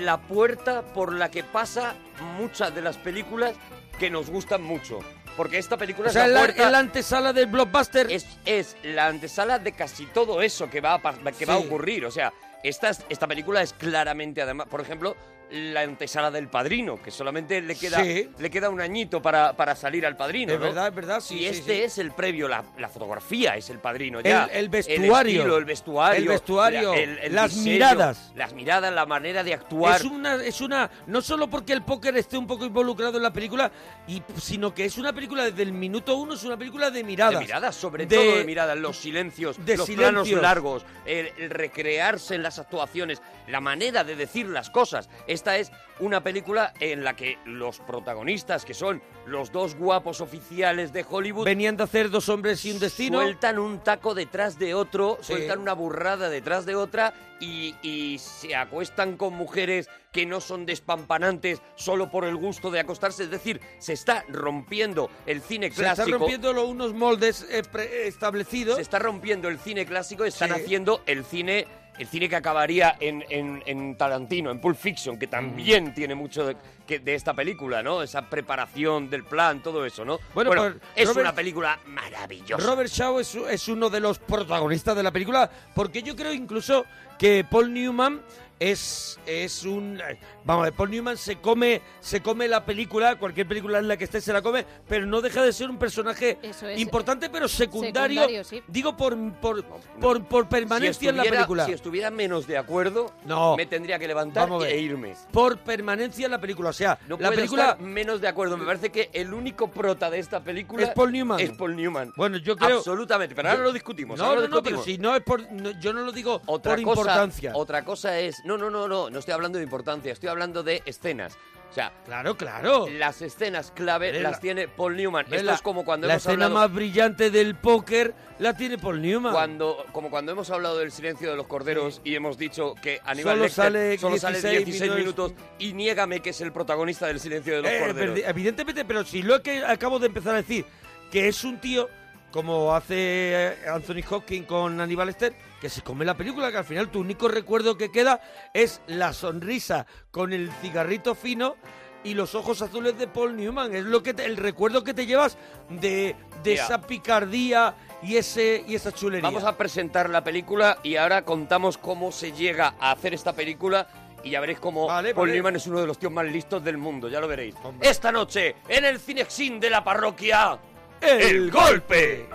[SPEAKER 2] la puerta por la que pasa muchas de las películas que nos gustan mucho. Porque esta película
[SPEAKER 3] O sea,
[SPEAKER 2] es
[SPEAKER 3] es
[SPEAKER 2] la
[SPEAKER 3] la,
[SPEAKER 2] puerta
[SPEAKER 3] es la antesala del blockbuster.
[SPEAKER 2] es, es la antesala de casi todo eso que va a, pas- que va a
[SPEAKER 3] Sí.
[SPEAKER 2] ocurrir. O sea, esta, es- esta película es claramente, además, por ejemplo, la antesala del padrino, que solamente le queda,
[SPEAKER 3] Sí.
[SPEAKER 2] le queda un añito para, para salir al padrino.
[SPEAKER 3] Es
[SPEAKER 2] ¿no?
[SPEAKER 3] verdad, es verdad, sí,
[SPEAKER 2] Y
[SPEAKER 3] sí,
[SPEAKER 2] este
[SPEAKER 3] sí.
[SPEAKER 2] es el previo, la, la fotografía es el padrino.
[SPEAKER 3] El-
[SPEAKER 2] Ya.
[SPEAKER 3] el vestuario.
[SPEAKER 2] estilo, el vestuario.
[SPEAKER 3] El vestuario, las
[SPEAKER 2] diseño,
[SPEAKER 3] miradas.
[SPEAKER 2] Las miradas, la manera de actuar.
[SPEAKER 3] Es una, es una, no solo porque el póker esté un poco involucrado en la película, y, sino que es una película desde el minuto uno, es una película de miradas.
[SPEAKER 2] De miradas, sobre todo de miradas, los silencios,
[SPEAKER 3] de
[SPEAKER 2] los planos
[SPEAKER 3] silencios.
[SPEAKER 2] largos, el, el recrearse en las actuaciones, la manera de decir las cosas. Esta es una película en la que los protagonistas, que son los dos guapos oficiales de Hollywood,
[SPEAKER 3] Venían de hacer dos hombres y un destino.
[SPEAKER 2] sueltan un taco detrás de otro,
[SPEAKER 3] Sí.
[SPEAKER 2] sueltan una burrada detrás de otra y, y se acuestan con mujeres que no son despampanantes solo por el gusto de acostarse. Es decir, se está rompiendo el cine
[SPEAKER 3] Se
[SPEAKER 2] clásico.
[SPEAKER 3] están rompiendo los- unos moldes eh, pre- establecidos.
[SPEAKER 2] Se está rompiendo el cine clásico, están
[SPEAKER 3] Sí.
[SPEAKER 2] haciendo el cine, el cine que acabaría en, en- en Tarantino, en Pulp Fiction, que también
[SPEAKER 3] Mm.
[SPEAKER 2] tiene mucho de, que- de esta película, ¿no? Esa preparación del plan, todo eso, ¿no?
[SPEAKER 3] Bueno, pues,
[SPEAKER 2] es
[SPEAKER 3] Robert-
[SPEAKER 2] una película maravillosa.
[SPEAKER 3] Robert Shaw es, es uno de los protagonistas de la película, porque yo creo incluso que Paul Newman es, es un... eh, Vamos, a ver, Paul Newman se come, se come la película, cualquier película en la que esté se la come, pero no deja de ser un personaje
[SPEAKER 7] Eso es.
[SPEAKER 3] importante, pero secundario,
[SPEAKER 7] Secundario, sí.
[SPEAKER 3] digo, por, por, por, por permanencia
[SPEAKER 2] si
[SPEAKER 3] en la
[SPEAKER 2] estuviera-
[SPEAKER 3] película.
[SPEAKER 2] Si estuviera menos de acuerdo,
[SPEAKER 3] No.
[SPEAKER 2] me tendría que levantar
[SPEAKER 3] Vamos a ver.
[SPEAKER 2] e irme.
[SPEAKER 3] Por permanencia en la película, o sea,
[SPEAKER 2] No
[SPEAKER 3] la
[SPEAKER 2] puedo
[SPEAKER 3] película...
[SPEAKER 2] estar menos de acuerdo. Me parece que el único prota de esta película
[SPEAKER 3] Es Paul Newman.
[SPEAKER 2] Es Paul Newman.
[SPEAKER 3] Bueno, yo creo-
[SPEAKER 2] absolutamente. Pero ahora
[SPEAKER 3] Yo-
[SPEAKER 2] lo discutimos.
[SPEAKER 3] No,
[SPEAKER 2] ahora lo
[SPEAKER 3] no, no, pero
[SPEAKER 2] discutimos.
[SPEAKER 3] si no es por... no, yo no lo digo
[SPEAKER 2] Otra
[SPEAKER 3] por
[SPEAKER 2] cosa-
[SPEAKER 3] importancia.
[SPEAKER 2] Otra cosa es. No, no, no, no. No estoy hablando de importancia. Estoy hablando de escenas. O sea,
[SPEAKER 3] claro, claro.
[SPEAKER 2] Las escenas clave
[SPEAKER 3] Vela.
[SPEAKER 2] las tiene Paul Newman.
[SPEAKER 3] Ve
[SPEAKER 2] Esto
[SPEAKER 3] la-
[SPEAKER 2] es como cuando
[SPEAKER 3] la
[SPEAKER 2] hemos
[SPEAKER 3] escena
[SPEAKER 2] hablado
[SPEAKER 3] más brillante del póker la tiene Paul Newman.
[SPEAKER 2] cuando como cuando hemos hablado del silencio de los corderos y hemos dicho que Aníbal
[SPEAKER 3] Solo
[SPEAKER 2] Lecter
[SPEAKER 3] sale
[SPEAKER 2] solo sale
[SPEAKER 3] 16
[SPEAKER 2] 16
[SPEAKER 3] minutos.
[SPEAKER 2] minutos y niégame que es el protagonista del silencio de los
[SPEAKER 3] Eh,
[SPEAKER 2] corderos.
[SPEAKER 3] perdi- evidentemente, pero si lo que acabo de empezar a decir, que es un tío como hace eh, Anthony Hopkins con Aníbal Lester, que se come la película, que al final tu único recuerdo que queda es la sonrisa con el cigarrito fino y los ojos azules de Paul Newman. Es lo que te- el recuerdo que te llevas de, de
[SPEAKER 2] Ya.
[SPEAKER 3] esa picardía y ese y esa chulería.
[SPEAKER 2] Vamos a presentar la película y ahora contamos cómo se llega a hacer esta película y ya veréis cómo Paul
[SPEAKER 3] vale.
[SPEAKER 2] Newman es uno de los tíos más listos del mundo, ya lo veréis. Esta noche en el Cinexin de la parroquia
[SPEAKER 3] El,
[SPEAKER 2] golpe.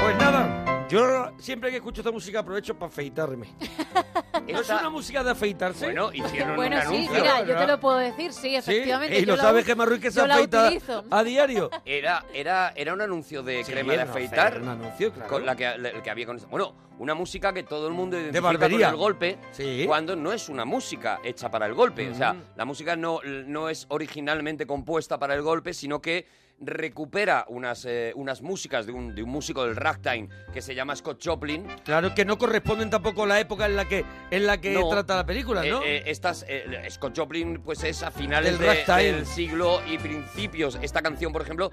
[SPEAKER 3] Pues nada, yo siempre que escucho esta música aprovecho para afeitarme. ¿No es
[SPEAKER 2] Esta-
[SPEAKER 3] una música de afeitarse?
[SPEAKER 2] Bueno, hicieron
[SPEAKER 7] Bueno, sí, mira, yo te lo puedo decir, sí, efectivamente.
[SPEAKER 3] Y
[SPEAKER 7] yo
[SPEAKER 3] lo
[SPEAKER 7] la
[SPEAKER 3] sabes
[SPEAKER 7] u-
[SPEAKER 3] que Marruín que se
[SPEAKER 7] yo la
[SPEAKER 3] afeita
[SPEAKER 7] utilizo.
[SPEAKER 3] a diario.
[SPEAKER 2] Era, era, era un anuncio de
[SPEAKER 3] Sí,
[SPEAKER 2] crema de
[SPEAKER 3] era un
[SPEAKER 2] afeitar.
[SPEAKER 3] anuncio, un anuncio, claro.
[SPEAKER 2] Con la que, la que había con Bueno, una música que todo el mundo identifica
[SPEAKER 3] barbería.
[SPEAKER 2] con el golpe
[SPEAKER 3] Sí. Mm.
[SPEAKER 2] cuando no es una música hecha para el golpe. O sea,
[SPEAKER 3] Ujú.
[SPEAKER 2] la música no, no es originalmente compuesta para el golpe, sino que recupera unas, eh, unas músicas de un, de un músico del ragtime que se llama Scott Joplin.
[SPEAKER 3] Claro que no corresponden tampoco a la época en la que en la que
[SPEAKER 2] No.
[SPEAKER 3] trata la película,
[SPEAKER 2] Eh,
[SPEAKER 3] ¿no?
[SPEAKER 2] eh, estas, eh, Scott Joplin, pues es a finales
[SPEAKER 3] Del
[SPEAKER 2] de-
[SPEAKER 3] ragtime.
[SPEAKER 2] del siglo y principios. Esta canción, por ejemplo,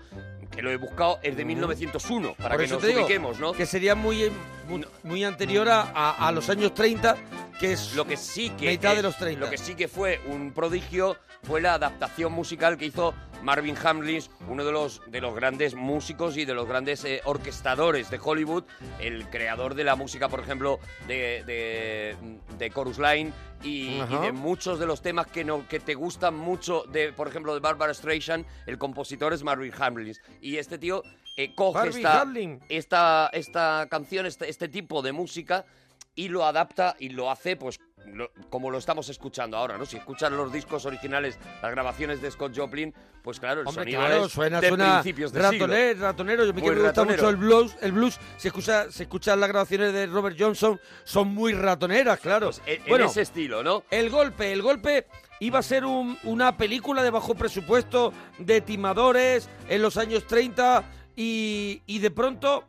[SPEAKER 2] que lo he buscado, es de 1901, para
[SPEAKER 3] Mm. Por
[SPEAKER 2] que
[SPEAKER 3] eso
[SPEAKER 2] nos
[SPEAKER 3] te digo,
[SPEAKER 2] ubiquemos, ¿no?
[SPEAKER 3] Que sería muy, muy, muy anterior a, a- a los años 30, que es
[SPEAKER 2] lo que sí que
[SPEAKER 3] mitad
[SPEAKER 2] eh,
[SPEAKER 3] de los 30.
[SPEAKER 2] Lo que sí que fue un prodigio fue la adaptación musical que hizo Marvin Hamlins, uno de los de los grandes músicos y de los grandes eh, orquestadores de Hollywood, el creador de la música, por ejemplo, de, de, de Chorus Line y, y
[SPEAKER 3] Ajá.
[SPEAKER 2] de muchos de los temas que no que te gustan mucho de, por ejemplo, de Barbara Streisand, el compositor es Marvin Hamlins y este tío eh, coge
[SPEAKER 3] Marvin
[SPEAKER 2] esta,
[SPEAKER 3] Hamlin.
[SPEAKER 2] esta, esta canción, este, este tipo de música, y lo adapta y lo hace, pues, lo- como lo estamos escuchando ahora, ¿no? Si escuchas los discos originales, las grabaciones de Scott Joplin, pues claro, el
[SPEAKER 3] Hombre,
[SPEAKER 2] sonido
[SPEAKER 3] claro,
[SPEAKER 2] es
[SPEAKER 3] suena,
[SPEAKER 2] de
[SPEAKER 3] suena
[SPEAKER 2] principios de
[SPEAKER 3] ratonero,
[SPEAKER 2] siglo.
[SPEAKER 3] ratonero. Yo me
[SPEAKER 2] Muy
[SPEAKER 3] quiero gusta
[SPEAKER 2] ratonero.
[SPEAKER 3] mucho el blues. El blues, se escucha, se escuchan las grabaciones de Robert Johnson, son muy ratoneras, claro.
[SPEAKER 2] Pues En- en ese estilo, ¿no?
[SPEAKER 3] El golpe, el golpe iba a ser un- una película de bajo presupuesto, de timadores, en los años 30, y, y de pronto,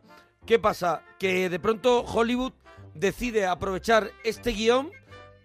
[SPEAKER 3] ¿qué pasa? Que de pronto Hollywood decide aprovechar este guión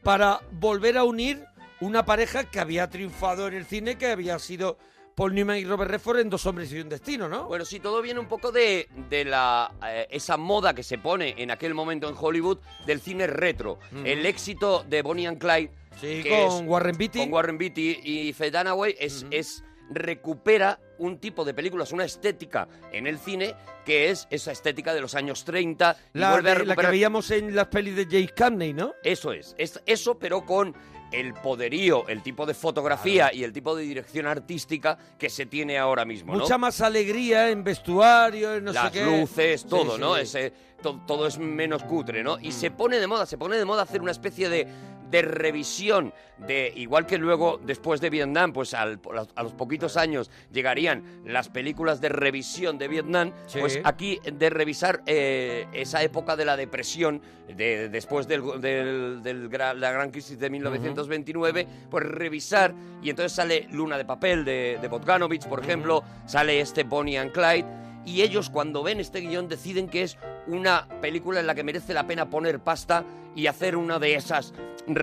[SPEAKER 3] para volver a unir una pareja que había triunfado en el cine, que había sido Paul Newman y Robert Redford en Dos hombres y un destino, ¿no?
[SPEAKER 2] Bueno, sí, todo viene un poco de, de la, eh, esa moda que se pone en aquel momento en Hollywood del cine retro.
[SPEAKER 3] Mm.
[SPEAKER 2] El éxito de Bonnie and Clyde.
[SPEAKER 3] Sí,
[SPEAKER 2] que
[SPEAKER 3] con Warren Beatty.
[SPEAKER 2] Con Warren Beatty y Faye Dunaway es, es- recupera un tipo de películas, una estética en el cine que es esa estética de los años 30 y
[SPEAKER 3] La,
[SPEAKER 2] vuelve a
[SPEAKER 3] de- la que
[SPEAKER 2] recuperar- Eh,
[SPEAKER 3] veíamos en las pelis de James Cagney, ¿no?
[SPEAKER 2] eso es, es eso, pero con el poderío, el tipo de fotografía y el tipo de dirección artística que se tiene ahora mismo. ¿no?
[SPEAKER 3] Mucha más alegría en vestuario, en no
[SPEAKER 2] las
[SPEAKER 3] sé qué.
[SPEAKER 2] luces,
[SPEAKER 3] Sí,
[SPEAKER 2] todo,
[SPEAKER 3] sí,
[SPEAKER 2] ¿no?
[SPEAKER 3] sí.
[SPEAKER 2] Ese, to- todo es menos cutre, ¿no? Y se pone de moda, se pone de moda hacer una especie de, de revisión de igual que luego después de Vietnam pues al- a los poquitos años llegarían las películas de revisión de Vietnam
[SPEAKER 3] Sí.
[SPEAKER 2] pues aquí de revisar eh, esa época de la depresión de, después del, del- del gra- la gran crisis de 1929 pues revisar y entonces sale Luna de papel de, de Bogdanovich por ejemplo sale este Bonnie and Clyde y ellos cuando ven este guión deciden que es una película en la que merece la pena poner pasta y hacer una de esas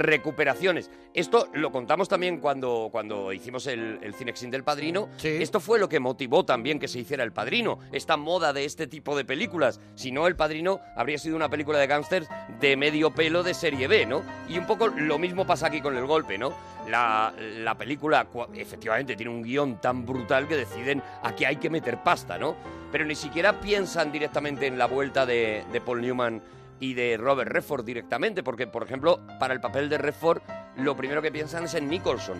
[SPEAKER 2] recuperaciones. Esto lo contamos también cuando, cuando hicimos el, el Cinexin del Padrino. Esto fue lo que motivó también que se hiciera El Padrino, esta moda de este tipo de películas. Si no, El Padrino habría sido una película de gángsters de medio pelo de serie B, ¿no? Y un poco lo mismo pasa aquí con El Golpe, ¿no? La, la película cua- efectivamente tiene un guión tan brutal que deciden aquí hay que meter pasta, ¿no? Pero ni siquiera piensan directamente en la vuelta de, de Paul Newman y de Robert Redford directamente, porque, por ejemplo, para el papel de Redford, lo primero que piensan es en Nicholson.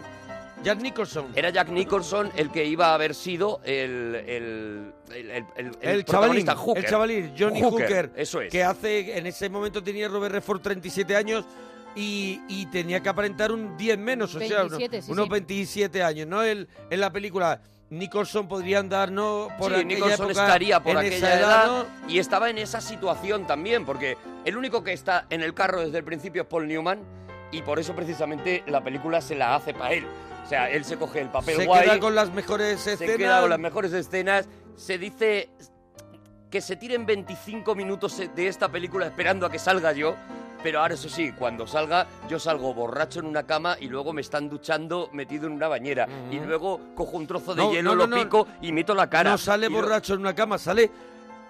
[SPEAKER 3] Jack Nicholson.
[SPEAKER 2] Era Jack Nicholson el que iba a haber sido el, el, el, el, el- el
[SPEAKER 3] El chavalín,
[SPEAKER 2] protagonista Hooker.
[SPEAKER 3] el chavalín, Johnny Hooker,
[SPEAKER 2] Eso es.
[SPEAKER 3] que hace, en ese momento tenía Robert Redford 37 años y, y tenía que aparentar un 10 menos, o sea, uno-
[SPEAKER 2] 27, sí,
[SPEAKER 3] unos
[SPEAKER 2] sí.
[SPEAKER 3] 27 años, ¿no? El, en la película Nicholson podría andar, ¿no? Por
[SPEAKER 2] sí,
[SPEAKER 3] aquella
[SPEAKER 2] Nicholson
[SPEAKER 3] época,
[SPEAKER 2] estaría por
[SPEAKER 3] en
[SPEAKER 2] aquella
[SPEAKER 3] esa
[SPEAKER 2] edad,
[SPEAKER 3] ¿no?
[SPEAKER 2] y estaba en esa situación también, porque el único que está en el carro desde el principio es Paul Newman y por eso precisamente la película se la hace para él. O sea, él se coge el papel
[SPEAKER 3] Se
[SPEAKER 2] guay,
[SPEAKER 3] queda con las mejores
[SPEAKER 2] se
[SPEAKER 3] escenas.
[SPEAKER 2] queda con las mejores escenas, se dice que se tiren 25 minutos e-, de esta película esperando a que salga yo. Pero ahora eso sí, cuando salga, yo salgo borracho en una cama y luego me están duchando metido en una bañera. Y luego cojo un trozo de
[SPEAKER 3] No,
[SPEAKER 2] hielo,
[SPEAKER 3] no, no,
[SPEAKER 2] lo
[SPEAKER 3] no.
[SPEAKER 2] pico y meto la cara.
[SPEAKER 3] No sale
[SPEAKER 2] Y lo-
[SPEAKER 3] borracho en una cama, sale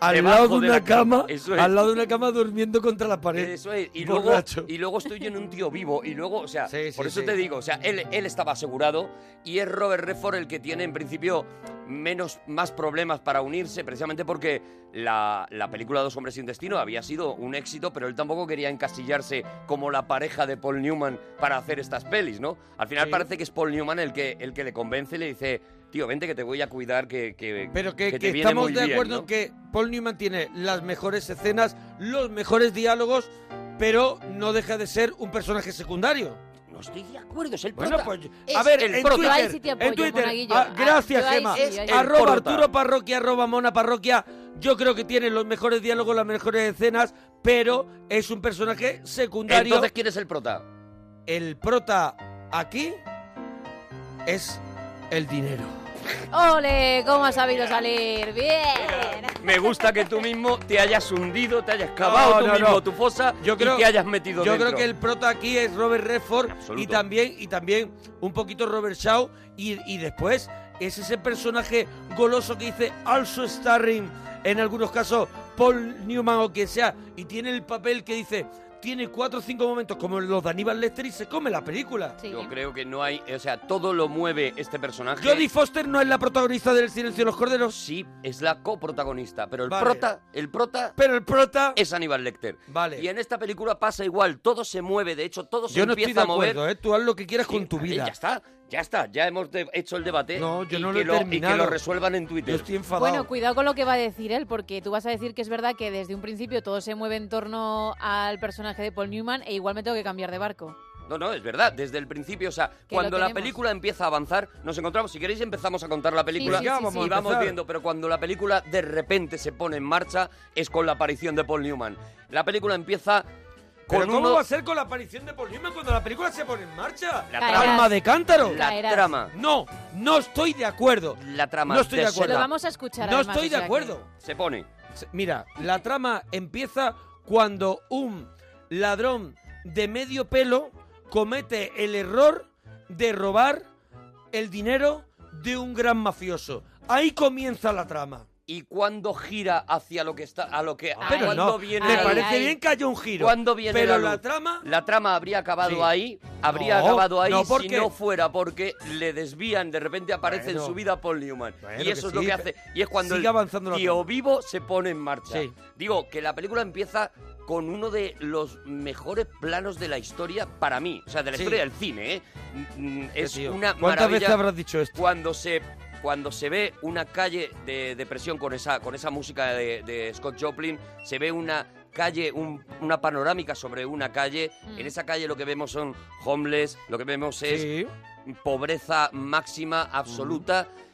[SPEAKER 3] al
[SPEAKER 2] Debajo
[SPEAKER 3] lado de
[SPEAKER 2] de
[SPEAKER 3] una
[SPEAKER 2] la cama,
[SPEAKER 3] cama,
[SPEAKER 2] eso es.
[SPEAKER 3] al lado de una cama durmiendo contra la pared.
[SPEAKER 2] Eso es. Y luego,
[SPEAKER 3] borracho.
[SPEAKER 2] y luego estoy yo en un tío vivo. Y luego, o sea,
[SPEAKER 3] Sí, sí,
[SPEAKER 2] por eso
[SPEAKER 3] sí.
[SPEAKER 2] te digo, o sea, él, él estaba asegurado y es Robert Redford el que tiene en principio menos, más problemas para unirse, precisamente porque la, la película Dos hombres sin destino había sido un éxito, pero él tampoco quería encasillarse como la pareja de Paul Newman para hacer estas pelis, ¿no? Al final
[SPEAKER 3] Sí.
[SPEAKER 2] parece que es Paul Newman el que, el que le convence y le dice, tío, vente que te voy a cuidar, que, que,
[SPEAKER 3] Pero que,
[SPEAKER 2] que te
[SPEAKER 3] que
[SPEAKER 2] viene
[SPEAKER 3] estamos
[SPEAKER 2] muy
[SPEAKER 3] de
[SPEAKER 2] bien,
[SPEAKER 3] acuerdo
[SPEAKER 2] ¿no?
[SPEAKER 3] en que Paul Newman tiene las mejores escenas, los mejores diálogos, pero no deja de ser un personaje secundario.
[SPEAKER 2] No estoy de acuerdo, es el
[SPEAKER 3] Bueno,
[SPEAKER 2] prota.
[SPEAKER 3] pues,
[SPEAKER 2] Es
[SPEAKER 3] a ver,
[SPEAKER 2] el
[SPEAKER 3] en
[SPEAKER 2] prota.
[SPEAKER 3] Twitter,
[SPEAKER 2] Yo ahí sí te apoyo,
[SPEAKER 3] en Twitter,
[SPEAKER 2] Monaguillo.
[SPEAKER 3] ah,
[SPEAKER 2] Ah,
[SPEAKER 3] gracias,
[SPEAKER 2] yo ahí
[SPEAKER 3] Gema.
[SPEAKER 2] sí, yo ahí sí.
[SPEAKER 3] Arroba
[SPEAKER 2] El prota.
[SPEAKER 3] Arturo Parroquia, arroba Mona Parroquia. Yo creo que tiene los mejores diálogos, las mejores escenas, pero es un personaje secundario.
[SPEAKER 2] Entonces, ¿quién es el prota?
[SPEAKER 3] El prota aquí es el dinero.
[SPEAKER 7] ¡Ole! ¿Cómo has sabido salir? ¡Bien!
[SPEAKER 2] Me gusta que tú mismo te hayas hundido, te hayas cavado
[SPEAKER 3] No,
[SPEAKER 2] tú
[SPEAKER 3] no,
[SPEAKER 2] mismo
[SPEAKER 3] no.
[SPEAKER 2] tu fosa
[SPEAKER 3] Yo creo,
[SPEAKER 2] y te hayas metido
[SPEAKER 3] Yo
[SPEAKER 2] dentro.
[SPEAKER 3] creo que el prota aquí es Robert Redford y también, y también un poquito Robert Shaw. Y, y después es ese personaje goloso que dice also starring, en algunos casos, Paul Newman o quien sea. Y tiene el papel que dice, tiene cuatro o cinco momentos como los de Aníbal Lester y se come la película.
[SPEAKER 2] Yo creo que no hay, o sea, todo lo mueve este personaje.
[SPEAKER 3] Jodie Foster no es la protagonista del Silencio de los Corderos.
[SPEAKER 2] Sí, es la coprotagonista, pero el
[SPEAKER 3] Vale.
[SPEAKER 2] prota, el prota,
[SPEAKER 3] pero el prota
[SPEAKER 2] es Aníbal Lecter.
[SPEAKER 3] Vale.
[SPEAKER 2] Y en esta película pasa igual, todo se mueve, de hecho todo se
[SPEAKER 3] Yo no estoy de
[SPEAKER 2] empieza a mover.
[SPEAKER 3] acuerdo, ¿eh? tú haz lo que quieras con tu
[SPEAKER 2] Y
[SPEAKER 3] vida.
[SPEAKER 2] ya está, ya está, ya hemos de- hecho el debate.
[SPEAKER 3] No, yo
[SPEAKER 2] y
[SPEAKER 3] no lo
[SPEAKER 2] que
[SPEAKER 3] he terminado.
[SPEAKER 2] Y que lo resuelvan en Twitter.
[SPEAKER 3] Yo estoy enfadado.
[SPEAKER 7] Bueno, cuidado con lo que va a decir él, porque tú vas a decir que es verdad que desde un principio todo se mueve en torno al personaje de Paul Newman e igual me tengo que cambiar de barco.
[SPEAKER 2] No, no, es verdad, desde el principio, o sea,
[SPEAKER 7] Que lo
[SPEAKER 2] cuando la
[SPEAKER 7] tenemos.
[SPEAKER 2] película empieza a avanzar, nos encontramos, si queréis empezamos a contar la película
[SPEAKER 3] sí, Ya sí, vamos sí. a
[SPEAKER 2] y vamos
[SPEAKER 3] empezar.
[SPEAKER 2] viendo, pero cuando la película de repente se pone en marcha es con la aparición de Paul Newman. La película empieza con
[SPEAKER 3] ¿Pero cómo
[SPEAKER 2] uno-
[SPEAKER 3] va a ser con la aparición de Paul Newman cuando la película se pone en marcha?
[SPEAKER 2] La
[SPEAKER 3] Alma
[SPEAKER 2] trama. Caerás.
[SPEAKER 3] de cántaro.
[SPEAKER 2] La Caerás. trama.
[SPEAKER 3] No, no estoy de acuerdo.
[SPEAKER 2] La trama
[SPEAKER 3] No estoy de
[SPEAKER 2] de
[SPEAKER 3] acuerdo.
[SPEAKER 7] Lo vamos a escuchar,
[SPEAKER 3] No
[SPEAKER 7] además,
[SPEAKER 3] estoy
[SPEAKER 7] o
[SPEAKER 3] de
[SPEAKER 7] sea que-
[SPEAKER 3] acuerdo.
[SPEAKER 2] se pone.
[SPEAKER 3] Se- Mira, la trama empieza cuando un ladrón de medio pelo comete el error de robar el dinero de un gran mafioso. Ahí comienza la trama.
[SPEAKER 2] y cuando gira hacia lo que está a lo que a
[SPEAKER 3] Pero
[SPEAKER 2] Ah, cuándo
[SPEAKER 3] no,
[SPEAKER 2] viene
[SPEAKER 3] me
[SPEAKER 2] la
[SPEAKER 3] parece
[SPEAKER 2] luz.
[SPEAKER 3] bien que haya un giro,
[SPEAKER 2] ¿Cuándo viene
[SPEAKER 3] pero
[SPEAKER 2] la,
[SPEAKER 3] la
[SPEAKER 2] trama la trama habría acabado
[SPEAKER 3] Sí.
[SPEAKER 2] ahí habría
[SPEAKER 3] No,
[SPEAKER 2] acabado ahí
[SPEAKER 3] no,
[SPEAKER 2] si
[SPEAKER 3] porque-
[SPEAKER 2] no fuera porque le desvían de repente aparece en
[SPEAKER 3] Bueno.
[SPEAKER 2] su vida Paul Newman
[SPEAKER 3] Bueno,
[SPEAKER 2] y eso
[SPEAKER 3] que
[SPEAKER 2] es lo
[SPEAKER 3] sí,
[SPEAKER 2] que hace y es cuando
[SPEAKER 3] sigue avanzando
[SPEAKER 2] el
[SPEAKER 3] la
[SPEAKER 2] tío
[SPEAKER 3] trama.
[SPEAKER 2] vivo se pone en marcha
[SPEAKER 3] Sí.
[SPEAKER 2] digo que la película empieza con uno de los mejores planos de la historia para mí o sea de la
[SPEAKER 3] Sí.
[SPEAKER 2] historia del cine ¿eh? Mm, mm, es
[SPEAKER 3] tío.
[SPEAKER 2] una
[SPEAKER 3] ¿Cuántas
[SPEAKER 2] maravilla
[SPEAKER 3] veces habrás dicho esto?
[SPEAKER 2] cuando se cuando se ve una calle de depresión con esa con esa música de, de Scott Joplin se ve una calle un- una panorámica sobre una calle en esa calle lo que vemos son homeless lo que vemos es pobreza máxima absoluta
[SPEAKER 3] Mm.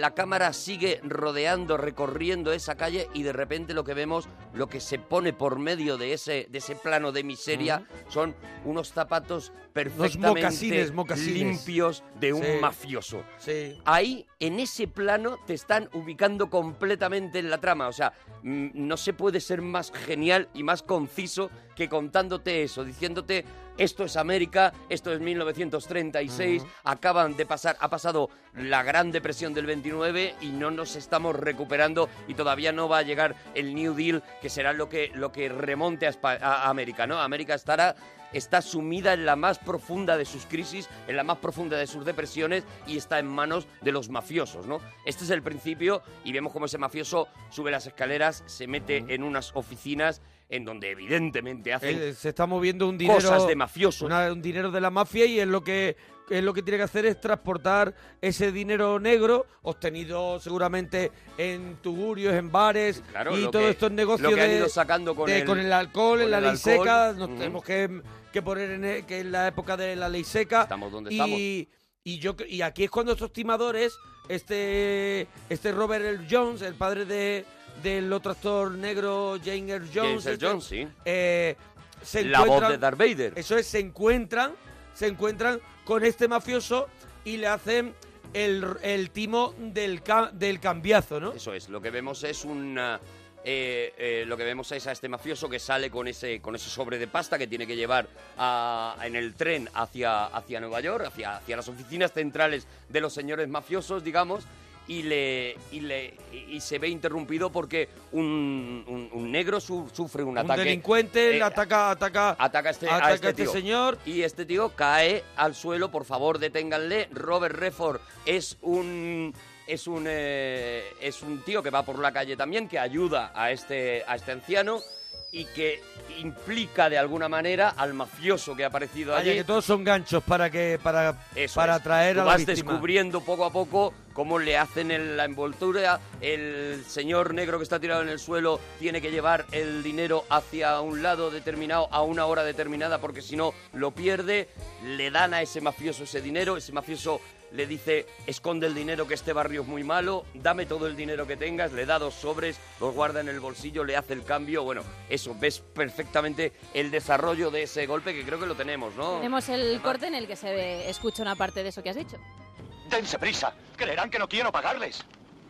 [SPEAKER 2] la cámara sigue rodeando, recorriendo esa calle y de repente lo que vemos, lo que se pone por medio de ese, de ese plano de miseria,
[SPEAKER 3] Mm.
[SPEAKER 2] son unos zapatos perfectamente
[SPEAKER 3] mocasines, mocasines.
[SPEAKER 2] limpios de un
[SPEAKER 3] Sí.
[SPEAKER 2] mafioso.
[SPEAKER 3] Sí.
[SPEAKER 2] Ahí, en ese plano, te están ubicando completamente en la trama. O sea, mm, no se puede ser más genial y más conciso que contándote eso, diciéndote esto es América, esto es 1936, acaban de pasar, ha pasado la Gran Depresión del 29 y no nos estamos recuperando y todavía no va a llegar el New Deal, que será lo que, lo que remonte a, Espa- a- a América, ¿no? América estará está sumida en la más profunda de sus crisis, en la más profunda de sus depresiones y está en manos de los mafiosos, ¿no? Este es el principio y vemos cómo ese mafioso sube las escaleras, se mete en unas oficinas en donde evidentemente hacen
[SPEAKER 3] Eh, se está moviendo un dinero
[SPEAKER 2] Cosas de mafiosos.
[SPEAKER 3] una- un dinero de la mafia y es lo que es lo que tiene que hacer es transportar ese dinero negro obtenido seguramente en tugurios, en bares
[SPEAKER 2] Claro,
[SPEAKER 3] y
[SPEAKER 2] lo
[SPEAKER 3] todos
[SPEAKER 2] que-
[SPEAKER 3] estos negocios
[SPEAKER 2] lo que han
[SPEAKER 3] de-
[SPEAKER 2] ido sacando con
[SPEAKER 3] de-
[SPEAKER 2] el-
[SPEAKER 3] alcohol,
[SPEAKER 2] con
[SPEAKER 3] en la
[SPEAKER 2] el
[SPEAKER 3] ley
[SPEAKER 2] alcohol.
[SPEAKER 3] seca, nos
[SPEAKER 2] Ujú.
[SPEAKER 3] tenemos que, que poner en, e, que en la época de la ley seca. Estamos
[SPEAKER 2] donde
[SPEAKER 3] y,
[SPEAKER 2] estamos.
[SPEAKER 3] Y, yo, cre- y aquí es cuando estos timadores, este, este Robert Earl Jones, el padre de, del otro actor negro, James Earl Jones.
[SPEAKER 2] James Earl
[SPEAKER 3] este,
[SPEAKER 2] Jones, sí.
[SPEAKER 3] eh, se
[SPEAKER 2] La voz
[SPEAKER 3] encuentran-
[SPEAKER 2] de Darth Vader.
[SPEAKER 3] Eso es, se encuentran, se encuentran con este mafioso y le hacen el, el timo del, ca- del cambiazo, ¿no?
[SPEAKER 2] Eso es, lo que vemos es un... lo que vemos es a este mafioso que sale con ese, con ese sobre de pasta que tiene que llevar a- en el tren hacia, hacia Nueva York, hacia, hacia las oficinas centrales de los señores mafiosos, digamos, y, le, y, le, y se ve interrumpido porque un, un- un negro su- sufre un,
[SPEAKER 3] Un
[SPEAKER 2] ataque.
[SPEAKER 3] delincuente
[SPEAKER 2] eh,
[SPEAKER 3] le ataca, ataca,
[SPEAKER 2] ataca a este, a
[SPEAKER 3] ataca
[SPEAKER 2] este
[SPEAKER 3] a este
[SPEAKER 2] tío.
[SPEAKER 3] señor.
[SPEAKER 2] Y este tío cae al suelo, por favor, deténganle. Robert Redford es un es un eh, es un tío que va por la calle también que ayuda a este a este anciano y que implica de alguna manera al mafioso que ha aparecido
[SPEAKER 3] Vaya,
[SPEAKER 2] allí.
[SPEAKER 3] que todos son ganchos para que para
[SPEAKER 2] Eso
[SPEAKER 3] para
[SPEAKER 2] es.
[SPEAKER 3] atraer
[SPEAKER 2] Tú
[SPEAKER 3] a la
[SPEAKER 2] vas
[SPEAKER 3] víctima.
[SPEAKER 2] descubriendo poco a poco cómo le hacen el- la envoltura. El señor negro que está tirado en el suelo tiene que llevar el dinero hacia un lado determinado a una hora determinada porque si no lo pierde. Le dan a ese mafioso ese dinero. Ese mafioso le dice esconde el dinero que este barrio es muy malo. Dame todo el dinero que tengas. Le da dos sobres, los guarda en el bolsillo, le hace el cambio. Bueno, eso ves perfectamente el desarrollo de ese golpe que creo que lo
[SPEAKER 3] Oh.
[SPEAKER 2] tenemos, ¿no?
[SPEAKER 7] Tenemos el corte en el que se escucha una parte de eso que has dicho.
[SPEAKER 2] ¡Dense prisa!
[SPEAKER 12] creerán que no quiero pagarles.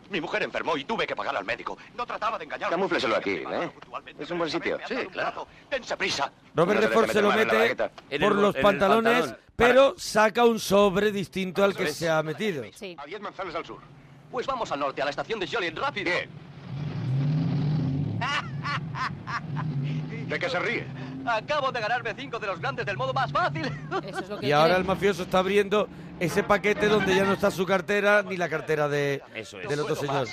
[SPEAKER 12] Mi mujer enfermó y tuve que pagar al médico. No trataba de engañar.
[SPEAKER 13] Camúfleselo aquí, ¿eh? Es un buen sitio. Sí, claro.
[SPEAKER 12] Dense prisa.
[SPEAKER 3] Robert
[SPEAKER 13] No se le
[SPEAKER 3] Redford
[SPEAKER 13] mete
[SPEAKER 3] se lo
[SPEAKER 13] la mano en la
[SPEAKER 3] mete
[SPEAKER 13] baqueta. En
[SPEAKER 3] por
[SPEAKER 13] el-
[SPEAKER 3] los
[SPEAKER 13] en el
[SPEAKER 3] pantalones,
[SPEAKER 13] pantalón.
[SPEAKER 3] pero saca un sobre distinto al que se ha metido.
[SPEAKER 12] A 10 manzanas al sur. Pues vamos al norte, a la estación de Joliet, rápido.
[SPEAKER 13] ¿De qué se ríe?
[SPEAKER 12] Acabo de ganarme cinco de los grandes del modo más fácil.
[SPEAKER 7] Eso es lo
[SPEAKER 3] Y ahora el mafioso está abriendo ese paquete donde ya no está su cartera ni la cartera de, del otro señor.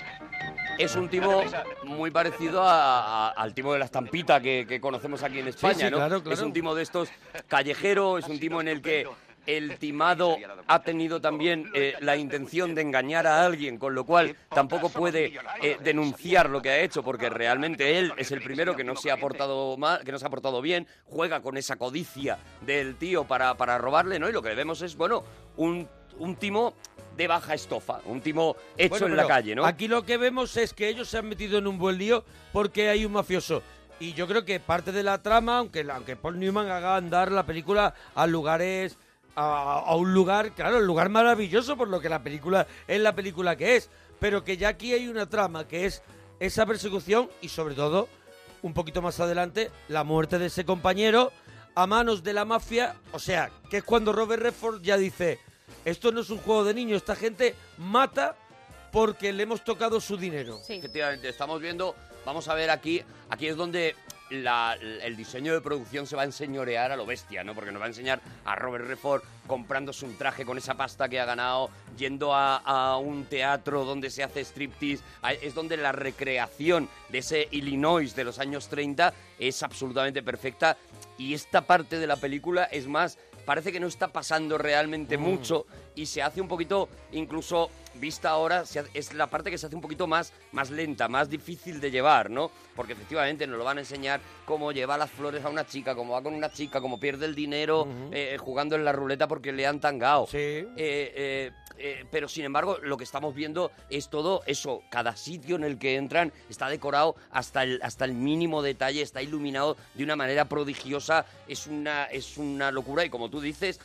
[SPEAKER 2] Es un tipo muy parecido a- a- al tipo de la estampita que, que conocemos aquí en España,
[SPEAKER 3] sí,
[SPEAKER 2] ¿no?
[SPEAKER 3] claro, claro.
[SPEAKER 2] Es un timo de estos callejero, es un timo en el que el timado ha tenido también eh, la intención de engañar a alguien, con lo cual tampoco puede eh, denunciar lo que ha hecho, porque realmente él es el primero que no se ha portado mal, que no se ha portado bien, juega con esa codicia del tío para, para robarle, ¿no? Y lo que le vemos es, bueno, un, un timo de baja estofa, un timo hecho
[SPEAKER 3] Bueno,
[SPEAKER 2] en la
[SPEAKER 3] pero
[SPEAKER 2] calle, ¿no?
[SPEAKER 3] Aquí lo que vemos es que ellos se han metido en un buen lío porque hay un mafioso. Y yo creo que parte de la trama, aunque, la- aunque Paul Newman haga andar la película a lugares, a, a un lugar, claro, un lugar maravilloso por lo que la película es la película que es, pero que ya aquí hay una trama que es esa persecución y sobre todo, un poquito más adelante, la muerte de ese compañero a manos de la mafia, o sea, que es cuando Robert Redford ya dice, esto no es un juego de niños, esta gente mata porque le hemos tocado su dinero.
[SPEAKER 2] Efectivamente, estamos viendo, vamos a ver aquí, aquí es donde la- el diseño de producción se va a enseñorear a lo bestia, ¿no? Porque nos va a enseñar a Robert Redford comprándose un traje con esa pasta que ha ganado, yendo a, a un teatro donde se hace striptease, A- es donde la recreación de ese Illinois de los años 30 es absolutamente perfecta y esta parte de la película es más parece que no está pasando realmente
[SPEAKER 10] Mm.
[SPEAKER 2] mucho y se hace un poquito, incluso vista ahora, se hace- es la parte que se hace un poquito más, más lenta, más difícil de llevar, ¿no? Porque efectivamente nos lo van a enseñar cómo lleva las flores a una chica, cómo va con una chica, cómo pierde el dinero eh, jugando en la ruleta porque le han tangado.
[SPEAKER 3] Eh,
[SPEAKER 2] eh, eh, pero sin embargo, lo que estamos viendo es todo eso. Cada sitio en el que entran está decorado hasta el, hasta el mínimo detalle, está iluminado de una manera prodigiosa. Es una, es una locura y como tú dices,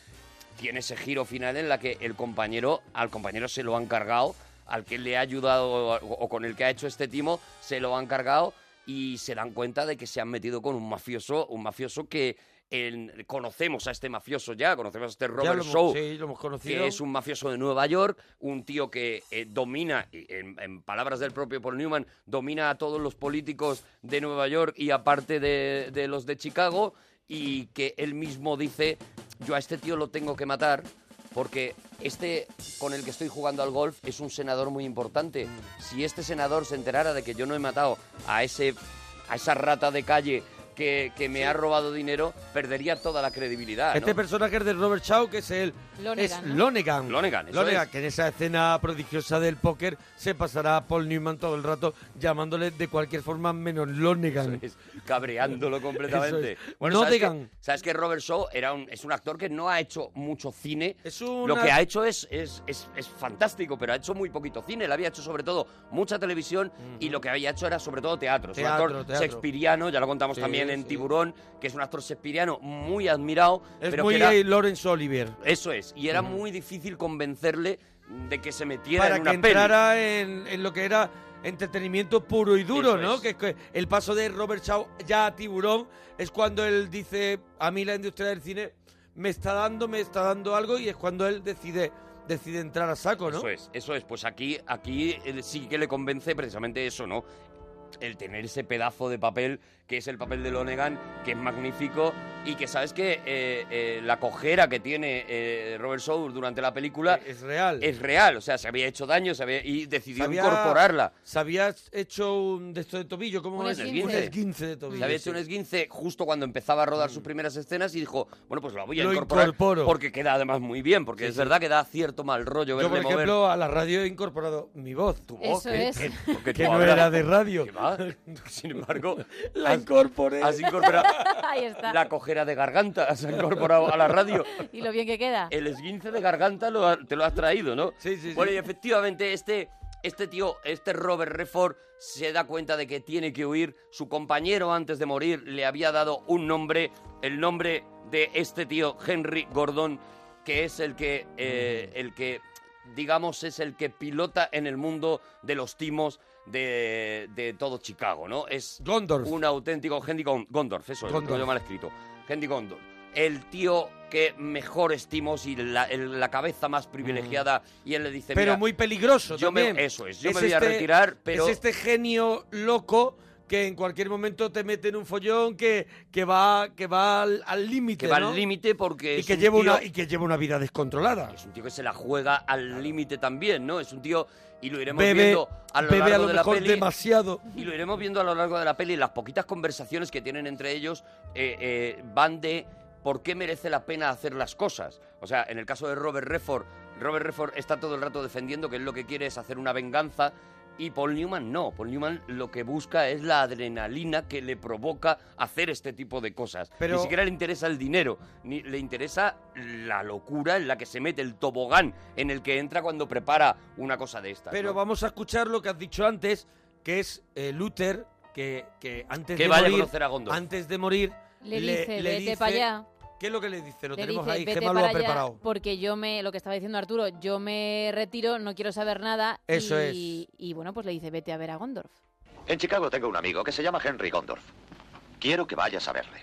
[SPEAKER 2] tiene ese giro final en la que el compañero, al compañero se lo han cargado, al que le ha ayudado o, o con el que ha hecho este timo, se lo han cargado y se dan cuenta de que se han metido con un mafioso, un mafioso que en- conocemos a este mafioso ya, conocemos a este
[SPEAKER 3] Ya
[SPEAKER 2] Robert
[SPEAKER 3] lo hemos-
[SPEAKER 2] Shaw,
[SPEAKER 3] sí, lo hemos conocido.
[SPEAKER 2] que es un mafioso de Nueva York, un tío que eh, domina, y en, en palabras del propio Paul Newman, domina a todos los políticos de Nueva York y aparte de, de los de Chicago, y que él mismo dice, yo a este tío lo tengo que matar. Porque este con el que estoy jugando al golf es un senador muy importante. Si este senador se enterara de que yo no he matado a ese a esa rata de calle que, que me ha robado dinero, perdería toda la credibilidad. ¿no?
[SPEAKER 3] Este personaje es de Robert Shaw, que es el...
[SPEAKER 2] Lonegan,
[SPEAKER 3] es
[SPEAKER 2] ¿no?
[SPEAKER 3] Lonegan.
[SPEAKER 2] Lonegan, eso es.
[SPEAKER 3] que en esa escena prodigiosa del póker se pasará a Paul Newman todo el rato llamándole de cualquier forma menos Lonegan.
[SPEAKER 2] cabreándolo completamente.
[SPEAKER 3] Eso es. No
[SPEAKER 2] sabes
[SPEAKER 3] digan.
[SPEAKER 2] que- sabes que Robert Shaw era un, es un actor que no ha hecho mucho cine. Lo
[SPEAKER 3] una-
[SPEAKER 2] que ha hecho es, es, es, es fantástico, pero ha hecho muy poquito cine. Él había hecho sobre todo mucha televisión y lo que había hecho era sobre todo teatro. Es un
[SPEAKER 3] Teatro,
[SPEAKER 2] actor
[SPEAKER 3] teatro.
[SPEAKER 2] shakespeariano, ya lo contamos
[SPEAKER 3] Sí,
[SPEAKER 2] también en
[SPEAKER 3] sí.
[SPEAKER 2] Tiburón, que es un actor shakespeariano muy admirado.
[SPEAKER 3] Es
[SPEAKER 2] pero
[SPEAKER 3] muy
[SPEAKER 2] que era-
[SPEAKER 3] eh, Lawrence Olivier.
[SPEAKER 2] eso es, y era muy difícil convencerle de que se metiera
[SPEAKER 3] Para
[SPEAKER 2] en una
[SPEAKER 3] que
[SPEAKER 2] peli.
[SPEAKER 3] entrara en, en lo que era entretenimiento puro y duro, ¿no? Que, que el paso de Robert Shaw ya a Tiburón es cuando él dice, a mí la industria del cine me está dando, me está dando algo y es cuando él decide decide entrar a saco, ¿no?
[SPEAKER 2] Eso es, eso es. Pues aquí, aquí eh, sí que le convence precisamente eso, ¿no? El tener ese pedazo de papel, que es el papel de Lonegan, que es magnífico y que sabes que eh, eh, la cojera que tiene eh, Robert Shaw durante la película
[SPEAKER 3] E-, es real.
[SPEAKER 2] Es real, o sea, se había hecho daño se había- y
[SPEAKER 3] Se
[SPEAKER 2] decidió
[SPEAKER 3] había-
[SPEAKER 2] incorporarla.
[SPEAKER 3] Se había hecho un de esto de tobillo, ¿cómo
[SPEAKER 2] Un
[SPEAKER 3] es?
[SPEAKER 2] esguince.
[SPEAKER 3] Un esguince de tobillo.
[SPEAKER 2] Se había hecho
[SPEAKER 3] sí. Mm.
[SPEAKER 2] un esguince justo cuando empezaba a rodar sus primeras escenas y dijo, bueno, pues lo voy a
[SPEAKER 3] Lo
[SPEAKER 2] incorporar
[SPEAKER 3] incorporo.
[SPEAKER 2] porque queda además muy bien, porque
[SPEAKER 3] Sí,
[SPEAKER 2] es
[SPEAKER 3] sí.
[SPEAKER 2] verdad que da cierto mal rollo
[SPEAKER 3] Yo, por
[SPEAKER 2] verle mover.
[SPEAKER 3] ejemplo, a la radio he incorporado mi voz. Tu
[SPEAKER 2] voz, Eso que- es. que- porque
[SPEAKER 3] que
[SPEAKER 2] tú
[SPEAKER 3] no
[SPEAKER 2] hablas-
[SPEAKER 3] era de radio.
[SPEAKER 2] ¿Qué va? Sin embargo,
[SPEAKER 3] La
[SPEAKER 2] has-
[SPEAKER 3] incorporé.
[SPEAKER 2] Has incorporado
[SPEAKER 7] Ahí está.
[SPEAKER 2] la cojera de garganta, has incorporado a la radio.
[SPEAKER 7] Y lo bien que
[SPEAKER 3] Eh,
[SPEAKER 7] queda.
[SPEAKER 2] El esguince de garganta lo ha- te lo has traído, ¿no? Sí, sí, Bueno, y efectivamente este, este tío, este Robert Redford, se da cuenta de que tiene que huir. Su compañero antes de morir le había dado un nombre, el nombre de este tío, Henry Gordon, que es el que, eh, el que digamos, es el que pilota en el mundo de los timos de, de todo Chicago, ¿no? Es
[SPEAKER 3] Gondorf.
[SPEAKER 2] un auténtico Henry Gon- Gondorf, eso es, lo tengo
[SPEAKER 3] Gondorf.
[SPEAKER 2] yo mal escrito. Henry Gondorf, el tío que mejores timos y la, el- la cabeza más privilegiada, y él le dice,
[SPEAKER 3] Mm. pero
[SPEAKER 2] Este, "Mira,
[SPEAKER 3] muy peligroso
[SPEAKER 2] yo me-
[SPEAKER 3] también. este
[SPEAKER 2] eso es, yo me voy a retirar, pero-
[SPEAKER 3] Es este genio loco que en cualquier momento te mete en un follón que, que va que va al al límite,
[SPEAKER 2] que va
[SPEAKER 3] ¿no?
[SPEAKER 2] al límite este porque
[SPEAKER 3] y
[SPEAKER 2] es
[SPEAKER 3] que
[SPEAKER 2] un
[SPEAKER 3] lleva
[SPEAKER 2] tío-
[SPEAKER 3] una y que lleva una vida descontrolada.
[SPEAKER 2] Es un tío que se la juega al límite también, ¿no? Es un tío, y lo iremos
[SPEAKER 3] Bebe,
[SPEAKER 2] viendo a lo
[SPEAKER 3] bebe
[SPEAKER 2] largo
[SPEAKER 3] a lo
[SPEAKER 2] de
[SPEAKER 3] mejor
[SPEAKER 2] la peli.
[SPEAKER 3] demasiado.
[SPEAKER 2] Y lo iremos viendo a lo largo de la peli. Las poquitas conversaciones que tienen entre ellos eh, eh, van de por qué merece la pena hacer las cosas. O sea, en el caso de Robert Redford, Robert Redford está todo el rato defendiendo que él lo que quiere es hacer una venganza. Y Paul Newman no. Paul Newman lo que busca es la adrenalina que le provoca hacer este tipo de cosas.
[SPEAKER 3] Pero-
[SPEAKER 2] Ni siquiera le interesa el dinero, ni le interesa la locura en la que se mete, el tobogán en el que entra cuando prepara una cosa de estas.
[SPEAKER 3] Pero
[SPEAKER 2] ¿no?
[SPEAKER 3] vamos a escuchar lo que has dicho antes, que es eh, Luther que, que antes
[SPEAKER 2] Que
[SPEAKER 3] de
[SPEAKER 2] vaya a
[SPEAKER 3] morir,
[SPEAKER 2] conocer a Gondor.
[SPEAKER 3] antes de morir
[SPEAKER 7] Le dice, "Vete pa' allá".
[SPEAKER 3] ¿Qué es lo que le dice? Lo
[SPEAKER 7] Le
[SPEAKER 3] tenemos
[SPEAKER 7] dice,
[SPEAKER 3] ahí,
[SPEAKER 7] "Vete
[SPEAKER 3] Gemma lo
[SPEAKER 7] para
[SPEAKER 3] ha
[SPEAKER 7] allá
[SPEAKER 3] preparado.
[SPEAKER 7] Porque yo me, lo que estaba diciendo Arturo, yo me retiro, no quiero saber nada.
[SPEAKER 12] Eso
[SPEAKER 7] y, y bueno, pues le dice, vete a ver a Gondorf.
[SPEAKER 12] En Chicago tengo un amigo que se llama Henry Gondorf. Quiero que vayas a verle.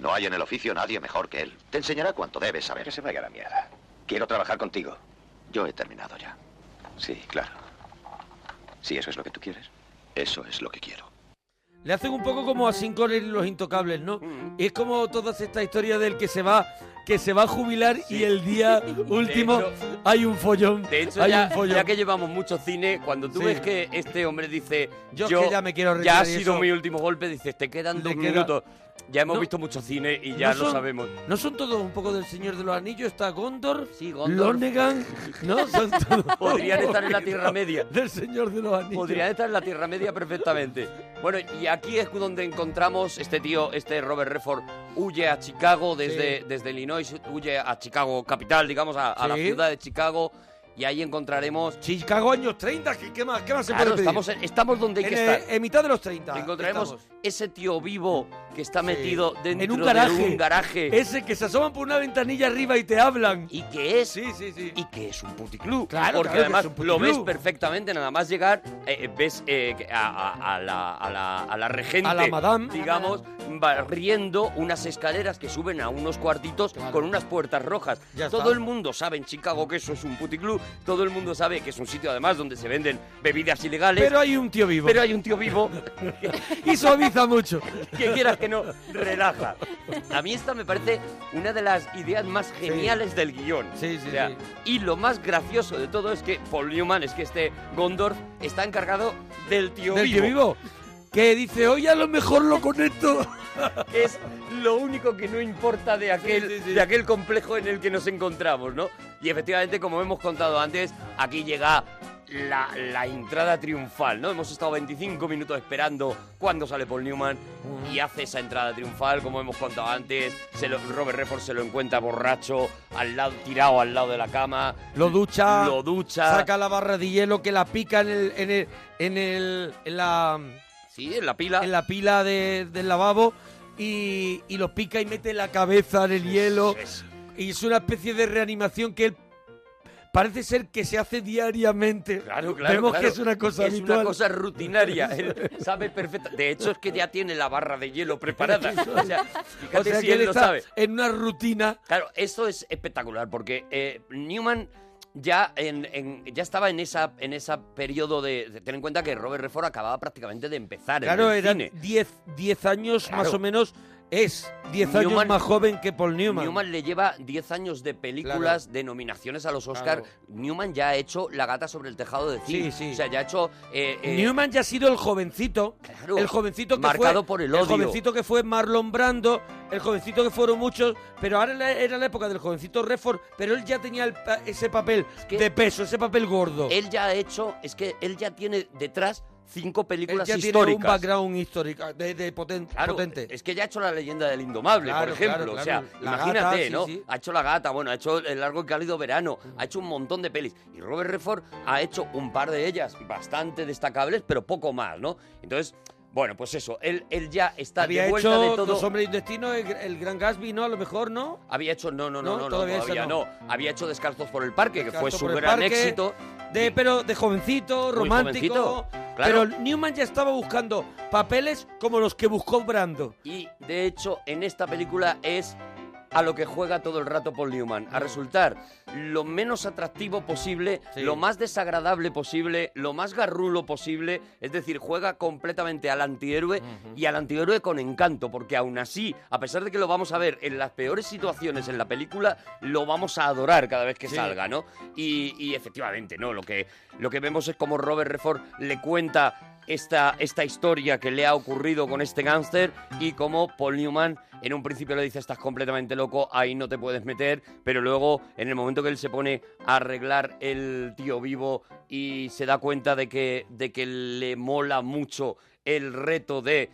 [SPEAKER 12] No hay en el oficio nadie mejor que él. Te enseñará cuanto debes saber. Que se vaya la mierda. Quiero trabajar contigo. Yo he terminado ya. Sí, claro. Si eso es lo que tú quieres. Eso es lo que quiero.
[SPEAKER 3] Le hacen un poco como a Sin Connery y los intocables, ¿no?
[SPEAKER 2] Mm.
[SPEAKER 3] Y es como toda esta historia del que se va que se va a jubilar y el día último hay un follón.
[SPEAKER 2] De hecho,
[SPEAKER 3] hay
[SPEAKER 2] ya,
[SPEAKER 3] un follón.
[SPEAKER 2] ya que llevamos mucho cine, cuando tú
[SPEAKER 3] Sí.
[SPEAKER 2] ves que este hombre dice,
[SPEAKER 3] Yo es que ya me quiero
[SPEAKER 2] ya ha
[SPEAKER 3] retirar y
[SPEAKER 2] sido
[SPEAKER 3] eso-
[SPEAKER 2] mi último golpe, dices, te quedan dos
[SPEAKER 3] queda-
[SPEAKER 2] minutos. Ya hemos
[SPEAKER 3] No.
[SPEAKER 2] visto mucho cine y ya
[SPEAKER 3] No
[SPEAKER 2] lo
[SPEAKER 3] son-
[SPEAKER 2] sabemos.
[SPEAKER 3] ¿No son todos un poco del Señor de los Anillos? Está Gondor,
[SPEAKER 2] Gondor.
[SPEAKER 3] Lonegan, ¿no? Son todos
[SPEAKER 2] Podrían
[SPEAKER 3] un
[SPEAKER 2] estar en la
[SPEAKER 3] poquito
[SPEAKER 2] Tierra Media.
[SPEAKER 3] Del Señor de los Anillos.
[SPEAKER 2] Podrían estar en la Tierra Media perfectamente. Bueno, y aquí es donde encontramos este tío, este Robert Redford, huye a Chicago desde,
[SPEAKER 3] Sí.
[SPEAKER 2] desde Illinois, huye a Chicago capital, digamos, a, a la
[SPEAKER 3] Sí.
[SPEAKER 2] ciudad de Chicago. Y ahí encontraremos...
[SPEAKER 3] Chicago años 30, ¿qué, qué más, qué más se
[SPEAKER 2] Claro,
[SPEAKER 3] puede pedir?
[SPEAKER 2] estamos en- estamos donde hay
[SPEAKER 3] En,
[SPEAKER 2] que
[SPEAKER 3] eh,
[SPEAKER 2] estar.
[SPEAKER 3] En mitad de los 30.
[SPEAKER 2] Encontraremos
[SPEAKER 3] estamos.
[SPEAKER 2] ese tío vivo que está metido dentro
[SPEAKER 3] en un
[SPEAKER 2] de
[SPEAKER 3] garaje.
[SPEAKER 2] un garaje.
[SPEAKER 3] Ese que se asoman por una ventanilla arriba y te hablan.
[SPEAKER 2] ¿Y que es?
[SPEAKER 3] Sí, sí, sí.
[SPEAKER 2] Y que es un puticlub.
[SPEAKER 3] Claro,
[SPEAKER 2] porque
[SPEAKER 3] claro que
[SPEAKER 2] además
[SPEAKER 3] es un
[SPEAKER 2] lo ves
[SPEAKER 3] puticlub.
[SPEAKER 2] perfectamente, nada más llegar, eh, eh, ves eh, que a, a- a la, a la- a la regente,
[SPEAKER 3] A la madame.
[SPEAKER 2] digamos, barriendo unas escaleras que suben a unos cuartitos con unas puertas rojas.
[SPEAKER 3] Ya
[SPEAKER 2] todo
[SPEAKER 3] está.
[SPEAKER 2] el mundo sabe en Chicago que eso es un puticlub, todo el mundo sabe que es un sitio además donde se venden bebidas ilegales.
[SPEAKER 3] Pero hay un tío vivo.
[SPEAKER 2] Pero hay un tío vivo
[SPEAKER 3] Y suaviza mucho.
[SPEAKER 2] que quieras que no, relaja. A mí esta me parece una de las ideas más geniales del guión. O sea, Y lo más gracioso de todo es que Paul Newman, es que este Gondorf, está encargado del tío
[SPEAKER 3] Del
[SPEAKER 2] vivo.
[SPEAKER 3] tío vivo. Que dice, oye, a lo mejor lo conecto.
[SPEAKER 2] que es lo único que no importa de aquel, de aquel complejo en el que nos encontramos, ¿no? Y efectivamente, como hemos contado antes, aquí llega la, la entrada triunfal, ¿no? Hemos estado 25 minutos esperando cuando sale Paul Newman y hace esa entrada triunfal, como hemos contado antes. Se lo- Robert Redford se lo encuentra borracho, al lado, tirado al lado de la cama.
[SPEAKER 3] Lo ducha.
[SPEAKER 2] Lo ducha.
[SPEAKER 3] Saca la barra de hielo que la pica en el. en el. en el. en la.
[SPEAKER 2] Sí, en la pila.
[SPEAKER 3] En la pila de- del lavabo. Y, y lo pica y mete la cabeza en el hielo. Y es una especie de reanimación que él. Parece ser que se hace diariamente.
[SPEAKER 2] Claro, claro,
[SPEAKER 3] Vemos
[SPEAKER 2] claro.
[SPEAKER 3] que es una cosa
[SPEAKER 2] Es
[SPEAKER 3] habitual.
[SPEAKER 2] una cosa rutinaria. Él sabe perfecta. De hecho, es que ya tiene la barra de hielo preparada. O sea, fíjate
[SPEAKER 3] O sea,
[SPEAKER 2] si
[SPEAKER 3] que
[SPEAKER 2] él,
[SPEAKER 3] él
[SPEAKER 2] lo
[SPEAKER 3] está
[SPEAKER 2] sabe.
[SPEAKER 3] en una rutina.
[SPEAKER 2] Claro, esto es espectacular porque eh, Newman ya, en- en- ya estaba en esa en ese periodo de, de- Ten en cuenta que Robert Redford acababa prácticamente de empezar. en
[SPEAKER 3] Claro,
[SPEAKER 2] el
[SPEAKER 3] eran
[SPEAKER 2] cine.
[SPEAKER 3] 10 10 años más
[SPEAKER 2] Claro.
[SPEAKER 3] o menos. Es 10 años
[SPEAKER 2] Newman-
[SPEAKER 3] más joven que Paul Newman.
[SPEAKER 2] le lleva 10 años de películas, de nominaciones a los Oscars.
[SPEAKER 3] Claro.
[SPEAKER 2] Newman ya ha hecho La gata sobre el tejado de zinc.
[SPEAKER 3] Sí, sí.
[SPEAKER 2] O sea, ya ha hecho... eh, eh,
[SPEAKER 3] Newman ya ha sido el jovencito,
[SPEAKER 2] Claro,
[SPEAKER 3] el jovencito que
[SPEAKER 2] marcado
[SPEAKER 3] fue,
[SPEAKER 2] por el odio.
[SPEAKER 3] jovencito que fue Marlon Brando, el jovencito que fueron muchos, pero ahora la- era la época del jovencito Redford, pero él ya tenía el pa- ese papel de peso, ese papel gordo.
[SPEAKER 2] Él ya ha hecho, es que él ya tiene detrás cinco películas
[SPEAKER 3] ya tiene
[SPEAKER 2] históricas.
[SPEAKER 3] un background histórico de, de poten-
[SPEAKER 2] Claro,
[SPEAKER 3] potente.
[SPEAKER 2] es que ya ha hecho la leyenda del indomable,
[SPEAKER 3] Claro,
[SPEAKER 2] por ejemplo.
[SPEAKER 3] claro,
[SPEAKER 2] O sea,
[SPEAKER 3] claro. La
[SPEAKER 2] imagínate,
[SPEAKER 3] Gata, sí,
[SPEAKER 2] ¿no?
[SPEAKER 3] sí.
[SPEAKER 2] Ha hecho la gata, bueno, ha hecho el largo y cálido verano, ha hecho un montón de pelis. Y Robert Redford ha hecho un par de ellas bastante destacables, pero poco más, ¿no? Entonces, Bueno, pues eso, él, él ya está
[SPEAKER 3] Había
[SPEAKER 2] de vuelta
[SPEAKER 3] hecho
[SPEAKER 2] de todo.
[SPEAKER 3] Los hombres de destino, el, el Gran Gasby, ¿no? A lo mejor, ¿no?
[SPEAKER 2] Había hecho, no, no, no, no, no,
[SPEAKER 3] todavía,
[SPEAKER 2] todavía,
[SPEAKER 3] esa
[SPEAKER 2] no. Había hecho Descalzos por el Parque, que fue
[SPEAKER 3] Descalzos
[SPEAKER 2] su
[SPEAKER 3] por el
[SPEAKER 2] gran
[SPEAKER 3] Parque,
[SPEAKER 2] éxito.
[SPEAKER 3] De, pero de jovencito,
[SPEAKER 2] Muy
[SPEAKER 3] romántico.
[SPEAKER 2] jovencito, claro.
[SPEAKER 3] Pero Newman ya estaba buscando papeles como los que buscó Brando.
[SPEAKER 2] Y de hecho, en esta película es a lo que juega todo el rato Paul Newman, a resultar lo menos atractivo posible, lo más desagradable posible, lo más garrulo posible, es decir, juega completamente al antihéroe y al antihéroe con encanto, porque aún así, a pesar de que lo vamos a ver en las peores situaciones en la película, lo vamos a adorar cada vez que
[SPEAKER 10] Sí.
[SPEAKER 2] salga, ¿no? Y, y efectivamente, ¿no? Lo que, lo que vemos es como Robert Redford le cuenta esta, esta historia que le ha ocurrido con este gángster y como Paul Newman en un principio le dice estás completamente loco, ahí no te puedes meter, pero luego en el momento que él se pone a arreglar el tío vivo y se da cuenta de que, de que le mola mucho el reto de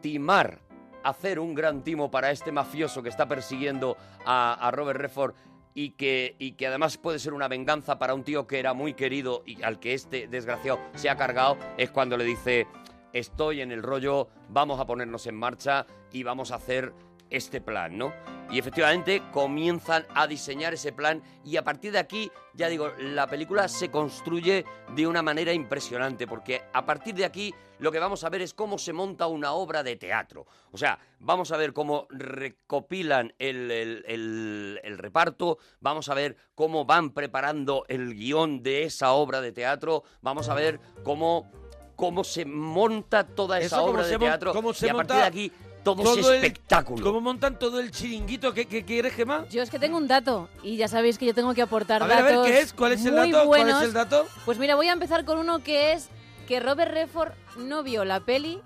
[SPEAKER 2] timar, hacer un gran timo para este mafioso que está persiguiendo a, a Robert Redford y que, y que además puede ser una venganza para un tío que era muy querido y al que este desgraciado se ha cargado, es cuando le dice, estoy en el rollo, vamos a ponernos en marcha y vamos a hacer este plan, ¿no? Y efectivamente comienzan a diseñar ese plan y a partir de aquí, ya digo, la película se construye de una manera impresionante, porque a partir de aquí lo que vamos a ver es cómo se monta una obra de teatro. O sea, vamos a ver cómo recopilan el, el- el- el reparto, vamos a ver cómo van preparando el guión de esa obra de teatro, vamos a ver cómo, cómo se monta toda esa
[SPEAKER 3] Eso, cómo
[SPEAKER 2] obra
[SPEAKER 3] se
[SPEAKER 2] de
[SPEAKER 3] mon-
[SPEAKER 2] teatro.
[SPEAKER 3] cómo se
[SPEAKER 2] y a partir de
[SPEAKER 3] monta
[SPEAKER 2] aquí todo, es
[SPEAKER 3] todo el-
[SPEAKER 2] espectáculo.
[SPEAKER 3] ¿Cómo montan todo el chiringuito que, que quieres, Gemma?
[SPEAKER 7] Yo es que tengo un dato y ya sabéis que yo tengo que aportar
[SPEAKER 3] A ver, a ver,
[SPEAKER 7] datos.
[SPEAKER 3] ¿qué es? ¿Cuál es el
[SPEAKER 7] muy
[SPEAKER 3] dato? ¿Cuál es
[SPEAKER 7] buenos.
[SPEAKER 3] el dato?
[SPEAKER 7] Pues mira, voy a empezar con uno que es que Robert Redford no vio la peli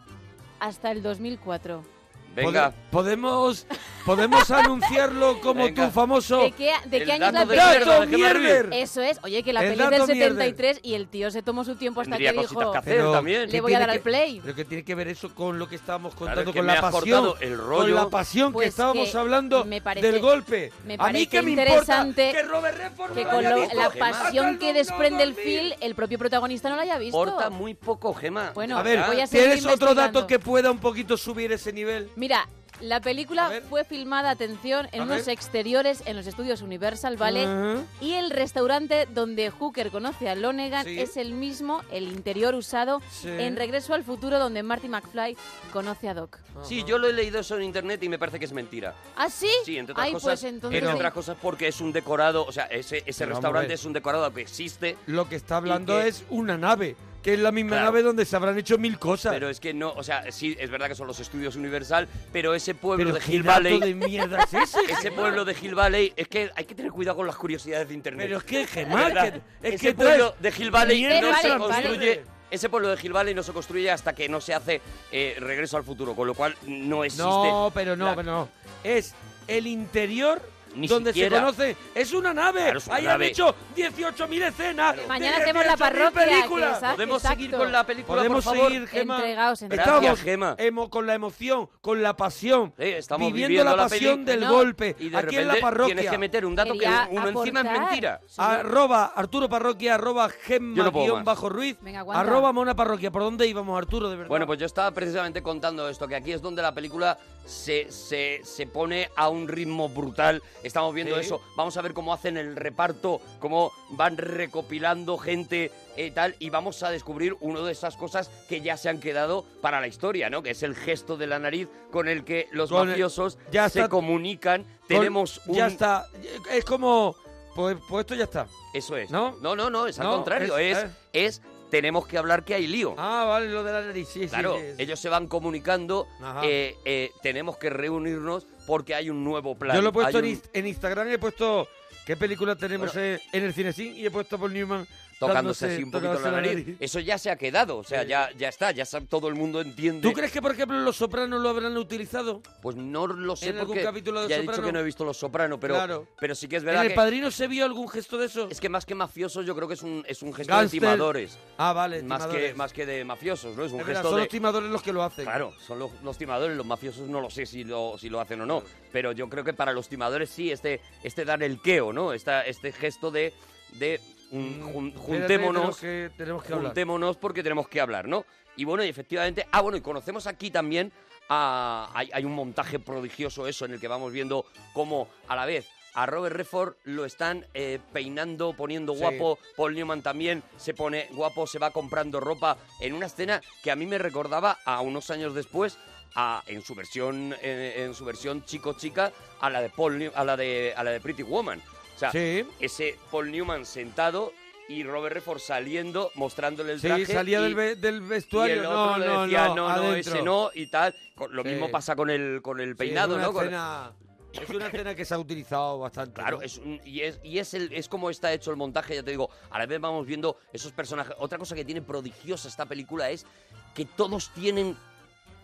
[SPEAKER 7] hasta el 2004.
[SPEAKER 2] Venga.
[SPEAKER 3] podemos podemos anunciarlo como tu famoso.
[SPEAKER 7] ¿De qué, de qué año es la
[SPEAKER 3] dato
[SPEAKER 7] peli?
[SPEAKER 3] ¡Dato mierder!
[SPEAKER 7] Eso es. Oye, que la
[SPEAKER 3] El
[SPEAKER 7] peli es del
[SPEAKER 3] dato mierder.
[SPEAKER 7] 73 y el tío se tomó su tiempo hasta
[SPEAKER 2] Tendría
[SPEAKER 7] que dijo...
[SPEAKER 2] cositas que hacer Pero- también.
[SPEAKER 7] Le
[SPEAKER 2] ¿qué
[SPEAKER 7] voy a
[SPEAKER 2] tiene
[SPEAKER 7] dar al
[SPEAKER 2] que-
[SPEAKER 7] play.
[SPEAKER 3] Pero que tiene que ver eso con lo que estábamos
[SPEAKER 2] es
[SPEAKER 3] contando,
[SPEAKER 2] que
[SPEAKER 3] con
[SPEAKER 2] me
[SPEAKER 3] la
[SPEAKER 2] has
[SPEAKER 3] pasión.
[SPEAKER 2] cortado el
[SPEAKER 3] Con
[SPEAKER 2] rollo.
[SPEAKER 3] la pasión
[SPEAKER 7] Pues
[SPEAKER 3] que estábamos
[SPEAKER 7] que
[SPEAKER 3] hablando
[SPEAKER 7] me parece-
[SPEAKER 3] del golpe.
[SPEAKER 7] Me
[SPEAKER 3] a
[SPEAKER 7] parece
[SPEAKER 3] mí que me importa
[SPEAKER 7] interesante
[SPEAKER 3] que Robert Redford
[SPEAKER 7] que
[SPEAKER 3] no lo
[SPEAKER 7] con
[SPEAKER 3] haya
[SPEAKER 7] lo-
[SPEAKER 3] visto.
[SPEAKER 7] la
[SPEAKER 3] Gemma.
[SPEAKER 7] pasión que desprende el film,
[SPEAKER 3] dormir.
[SPEAKER 7] el propio protagonista no la haya visto.
[SPEAKER 2] Porta muy poco, Gema.
[SPEAKER 7] Bueno,
[SPEAKER 3] a ver,
[SPEAKER 7] voy a seguir
[SPEAKER 3] ¿tienes otro
[SPEAKER 7] investigando.
[SPEAKER 3] dato que pueda un poquito subir ese nivel?
[SPEAKER 7] Mira, la película fue filmada, atención, en
[SPEAKER 3] A
[SPEAKER 7] unos
[SPEAKER 3] ver. Ah.
[SPEAKER 7] exteriores en los estudios Universal, ¿vale?
[SPEAKER 3] Ajá.
[SPEAKER 7] Y el restaurante donde Hooker conoce a Lonegan
[SPEAKER 3] Sí.
[SPEAKER 7] es el mismo, el interior usado,
[SPEAKER 2] Sí.
[SPEAKER 7] en Regreso al Futuro, donde Marty McFly conoce a Doc.
[SPEAKER 3] Ah.
[SPEAKER 2] Sí, yo lo he leído eso en internet y me parece que es mentira.
[SPEAKER 7] ¿Ah, sí?
[SPEAKER 2] Sí, entre otras
[SPEAKER 7] Ay,
[SPEAKER 2] cosas.
[SPEAKER 7] pues entonces
[SPEAKER 2] entre
[SPEAKER 7] sí.
[SPEAKER 2] otras cosas porque es un decorado, o sea, ese, ese
[SPEAKER 3] Pero vamos a
[SPEAKER 2] restaurante
[SPEAKER 3] ver.
[SPEAKER 2] es un decorado que existe.
[SPEAKER 3] Lo que está hablando
[SPEAKER 2] que-
[SPEAKER 3] es una nave, que es la misma
[SPEAKER 2] Claro.
[SPEAKER 3] nave donde se habrán hecho mil cosas.
[SPEAKER 2] Pero es que no, o sea, sí, es verdad que son los estudios Universal, pero ese pueblo
[SPEAKER 3] Pero
[SPEAKER 2] de
[SPEAKER 3] qué
[SPEAKER 2] Hill
[SPEAKER 3] dato
[SPEAKER 2] Valley.
[SPEAKER 3] de mierda es ese,
[SPEAKER 2] ese
[SPEAKER 3] Gemma.
[SPEAKER 2] pueblo de Hill Valley, es que hay que tener cuidado con las curiosidades de internet.
[SPEAKER 3] Pero es que, Gemma,
[SPEAKER 2] ¿Verdad?
[SPEAKER 3] que- es
[SPEAKER 2] ese
[SPEAKER 3] que
[SPEAKER 2] pueblo de
[SPEAKER 3] traes
[SPEAKER 2] Hill Valley
[SPEAKER 3] mierda
[SPEAKER 2] no se
[SPEAKER 3] tras mierda.
[SPEAKER 2] construye. Ese pueblo de Hill Valley no se construye hasta que no se hace eh, regreso al futuro, con lo cual no existe.
[SPEAKER 3] No, pero no,
[SPEAKER 2] la-
[SPEAKER 3] pero no. Es el interior
[SPEAKER 2] Ni
[SPEAKER 3] donde
[SPEAKER 2] siquiera.
[SPEAKER 3] se conoce. Es una nave.
[SPEAKER 2] Claro, es una
[SPEAKER 3] Ahí
[SPEAKER 2] nave.
[SPEAKER 3] han hecho 18.000 escenas. de
[SPEAKER 7] Mañana hacemos la
[SPEAKER 3] 18.000
[SPEAKER 7] parroquia, que
[SPEAKER 3] películas.
[SPEAKER 7] exacto, Podemos seguir exacto. con la película,
[SPEAKER 3] Podemos
[SPEAKER 7] por favor?
[SPEAKER 3] seguir, Gema.
[SPEAKER 7] Entregaos, entregaos.
[SPEAKER 3] Estamos
[SPEAKER 7] Gracias,
[SPEAKER 3] emo- con la emoción, con la pasión.
[SPEAKER 2] Estamos
[SPEAKER 3] viviendo,
[SPEAKER 2] viviendo
[SPEAKER 3] la
[SPEAKER 2] la peli,
[SPEAKER 3] pasión del
[SPEAKER 2] ¿no?
[SPEAKER 3] golpe.
[SPEAKER 2] Y de
[SPEAKER 3] aquí en la
[SPEAKER 2] repente
[SPEAKER 3] parroquia.
[SPEAKER 2] tienes que meter un dato que Quería uno encima es aportar. mentira.
[SPEAKER 3] Arroba Arturo Parroquia, arroba
[SPEAKER 2] Yo
[SPEAKER 3] Gemma
[SPEAKER 2] no puedo
[SPEAKER 3] guión
[SPEAKER 2] más.
[SPEAKER 3] bajo Ruiz.
[SPEAKER 7] Venga, aguanta.
[SPEAKER 3] arroba Mona Parroquia. ¿Por dónde íbamos, Arturo, de verdad?
[SPEAKER 2] Bueno, pues yo estaba precisamente contando esto, que aquí es donde la película se, se, se pone a un ritmo brutal. Estamos viendo
[SPEAKER 10] Sí.
[SPEAKER 2] eso. Vamos a ver cómo hacen el reparto, cómo van recopilando gente y tal. Y vamos a descubrir una de esas cosas que ya se han quedado para la historia, ¿no? Que es el gesto de la nariz con el que los
[SPEAKER 3] Con el-
[SPEAKER 2] mafiosos
[SPEAKER 3] ya
[SPEAKER 2] se
[SPEAKER 3] está-
[SPEAKER 2] comunican.
[SPEAKER 3] Con-
[SPEAKER 2] Tenemos un...
[SPEAKER 3] Ya está. Es como... Pues, pues esto ya está.
[SPEAKER 2] Eso es.
[SPEAKER 3] ¿No?
[SPEAKER 2] No, no, no, es al
[SPEAKER 3] No,
[SPEAKER 2] contrario.
[SPEAKER 3] es-
[SPEAKER 2] Es,
[SPEAKER 3] eh.
[SPEAKER 2] es, tenemos que hablar que hay lío.
[SPEAKER 3] Ah, vale, lo de la nariz. Sí, sí,
[SPEAKER 2] Claro,
[SPEAKER 3] sí, sí.
[SPEAKER 2] ellos se van comunicando,
[SPEAKER 3] Ajá.
[SPEAKER 2] eh, eh, tenemos que reunirnos porque hay un nuevo plan.
[SPEAKER 3] Yo lo he puesto
[SPEAKER 2] hay
[SPEAKER 3] en,
[SPEAKER 2] un-
[SPEAKER 3] Inst- en Instagram, he puesto qué película tenemos
[SPEAKER 2] Bueno.
[SPEAKER 3] eh, en el cinesín y he puesto Paul Newman
[SPEAKER 2] tocándose
[SPEAKER 3] dándose-
[SPEAKER 2] así un poquito
[SPEAKER 3] tocándose
[SPEAKER 2] la nariz. Eso ya se ha quedado, o sea,
[SPEAKER 3] Sí.
[SPEAKER 2] ya, ya está, ya sab- todo el mundo entiende.
[SPEAKER 3] ¿Tú crees que, por ejemplo, Los Sopranos lo habrán utilizado?
[SPEAKER 2] Pues no lo sé
[SPEAKER 3] ¿En algún
[SPEAKER 2] porque
[SPEAKER 3] capítulo de
[SPEAKER 2] ya he
[SPEAKER 3] Soprano?
[SPEAKER 2] dicho que no he visto Los Soprano, pero,
[SPEAKER 3] Claro.
[SPEAKER 2] pero sí que es verdad
[SPEAKER 3] ¿En El
[SPEAKER 2] que
[SPEAKER 3] Padrino se vio algún gesto de eso?
[SPEAKER 2] Es que más que mafiosos yo creo que es un, es un gesto
[SPEAKER 3] Gánster.
[SPEAKER 2] de timadores.
[SPEAKER 3] Ah, vale,
[SPEAKER 2] Más que,
[SPEAKER 3] timadores.
[SPEAKER 2] más que de mafiosos, ¿no? Es un
[SPEAKER 3] Es verdad,
[SPEAKER 2] gesto
[SPEAKER 3] son
[SPEAKER 2] de...
[SPEAKER 3] los timadores los que lo hacen.
[SPEAKER 2] Claro, son los, los timadores, los mafiosos no lo sé si lo, si lo hacen o no, pero yo creo que para los timadores sí, este, este dar el queo, ¿no? Esta, este gesto de, de un- jun-
[SPEAKER 3] espérate,
[SPEAKER 2] juntémonos,
[SPEAKER 3] tenemos que- tenemos que hablar.
[SPEAKER 2] juntémonos porque tenemos que hablar, ¿no? Y bueno, y efectivamente, ah, bueno, y conocemos aquí también a, hay, hay un montaje prodigioso eso en el que vamos viendo cómo a la vez a Robert Redford lo están eh, peinando, poniendo
[SPEAKER 10] Sí.
[SPEAKER 2] guapo, Paul Newman también se pone guapo, se va comprando ropa en una escena que a mí me recordaba a unos años después a, en su versión en, en su versión chico chica a la de Paul New- a la de a la de Pretty Woman. O sea,
[SPEAKER 3] Sí.
[SPEAKER 2] ese Paul Newman sentado y Robert Redford saliendo mostrándole el
[SPEAKER 3] Sí,
[SPEAKER 2] traje
[SPEAKER 3] salía
[SPEAKER 2] y-
[SPEAKER 3] del, ve- del
[SPEAKER 2] y
[SPEAKER 3] vestuario.
[SPEAKER 2] el
[SPEAKER 3] no,
[SPEAKER 2] otro le
[SPEAKER 3] no,
[SPEAKER 2] decía,
[SPEAKER 3] no,
[SPEAKER 2] no, no,
[SPEAKER 3] adentro.
[SPEAKER 2] ese no, y tal. Con- Lo
[SPEAKER 3] Sí.
[SPEAKER 2] mismo pasa con el, con el
[SPEAKER 3] Sí, es
[SPEAKER 2] peinado,
[SPEAKER 3] una
[SPEAKER 2] ¿no? Con-
[SPEAKER 3] escena- es una escena que se ha utilizado bastante.
[SPEAKER 2] Claro,
[SPEAKER 3] ¿no?
[SPEAKER 2] es un- y, es, y es, el, es como está hecho el montaje, ya te digo, a la vez vamos viendo esos personajes. Otra cosa que tiene prodigiosa esta película es que todos tienen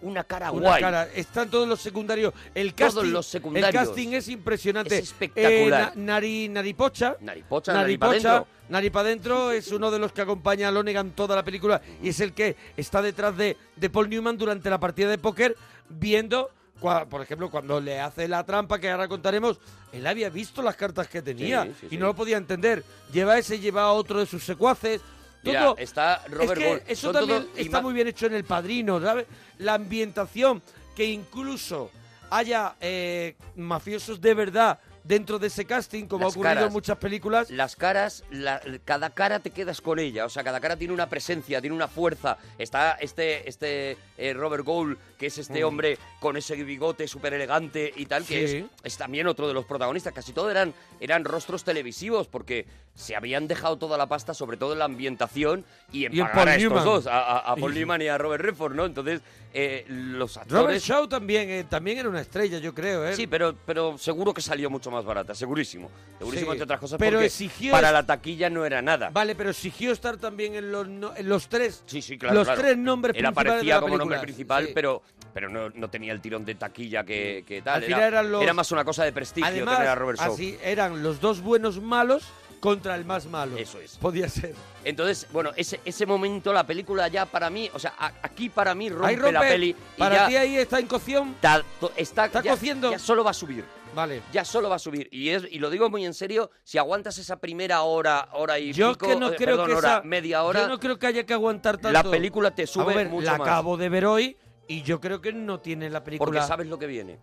[SPEAKER 2] una cara
[SPEAKER 3] Una
[SPEAKER 2] guay.
[SPEAKER 3] cara. Están todos los secundarios. El
[SPEAKER 2] Todos
[SPEAKER 3] casting,
[SPEAKER 2] los secundarios.
[SPEAKER 3] El casting es impresionante.
[SPEAKER 2] Es espectacular.
[SPEAKER 3] Eh, na- nari, naripocha.
[SPEAKER 2] Naripocha, Naripa dentro.
[SPEAKER 3] Naripa dentro es uno de los que acompaña a Lonegan toda la película y es el que está detrás de, de Paul Newman durante la partida de póker viendo, cua- por ejemplo, cuando le hace la trampa que ahora contaremos, él había visto las cartas que tenía
[SPEAKER 2] Sí, sí,
[SPEAKER 3] y
[SPEAKER 2] sí.
[SPEAKER 3] no lo podía entender. Lleva ese, lleva a otro de sus secuaces.
[SPEAKER 2] Mira,
[SPEAKER 3] Todo-
[SPEAKER 2] está Robert
[SPEAKER 3] es que
[SPEAKER 2] Gold-
[SPEAKER 3] Eso
[SPEAKER 2] son todo
[SPEAKER 3] también está
[SPEAKER 2] ima-
[SPEAKER 3] muy bien hecho en El Padrino, ¿sabes? La ambientación, que incluso haya eh, mafiosos de verdad dentro de ese casting, como
[SPEAKER 2] Las
[SPEAKER 3] ha ocurrido en
[SPEAKER 2] caras.
[SPEAKER 3] muchas películas.
[SPEAKER 2] Las caras, la- cada cara te quedas con ella, o sea, cada cara tiene una presencia, tiene una fuerza. Está este, este eh, Robert Gould, que es este
[SPEAKER 10] Mm.
[SPEAKER 2] hombre con ese bigote súper elegante y tal, que
[SPEAKER 10] Sí.
[SPEAKER 2] es, es también otro de los protagonistas. Casi todos eran, eran rostros televisivos porque se habían dejado toda la pasta, sobre todo en la ambientación, y en,
[SPEAKER 3] Y en
[SPEAKER 2] pagar
[SPEAKER 3] Paul
[SPEAKER 2] a estos
[SPEAKER 3] Newman.
[SPEAKER 2] dos, a, a- a Paul
[SPEAKER 3] Y-
[SPEAKER 2] Newman y a Robert Redford, ¿no? Entonces, eh, los actores...
[SPEAKER 3] Robert Shaw también, eh, también era una estrella, yo creo, ¿eh?
[SPEAKER 2] Sí, pero, pero seguro que salió mucho más barata, segurísimo. Segurísimo,
[SPEAKER 3] Sí,
[SPEAKER 2] entre otras cosas,
[SPEAKER 3] pero
[SPEAKER 2] porque
[SPEAKER 3] exigió
[SPEAKER 2] para
[SPEAKER 3] es-
[SPEAKER 2] la taquilla no era nada.
[SPEAKER 3] Vale, pero exigió estar también en los, no- en los tres.
[SPEAKER 2] Sí, sí, claro,
[SPEAKER 3] Los
[SPEAKER 2] claro.
[SPEAKER 3] tres nombres
[SPEAKER 2] Él
[SPEAKER 3] principales
[SPEAKER 2] aparecía
[SPEAKER 3] de la
[SPEAKER 2] como nombre
[SPEAKER 3] película,
[SPEAKER 2] principal,
[SPEAKER 3] sí.
[SPEAKER 2] pero, pero no, no tenía el tirón de taquilla que, que tal.
[SPEAKER 3] Al final
[SPEAKER 2] era,
[SPEAKER 3] eran los-
[SPEAKER 2] era más una cosa de prestigio
[SPEAKER 3] Además,
[SPEAKER 2] tener a Robert Shaw.
[SPEAKER 3] así eran los dos buenos malos contra el más malo. Eso
[SPEAKER 2] es.
[SPEAKER 3] Podía ser.
[SPEAKER 2] Entonces, bueno, ese, ese momento, la película ya para mí, o sea, a- aquí para mí rompe,
[SPEAKER 3] Ahí rompe.
[SPEAKER 2] la peli. y
[SPEAKER 3] Para
[SPEAKER 2] ya
[SPEAKER 3] ti ahí está en cocción.
[SPEAKER 2] Está, está,
[SPEAKER 3] Está
[SPEAKER 2] ya-
[SPEAKER 3] cociendo.
[SPEAKER 2] ya solo va a subir.
[SPEAKER 3] Vale.
[SPEAKER 2] Ya solo va a subir. Y, es, y lo digo muy en serio, si aguantas esa primera hora, hora y
[SPEAKER 3] Yo
[SPEAKER 2] pico,
[SPEAKER 3] que no
[SPEAKER 2] eh,
[SPEAKER 3] creo
[SPEAKER 2] perdón,
[SPEAKER 3] que
[SPEAKER 2] hora,
[SPEAKER 3] esa-
[SPEAKER 2] media hora...
[SPEAKER 3] yo no creo que haya que aguantar tanto.
[SPEAKER 2] La película te sube
[SPEAKER 3] A ver,
[SPEAKER 2] mucho
[SPEAKER 3] la
[SPEAKER 2] más.
[SPEAKER 3] acabo de ver hoy y yo creo que no tiene la película.
[SPEAKER 2] Porque sabes lo que viene.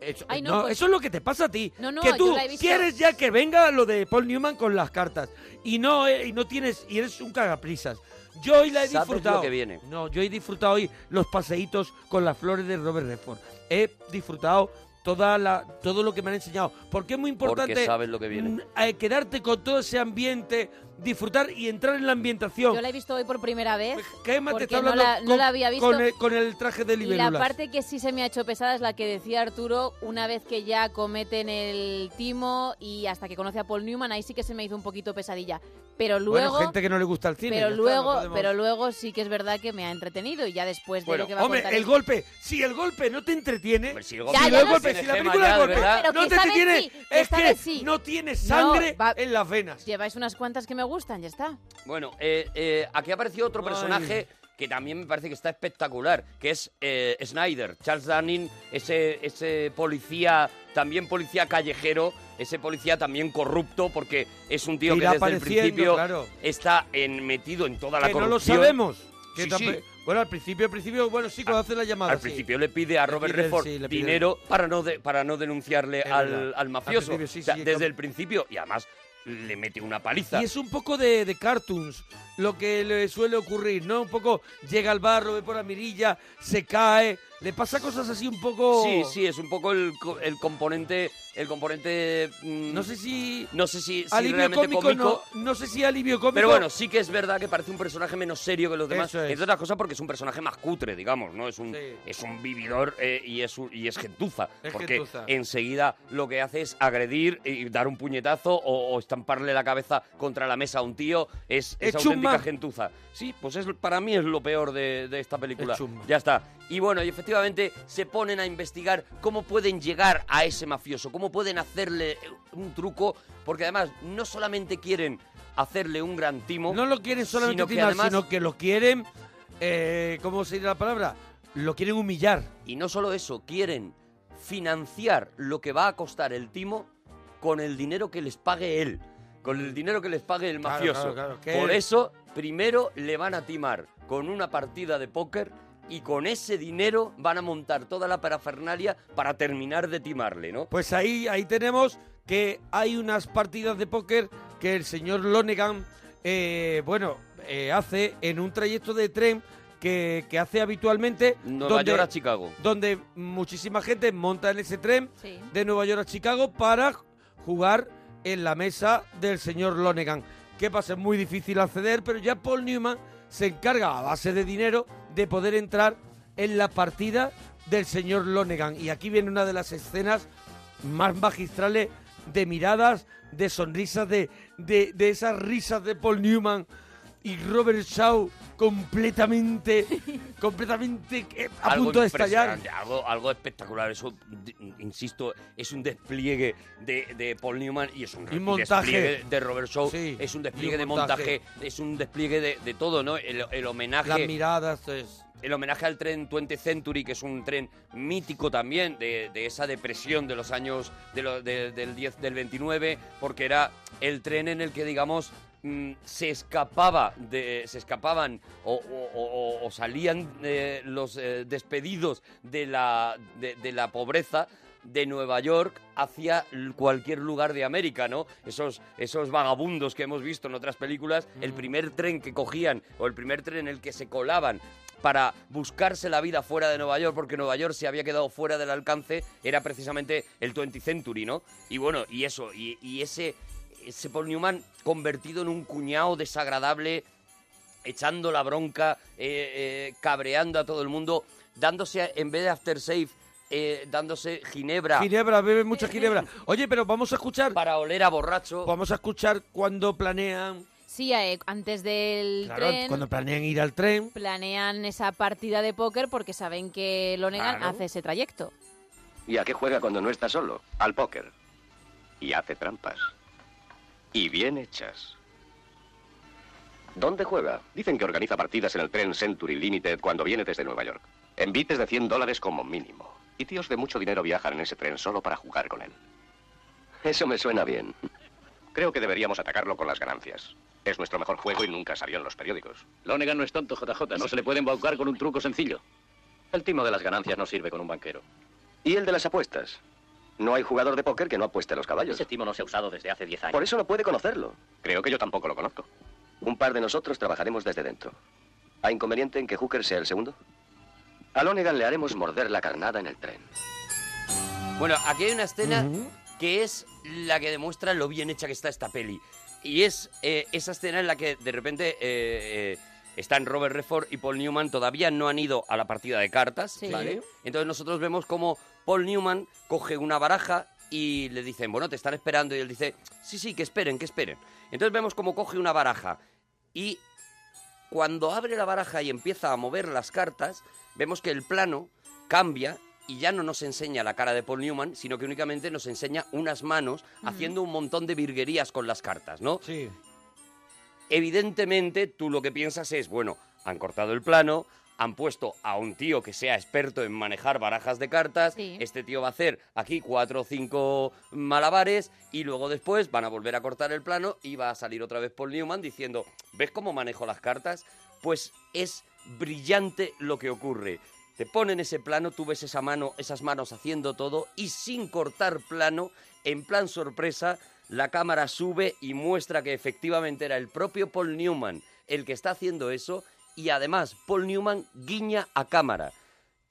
[SPEAKER 3] Eso,
[SPEAKER 7] Ay, no,
[SPEAKER 3] no,
[SPEAKER 7] pues-
[SPEAKER 3] eso es lo que te pasa a ti.
[SPEAKER 7] No, no,
[SPEAKER 3] que
[SPEAKER 7] yo
[SPEAKER 3] tú
[SPEAKER 7] la he visto.
[SPEAKER 3] quieres ya que venga lo de Paul Newman con las cartas. Y no, eh, y no tienes, y eres un cagaprisas. Yo hoy la he
[SPEAKER 2] Sabes lo
[SPEAKER 3] disfrutado.
[SPEAKER 2] que viene.
[SPEAKER 3] No, yo he disfrutado hoy los paseitos con las flores de Robert Redford. He disfrutado toda la, todo lo que me han enseñado. Porque es muy importante
[SPEAKER 2] Porque sabes lo que viene.
[SPEAKER 3] mm, eh, quedarte con todo ese ambiente, disfrutar y entrar en la ambientación.
[SPEAKER 7] Yo la he visto hoy por primera vez.
[SPEAKER 3] ¿Qué más te
[SPEAKER 7] porque
[SPEAKER 3] está hablando
[SPEAKER 7] no la, no
[SPEAKER 3] con,
[SPEAKER 7] la había visto.
[SPEAKER 3] con el, con el traje de
[SPEAKER 7] Y la
[SPEAKER 3] libélulas?
[SPEAKER 7] parte que sí se me ha hecho pesada es la que decía Arturo, una vez que ya cometen el timo y hasta que conoce a Paul Newman, ahí sí que se me hizo un poquito pesadilla. Pero luego...
[SPEAKER 3] bueno, gente que no le gusta el cine.
[SPEAKER 7] pero
[SPEAKER 3] ya está, no
[SPEAKER 7] luego
[SPEAKER 3] podemos-
[SPEAKER 7] pero luego sí que es verdad que me ha entretenido y ya después de
[SPEAKER 3] Bueno,
[SPEAKER 7] lo que va
[SPEAKER 3] hombre,
[SPEAKER 7] a contar
[SPEAKER 3] el
[SPEAKER 7] él-
[SPEAKER 3] golpe, si el golpe no te entretiene, si el
[SPEAKER 7] golpe Ya, ya
[SPEAKER 3] el
[SPEAKER 7] lo
[SPEAKER 3] golpe,
[SPEAKER 7] sé.
[SPEAKER 3] si la
[SPEAKER 7] Gema,
[SPEAKER 3] película
[SPEAKER 7] ya,
[SPEAKER 3] de golpe
[SPEAKER 7] ¿verdad? Pero
[SPEAKER 3] no
[SPEAKER 7] que
[SPEAKER 3] te
[SPEAKER 7] esta vez
[SPEAKER 3] entretiene,
[SPEAKER 7] sí, que
[SPEAKER 3] es
[SPEAKER 7] esta
[SPEAKER 3] que
[SPEAKER 7] vez sí.
[SPEAKER 3] no tienes
[SPEAKER 7] No,
[SPEAKER 3] sangre
[SPEAKER 7] va-
[SPEAKER 3] en las venas.
[SPEAKER 7] lleváis unas cuantas que me gustan ya está
[SPEAKER 2] Bueno, eh, eh, aquí apareció otro personaje que también me parece que está espectacular, que es eh, Snyder, Charles Dunning, ese, ese policía, también policía callejero, ese policía también corrupto, porque es un tío que
[SPEAKER 3] Irá
[SPEAKER 2] desde el
[SPEAKER 3] apareciendo,
[SPEAKER 2] principio
[SPEAKER 3] claro.
[SPEAKER 2] está en- metido en toda la
[SPEAKER 3] Que no lo
[SPEAKER 2] corrupción.
[SPEAKER 3] sabemos. que
[SPEAKER 2] Sí,
[SPEAKER 3] tampe-
[SPEAKER 2] sí. Ah,
[SPEAKER 3] Bueno, al principio, al principio, bueno, sí, cuando hace la llamada.
[SPEAKER 2] Al
[SPEAKER 3] sí.
[SPEAKER 2] principio le pide a Robert
[SPEAKER 3] pide,
[SPEAKER 2] Redford
[SPEAKER 3] sí, le pide.
[SPEAKER 2] dinero para no de- para no denunciarle
[SPEAKER 3] Es
[SPEAKER 2] al,
[SPEAKER 3] verdad.
[SPEAKER 2] al
[SPEAKER 3] Al
[SPEAKER 2] mafioso.
[SPEAKER 3] principio, sí,
[SPEAKER 2] O sea,
[SPEAKER 3] sí,
[SPEAKER 2] desde
[SPEAKER 3] claro.
[SPEAKER 2] el principio y además le mete una paliza.
[SPEAKER 3] Y es un poco de, de cartoons lo que le suele ocurrir, ¿no? Un poco llega al barro, ve por la mirilla, se cae, le pasa cosas así un poco.
[SPEAKER 2] Sí, sí, es un poco el, co- el componente el componente no sé
[SPEAKER 3] si
[SPEAKER 2] no sé si, si
[SPEAKER 3] Alivio
[SPEAKER 2] realmente
[SPEAKER 3] cómico,
[SPEAKER 2] cómico,
[SPEAKER 3] No, no sé si alivio cómico.
[SPEAKER 2] Pero bueno, sí que es verdad que parece un personaje menos serio que los demás.
[SPEAKER 3] Eso es.
[SPEAKER 2] Entre otras cosas porque es un personaje más cutre, digamos, ¿no? Es un, es un vividor eh, y, es un- y es gentuza.
[SPEAKER 3] Es
[SPEAKER 2] porque
[SPEAKER 3] gentuza.
[SPEAKER 2] enseguida lo que hace es agredir y dar un puñetazo o, o estamparle la cabeza contra la mesa a un tío. Es, es
[SPEAKER 3] Es
[SPEAKER 2] auténtica
[SPEAKER 3] chusma.
[SPEAKER 2] gentuza. Sí, pues es, para mí es lo peor de, de esta película.
[SPEAKER 3] Es chusma.
[SPEAKER 2] Ya está. Y bueno, y efectivamente se ponen a investigar cómo pueden llegar a ese mafioso, cómo pueden hacerle un truco, porque además no solamente quieren hacerle un gran timo,
[SPEAKER 3] No lo quieren solamente
[SPEAKER 2] sino que
[SPEAKER 3] timar,
[SPEAKER 2] además-
[SPEAKER 3] sino que lo quieren. eh, ¿Cómo se dice la palabra? Lo quieren humillar.
[SPEAKER 2] y no solo eso, quieren financiar lo que va a costar el timo con el dinero que les pague él. con el dinero que les pague el
[SPEAKER 3] Claro,
[SPEAKER 2] mafioso.
[SPEAKER 3] claro, claro, que-
[SPEAKER 2] Por eso, primero le van a timar con una partida de póker y con ese dinero van a montar toda la parafernalia para terminar de timarle, ¿no?
[SPEAKER 3] Pues ahí, ahí tenemos que hay unas partidas de póker que el señor Lonegan, eh, bueno, eh, hace en un trayecto de tren que, que hace habitualmente.
[SPEAKER 2] Nueva York a Chicago.
[SPEAKER 3] Donde muchísima gente monta en ese tren
[SPEAKER 7] Sí.
[SPEAKER 3] de Nueva York a Chicago para jugar en la mesa del señor Lonegan. ¿Qué pasa? Es muy difícil acceder, pero ya Paul Newman se encarga a base de dinero de poder entrar en la partida del señor Lonegan. Y aquí viene una de las escenas más magistrales de miradas, de sonrisas, de, de, de esas risas de Paul Newman y Robert Shaw completamente, completamente eh, a
[SPEAKER 2] Algo
[SPEAKER 3] punto de estallar.
[SPEAKER 2] impresionante, Algo, algo espectacular. Eso, di- insisto, es un despliegue de, de Paul Newman y es un,
[SPEAKER 3] Y montaje.
[SPEAKER 2] despliegue de Robert Shaw.
[SPEAKER 3] Sí,
[SPEAKER 2] es un
[SPEAKER 3] y
[SPEAKER 2] despliegue
[SPEAKER 3] un
[SPEAKER 2] de
[SPEAKER 3] montaje.
[SPEAKER 2] montaje, es un despliegue de, de todo, ¿no? El, el homenaje.
[SPEAKER 3] Las miradas,
[SPEAKER 2] El homenaje al tren 20 Century, que es un tren mítico también de, de esa depresión de los años de lo- de- del 10 del 29, porque era el tren en el que, digamos, mm, se escapaba de, se escapaban o, o- o- o salían eh, los eh, despedidos de la, de- de la pobreza de Nueva York hacia l- cualquier lugar de América, ¿no? Esos, esos vagabundos que hemos visto en otras películas, el primer tren que cogían o el primer tren en el que se colaban para buscarse la vida fuera de Nueva York, porque Nueva York se había quedado fuera del alcance, era precisamente el 20 Century, ¿no? Y bueno, y eso, y, y ese, ese Paul Newman convertido en un cuñado desagradable, echando la bronca, eh, eh, cabreando a todo el mundo, dándose, en vez de aftershave, eh, dándose ginebra.
[SPEAKER 3] Ginebra, bebe mucha ginebra. Oye, pero vamos a escuchar.
[SPEAKER 2] Para oler a borracho.
[SPEAKER 3] Vamos a escuchar cuando planean.
[SPEAKER 7] Sí, eh, antes del
[SPEAKER 3] Claro,
[SPEAKER 7] tren
[SPEAKER 3] cuando planean ir al tren.
[SPEAKER 7] planean esa partida de póker porque saben que Lonegan
[SPEAKER 12] Claro.
[SPEAKER 7] hace ese trayecto.
[SPEAKER 12] ¿Y a qué juega cuando no está solo? Al póker. Y hace trampas. Y bien hechas. ¿Dónde juega? Dicen que organiza partidas en el tren Century Limited cuando viene desde Nueva York. Envites de 100 dólares como mínimo. Y tíos de mucho dinero viajan en ese tren solo para jugar con él. Eso me suena bien. Creo que deberíamos atacarlo con las ganancias. Es nuestro mejor juego y nunca salió en los periódicos.
[SPEAKER 14] Lonegan no es tonto, JJ.
[SPEAKER 12] pues
[SPEAKER 14] No se le puede embaucar con un truco sencillo.
[SPEAKER 12] El timo de las ganancias no sirve con un banquero. ¿Y el de las apuestas? No hay jugador de póker que no apueste a los caballos.
[SPEAKER 14] Ese timo no se ha usado desde hace 10 años.
[SPEAKER 12] Por eso no puede conocerlo. Creo que yo tampoco lo conozco. Un par de nosotros trabajaremos desde dentro. ¿Hay inconveniente en que Hooker sea el segundo? A Lonegan le haremos morder la carnada en el tren.
[SPEAKER 2] Bueno, aquí hay una escena que es la que demuestra lo bien hecha que está esta peli. Y es eh, esa escena en la que de repente eh, eh, están Robert Redford y Paul Newman, todavía no han ido a la partida de cartas,
[SPEAKER 10] Sí.
[SPEAKER 2] ¿vale? Entonces nosotros vemos como Paul Newman coge una baraja y le dicen, bueno, te están esperando. Y él dice, sí, sí, que esperen, que esperen. Entonces vemos como coge una baraja y cuando abre la baraja y empieza a mover las cartas, vemos que el plano cambia y ya no nos enseña la cara de Paul Newman, sino que únicamente nos enseña unas manos
[SPEAKER 10] Ujú.
[SPEAKER 2] haciendo un montón de virguerías con las cartas, ¿no? Sí. Evidentemente, tú lo que piensas es, bueno, han cortado el plano, han puesto a un tío que sea experto en manejar barajas de cartas, este tío va a hacer aquí cuatro o cinco malabares y luego después van a volver a cortar el plano y va a salir otra vez Paul Newman diciendo, ¿ves cómo manejo las cartas? Pues es brillante lo que ocurre. Te ponen ese plano, tú ves esa mano, esas manos haciendo todo y sin cortar plano, en plan sorpresa, la cámara sube y muestra que efectivamente era el propio Paul Newman el que está haciendo eso y además Paul Newman guiña a cámara.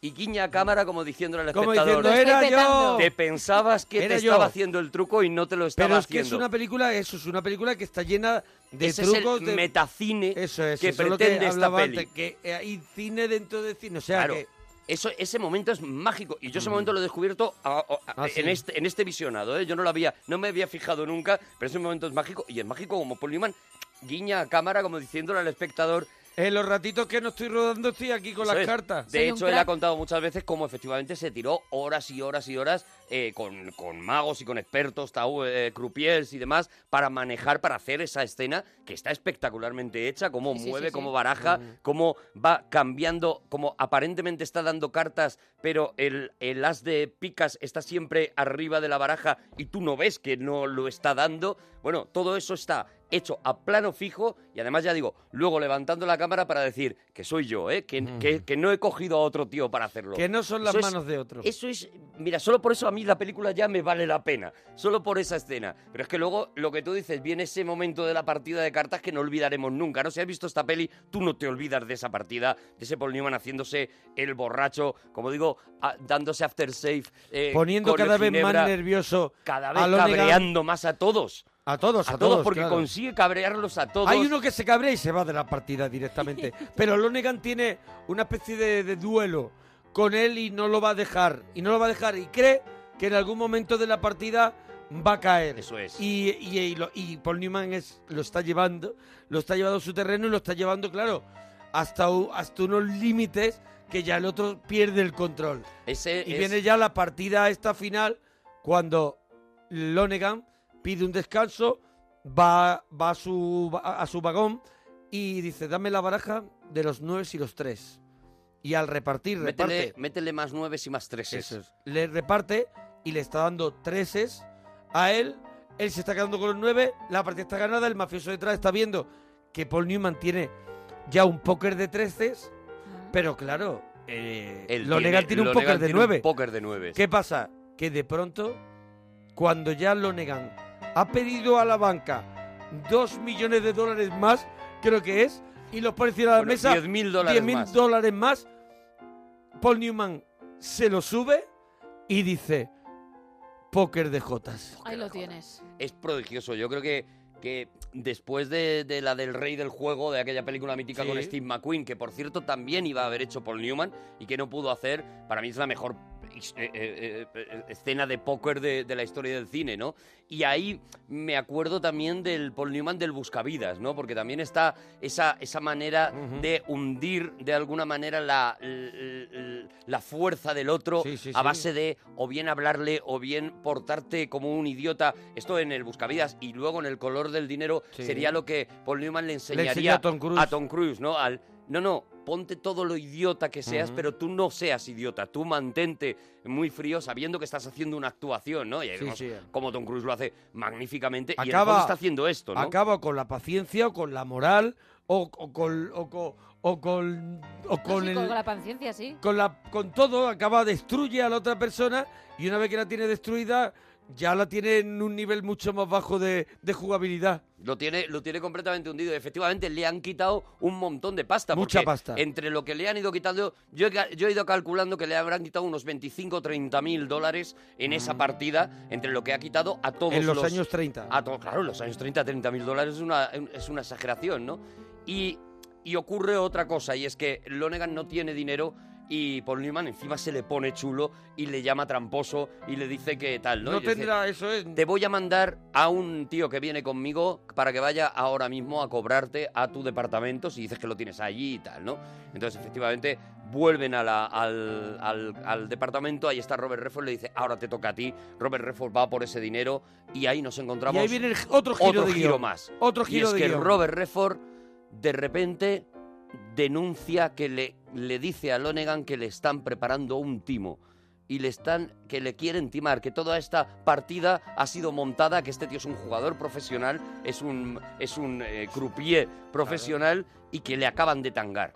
[SPEAKER 2] Y guiña a cámara como diciéndole al
[SPEAKER 3] Como
[SPEAKER 2] espectador.
[SPEAKER 3] diciendo, "Era yo".
[SPEAKER 2] Te pensabas que
[SPEAKER 3] Era
[SPEAKER 2] te
[SPEAKER 3] yo.
[SPEAKER 2] estaba haciendo el truco y no te lo estaba
[SPEAKER 3] Pero es que
[SPEAKER 2] haciendo.
[SPEAKER 3] es una película, eso es una película que está llena de
[SPEAKER 2] Ese es el
[SPEAKER 3] trucos. de...
[SPEAKER 2] metacine
[SPEAKER 3] eso es,
[SPEAKER 2] que
[SPEAKER 3] eso es lo
[SPEAKER 2] pretende esta
[SPEAKER 3] hablaba
[SPEAKER 2] peli.
[SPEAKER 3] antes, que eh, hay cine dentro de cine, o sea
[SPEAKER 2] claro.
[SPEAKER 3] que- Mm.
[SPEAKER 2] Eso, ese momento es mágico y yo ese momento lo he descubierto a- a- a-
[SPEAKER 3] Ah, sí.
[SPEAKER 2] en, este, en este visionado. ¿eh? Yo no lo había, no me había fijado nunca, pero ese momento es mágico y es mágico como Paul Newman guiña a cámara como diciéndole al espectador
[SPEAKER 3] En los ratitos que no estoy rodando estoy aquí con
[SPEAKER 2] Eso
[SPEAKER 3] las
[SPEAKER 2] es.
[SPEAKER 3] cartas.
[SPEAKER 2] De hecho, él ha contado muchas veces cómo efectivamente se tiró horas y horas y horas eh, con, con magos y con expertos, tau, eh, croupiers y demás, para manejar, para hacer esa escena que está espectacularmente hecha, cómo
[SPEAKER 12] Sí, sí,
[SPEAKER 2] mueve,
[SPEAKER 12] sí, sí.
[SPEAKER 2] cómo baraja,
[SPEAKER 12] Mm.
[SPEAKER 2] cómo va cambiando, cómo aparentemente está dando cartas, pero el, el as de picas está siempre arriba de la baraja y tú no ves que no lo está dando. Bueno, todo eso está hecho a plano fijo y además ya digo, luego levantando la cámara para decir que soy yo, ¿eh? que, que- que no he cogido a otro tío para hacerlo.
[SPEAKER 3] Mm. Que no son las
[SPEAKER 2] Eso es-
[SPEAKER 3] manos de otro.
[SPEAKER 2] Eso es, mira, solo por eso a mí la película ya me vale la pena, solo por esa escena. Pero es que luego lo que tú dices, viene ese momento de la partida de cartas que no olvidaremos nunca. No si has visto esta peli, tú no te olvidas de esa partida, de ese Paul Newman haciéndose el borracho, como digo, a- dándose aftershave, eh,
[SPEAKER 3] Poniendo
[SPEAKER 2] con
[SPEAKER 3] cada vez
[SPEAKER 2] ginebra,
[SPEAKER 3] más nervioso.
[SPEAKER 2] cada vez
[SPEAKER 3] a Lonegan.
[SPEAKER 2] cabreando más a todos.
[SPEAKER 3] A todos, a,
[SPEAKER 2] A todos, porque
[SPEAKER 3] claro.
[SPEAKER 2] consigue cabrearlos a todos.
[SPEAKER 3] Hay uno que se cabrea y se va de la partida directamente. Pero Lonegan tiene una especie de, de duelo con él y no lo va a dejar. Y no lo va a dejar. Y cree que en algún momento de la partida va a caer. Eso
[SPEAKER 2] es.
[SPEAKER 3] Y, y- y lo- y Paul Newman es, lo está llevando. Lo está llevando a su terreno y lo está llevando, claro, hasta, u- hasta unos límites que ya el otro pierde el control.
[SPEAKER 2] Ese
[SPEAKER 3] Y
[SPEAKER 2] es-
[SPEAKER 3] viene ya la partida esta final cuando Lonegan pide un descanso, va, va a, su, va a su vagón y dice, dame la baraja de los nueve y los tres. Y al repartir,
[SPEAKER 2] métele,
[SPEAKER 3] reparte.
[SPEAKER 2] métele más nueves y más treses.
[SPEAKER 3] Eso es. Le reparte y le está dando treses a él. Él se está quedando con los nueve, la partida está ganada, el mafioso detrás está viendo que Paul Newman tiene ya un póker de treses, pero claro, eh,
[SPEAKER 2] Él
[SPEAKER 3] Lonegan tiene, un
[SPEAKER 2] Lonegan
[SPEAKER 3] póker de
[SPEAKER 2] tiene un
[SPEAKER 3] nueve.
[SPEAKER 2] póker de nueves.
[SPEAKER 3] ¿Qué pasa? Que de pronto, cuando ya Lonegan ha pedido a la banca dos millones de dólares más, creo que es, y los pone encima de la
[SPEAKER 2] Bueno,
[SPEAKER 3] mesa.
[SPEAKER 2] 10.000 dólares
[SPEAKER 3] 10.000
[SPEAKER 2] más.
[SPEAKER 3] dólares más. Paul Newman se lo sube y dice: Póker de Jotas.
[SPEAKER 7] Ahí lo tienes.
[SPEAKER 2] es prodigioso. Yo creo que, que después de, de la del Rey del Juego, de aquella película mítica
[SPEAKER 12] Sí.
[SPEAKER 2] con Steve McQueen, que por cierto también iba a haber hecho Paul Newman y que no pudo hacer, para mí es la mejor his- eh, eh, eh, eh, escena de póker de, de la historia del cine, ¿no? Y ahí me acuerdo también del Paul Newman del Buscavidas, ¿no? Porque también está esa, esa manera
[SPEAKER 12] Ujú.
[SPEAKER 2] de hundir de alguna manera la, l- l- la fuerza del otro
[SPEAKER 12] Sí, sí,
[SPEAKER 2] a
[SPEAKER 12] sí.
[SPEAKER 2] base de o bien hablarle o bien portarte como un idiota. Esto en el Buscavidas y luego en el color del dinero
[SPEAKER 12] Sí.
[SPEAKER 2] sería lo que Paul Newman le
[SPEAKER 12] enseña
[SPEAKER 2] enseñaría
[SPEAKER 12] a Tom Cruise.
[SPEAKER 2] Cruise, ¿no? Al, no, no, ponte todo lo idiota que seas,
[SPEAKER 12] Ujú.
[SPEAKER 2] pero tú no seas idiota. Tú mantente muy frío sabiendo que estás haciendo una actuación, ¿no? Y ahí
[SPEAKER 3] Sí,
[SPEAKER 2] vemos
[SPEAKER 3] sí.
[SPEAKER 2] como Tom Cruise lo hace magníficamente. y en el
[SPEAKER 3] Acaba,
[SPEAKER 2] fondo está haciendo esto, ¿no?
[SPEAKER 3] acaba con la paciencia, o con la moral, o, o con. O, con- o con, o con
[SPEAKER 7] Sí,
[SPEAKER 3] el-
[SPEAKER 7] con la paciencia, sí.
[SPEAKER 3] con, la, con todo, acaba, destruye a la otra persona y una vez que la tiene destruida, ya la tiene en un nivel mucho más bajo de, de jugabilidad.
[SPEAKER 2] Lo tiene, eh, lo tiene completamente hundido. Efectivamente, le han quitado un montón de pasta.
[SPEAKER 3] Mucha
[SPEAKER 2] porque
[SPEAKER 3] pasta.
[SPEAKER 2] Entre lo que le han ido quitando, yo he, ca- yo he ido calculando que le habrán quitado unos 25 o 30 mil dólares en esa partida, entre lo que ha quitado a todos
[SPEAKER 3] Mm. en los, años 30.
[SPEAKER 2] a to- claro, en los años 30, 30 mil dólares es una, es una exageración, ¿no? Y, y ocurre otra cosa, y es que Lonegan no tiene dinero y Paul Newman encima se le pone chulo y le llama tramposo y le dice que tal, ¿no?
[SPEAKER 3] No
[SPEAKER 2] Y le dice,
[SPEAKER 3] tendrá, eso ¿eh? es.
[SPEAKER 2] te voy a mandar a un tío que viene conmigo para que vaya ahora mismo a cobrarte a tu departamento si dices que lo tienes allí y tal, ¿no? Entonces, efectivamente, vuelven a la- al, al- al departamento, ahí está Robert Redford, le dice, ahora te toca a ti, Robert Redford va por ese dinero y ahí nos encontramos...
[SPEAKER 3] Y ahí viene el- otro giro de guión.
[SPEAKER 2] más.
[SPEAKER 3] Otro
[SPEAKER 2] Y
[SPEAKER 3] giro
[SPEAKER 2] es
[SPEAKER 3] de
[SPEAKER 2] que
[SPEAKER 3] guión.
[SPEAKER 2] Robert Redford, de repente, denuncia que le, le dice a Lonegan que le están preparando un timo y le están que le quieren timar, que toda esta partida ha sido montada, que este tío es un jugador profesional, es un es un eh, croupier profesional y que le acaban de tangar.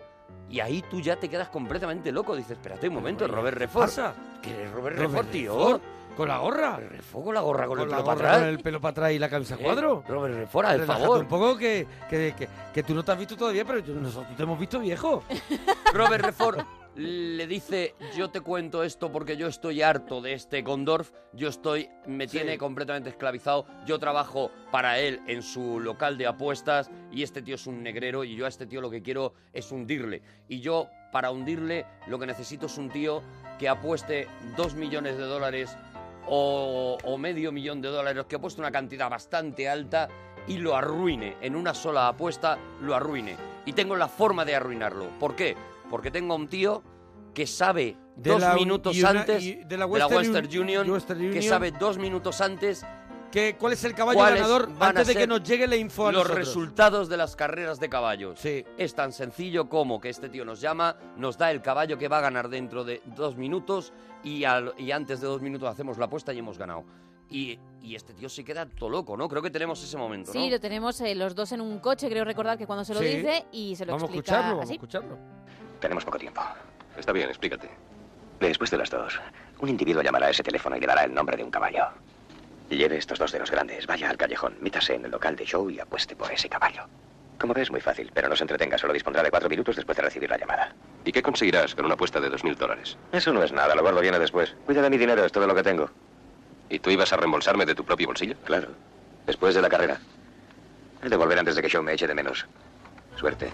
[SPEAKER 2] Y ahí tú ya te quedas completamente loco, dices, espérate un momento, Robert Refor.
[SPEAKER 3] pasa?
[SPEAKER 2] ¿Que es Robert
[SPEAKER 3] Robert
[SPEAKER 2] Refor, tío?
[SPEAKER 3] Redford, con la gorra.
[SPEAKER 2] Robert Redford con la gorra, con, el
[SPEAKER 3] la
[SPEAKER 2] pelo
[SPEAKER 3] gorra,
[SPEAKER 2] para
[SPEAKER 3] con
[SPEAKER 2] atrás.
[SPEAKER 3] el pelo para atrás y la camisa a
[SPEAKER 2] Eh,
[SPEAKER 3] cuadro.
[SPEAKER 2] Robert Redford, al
[SPEAKER 3] Relájate
[SPEAKER 2] favor.
[SPEAKER 3] un poco que, que, que- que tú no te has visto todavía, pero yo- nosotros te hemos visto viejo.
[SPEAKER 2] Robert Redford le dice, yo te cuento esto porque yo estoy harto de este Gondorf, yo estoy, me
[SPEAKER 12] Sí.
[SPEAKER 2] tiene completamente esclavizado, yo trabajo para él en su local de apuestas y este tío es un negrero y yo a este tío lo que quiero es hundirle. Y yo, para hundirle, lo que necesito es un tío que apueste dos millones de dólares o, o medio millón de dólares, que ha puesto una cantidad bastante alta y lo arruine. En una sola apuesta lo arruine. Y tengo la forma de arruinarlo. ¿Por qué? Porque tengo a un tío que sabe
[SPEAKER 3] De
[SPEAKER 2] dos
[SPEAKER 3] la un-
[SPEAKER 2] minutos
[SPEAKER 3] y una-
[SPEAKER 2] antes
[SPEAKER 3] y de la Western Un-
[SPEAKER 2] Union,
[SPEAKER 3] Western
[SPEAKER 2] que
[SPEAKER 3] Union.
[SPEAKER 2] sabe dos minutos antes
[SPEAKER 3] que cuál es el caballo
[SPEAKER 2] ¿Cuáles
[SPEAKER 3] ganador
[SPEAKER 2] van a
[SPEAKER 3] antes de que
[SPEAKER 2] ser
[SPEAKER 3] nos llegue la info a
[SPEAKER 2] los
[SPEAKER 3] nosotros.
[SPEAKER 2] resultados de las carreras de caballos. Es tan sencillo como que este tío nos llama, nos da el caballo que va a ganar dentro de dos minutos y, al- y antes de dos minutos hacemos la apuesta y hemos ganado. Y, y este tío se queda todo loco, ¿no? Creo que tenemos ese momento,
[SPEAKER 7] Sí,
[SPEAKER 2] ¿no?
[SPEAKER 7] lo tenemos eh, los dos en un coche, creo recordar que cuando se lo
[SPEAKER 2] Sí.
[SPEAKER 7] dice y se lo
[SPEAKER 2] Vamos a
[SPEAKER 7] explica
[SPEAKER 2] escucharlo, vamos a
[SPEAKER 7] así. Eh,
[SPEAKER 3] escucharlo.
[SPEAKER 12] Tenemos poco tiempo.
[SPEAKER 13] Está bien, explícate.
[SPEAKER 12] Después de las dos, un individuo llamará a ese teléfono y le dará el nombre de un caballo. Lleve estos dos de los grandes, vaya al callejón, mítase en el local de show y apueste por ese caballo. Como ves, muy fácil, pero no se entretenga, solo dispondrá de cuatro minutos después de recibir la llamada.
[SPEAKER 13] ¿Y qué conseguirás con una apuesta de 2.000 dólares?
[SPEAKER 12] Eso no es nada, lo guardo viene después. Cuida de mi dinero, es todo lo que tengo.
[SPEAKER 13] ¿Y tú ibas a reembolsarme de tu propio bolsillo?
[SPEAKER 12] Claro. Después de la carrera. He de volver antes de que yo me eche de menos. Suerte.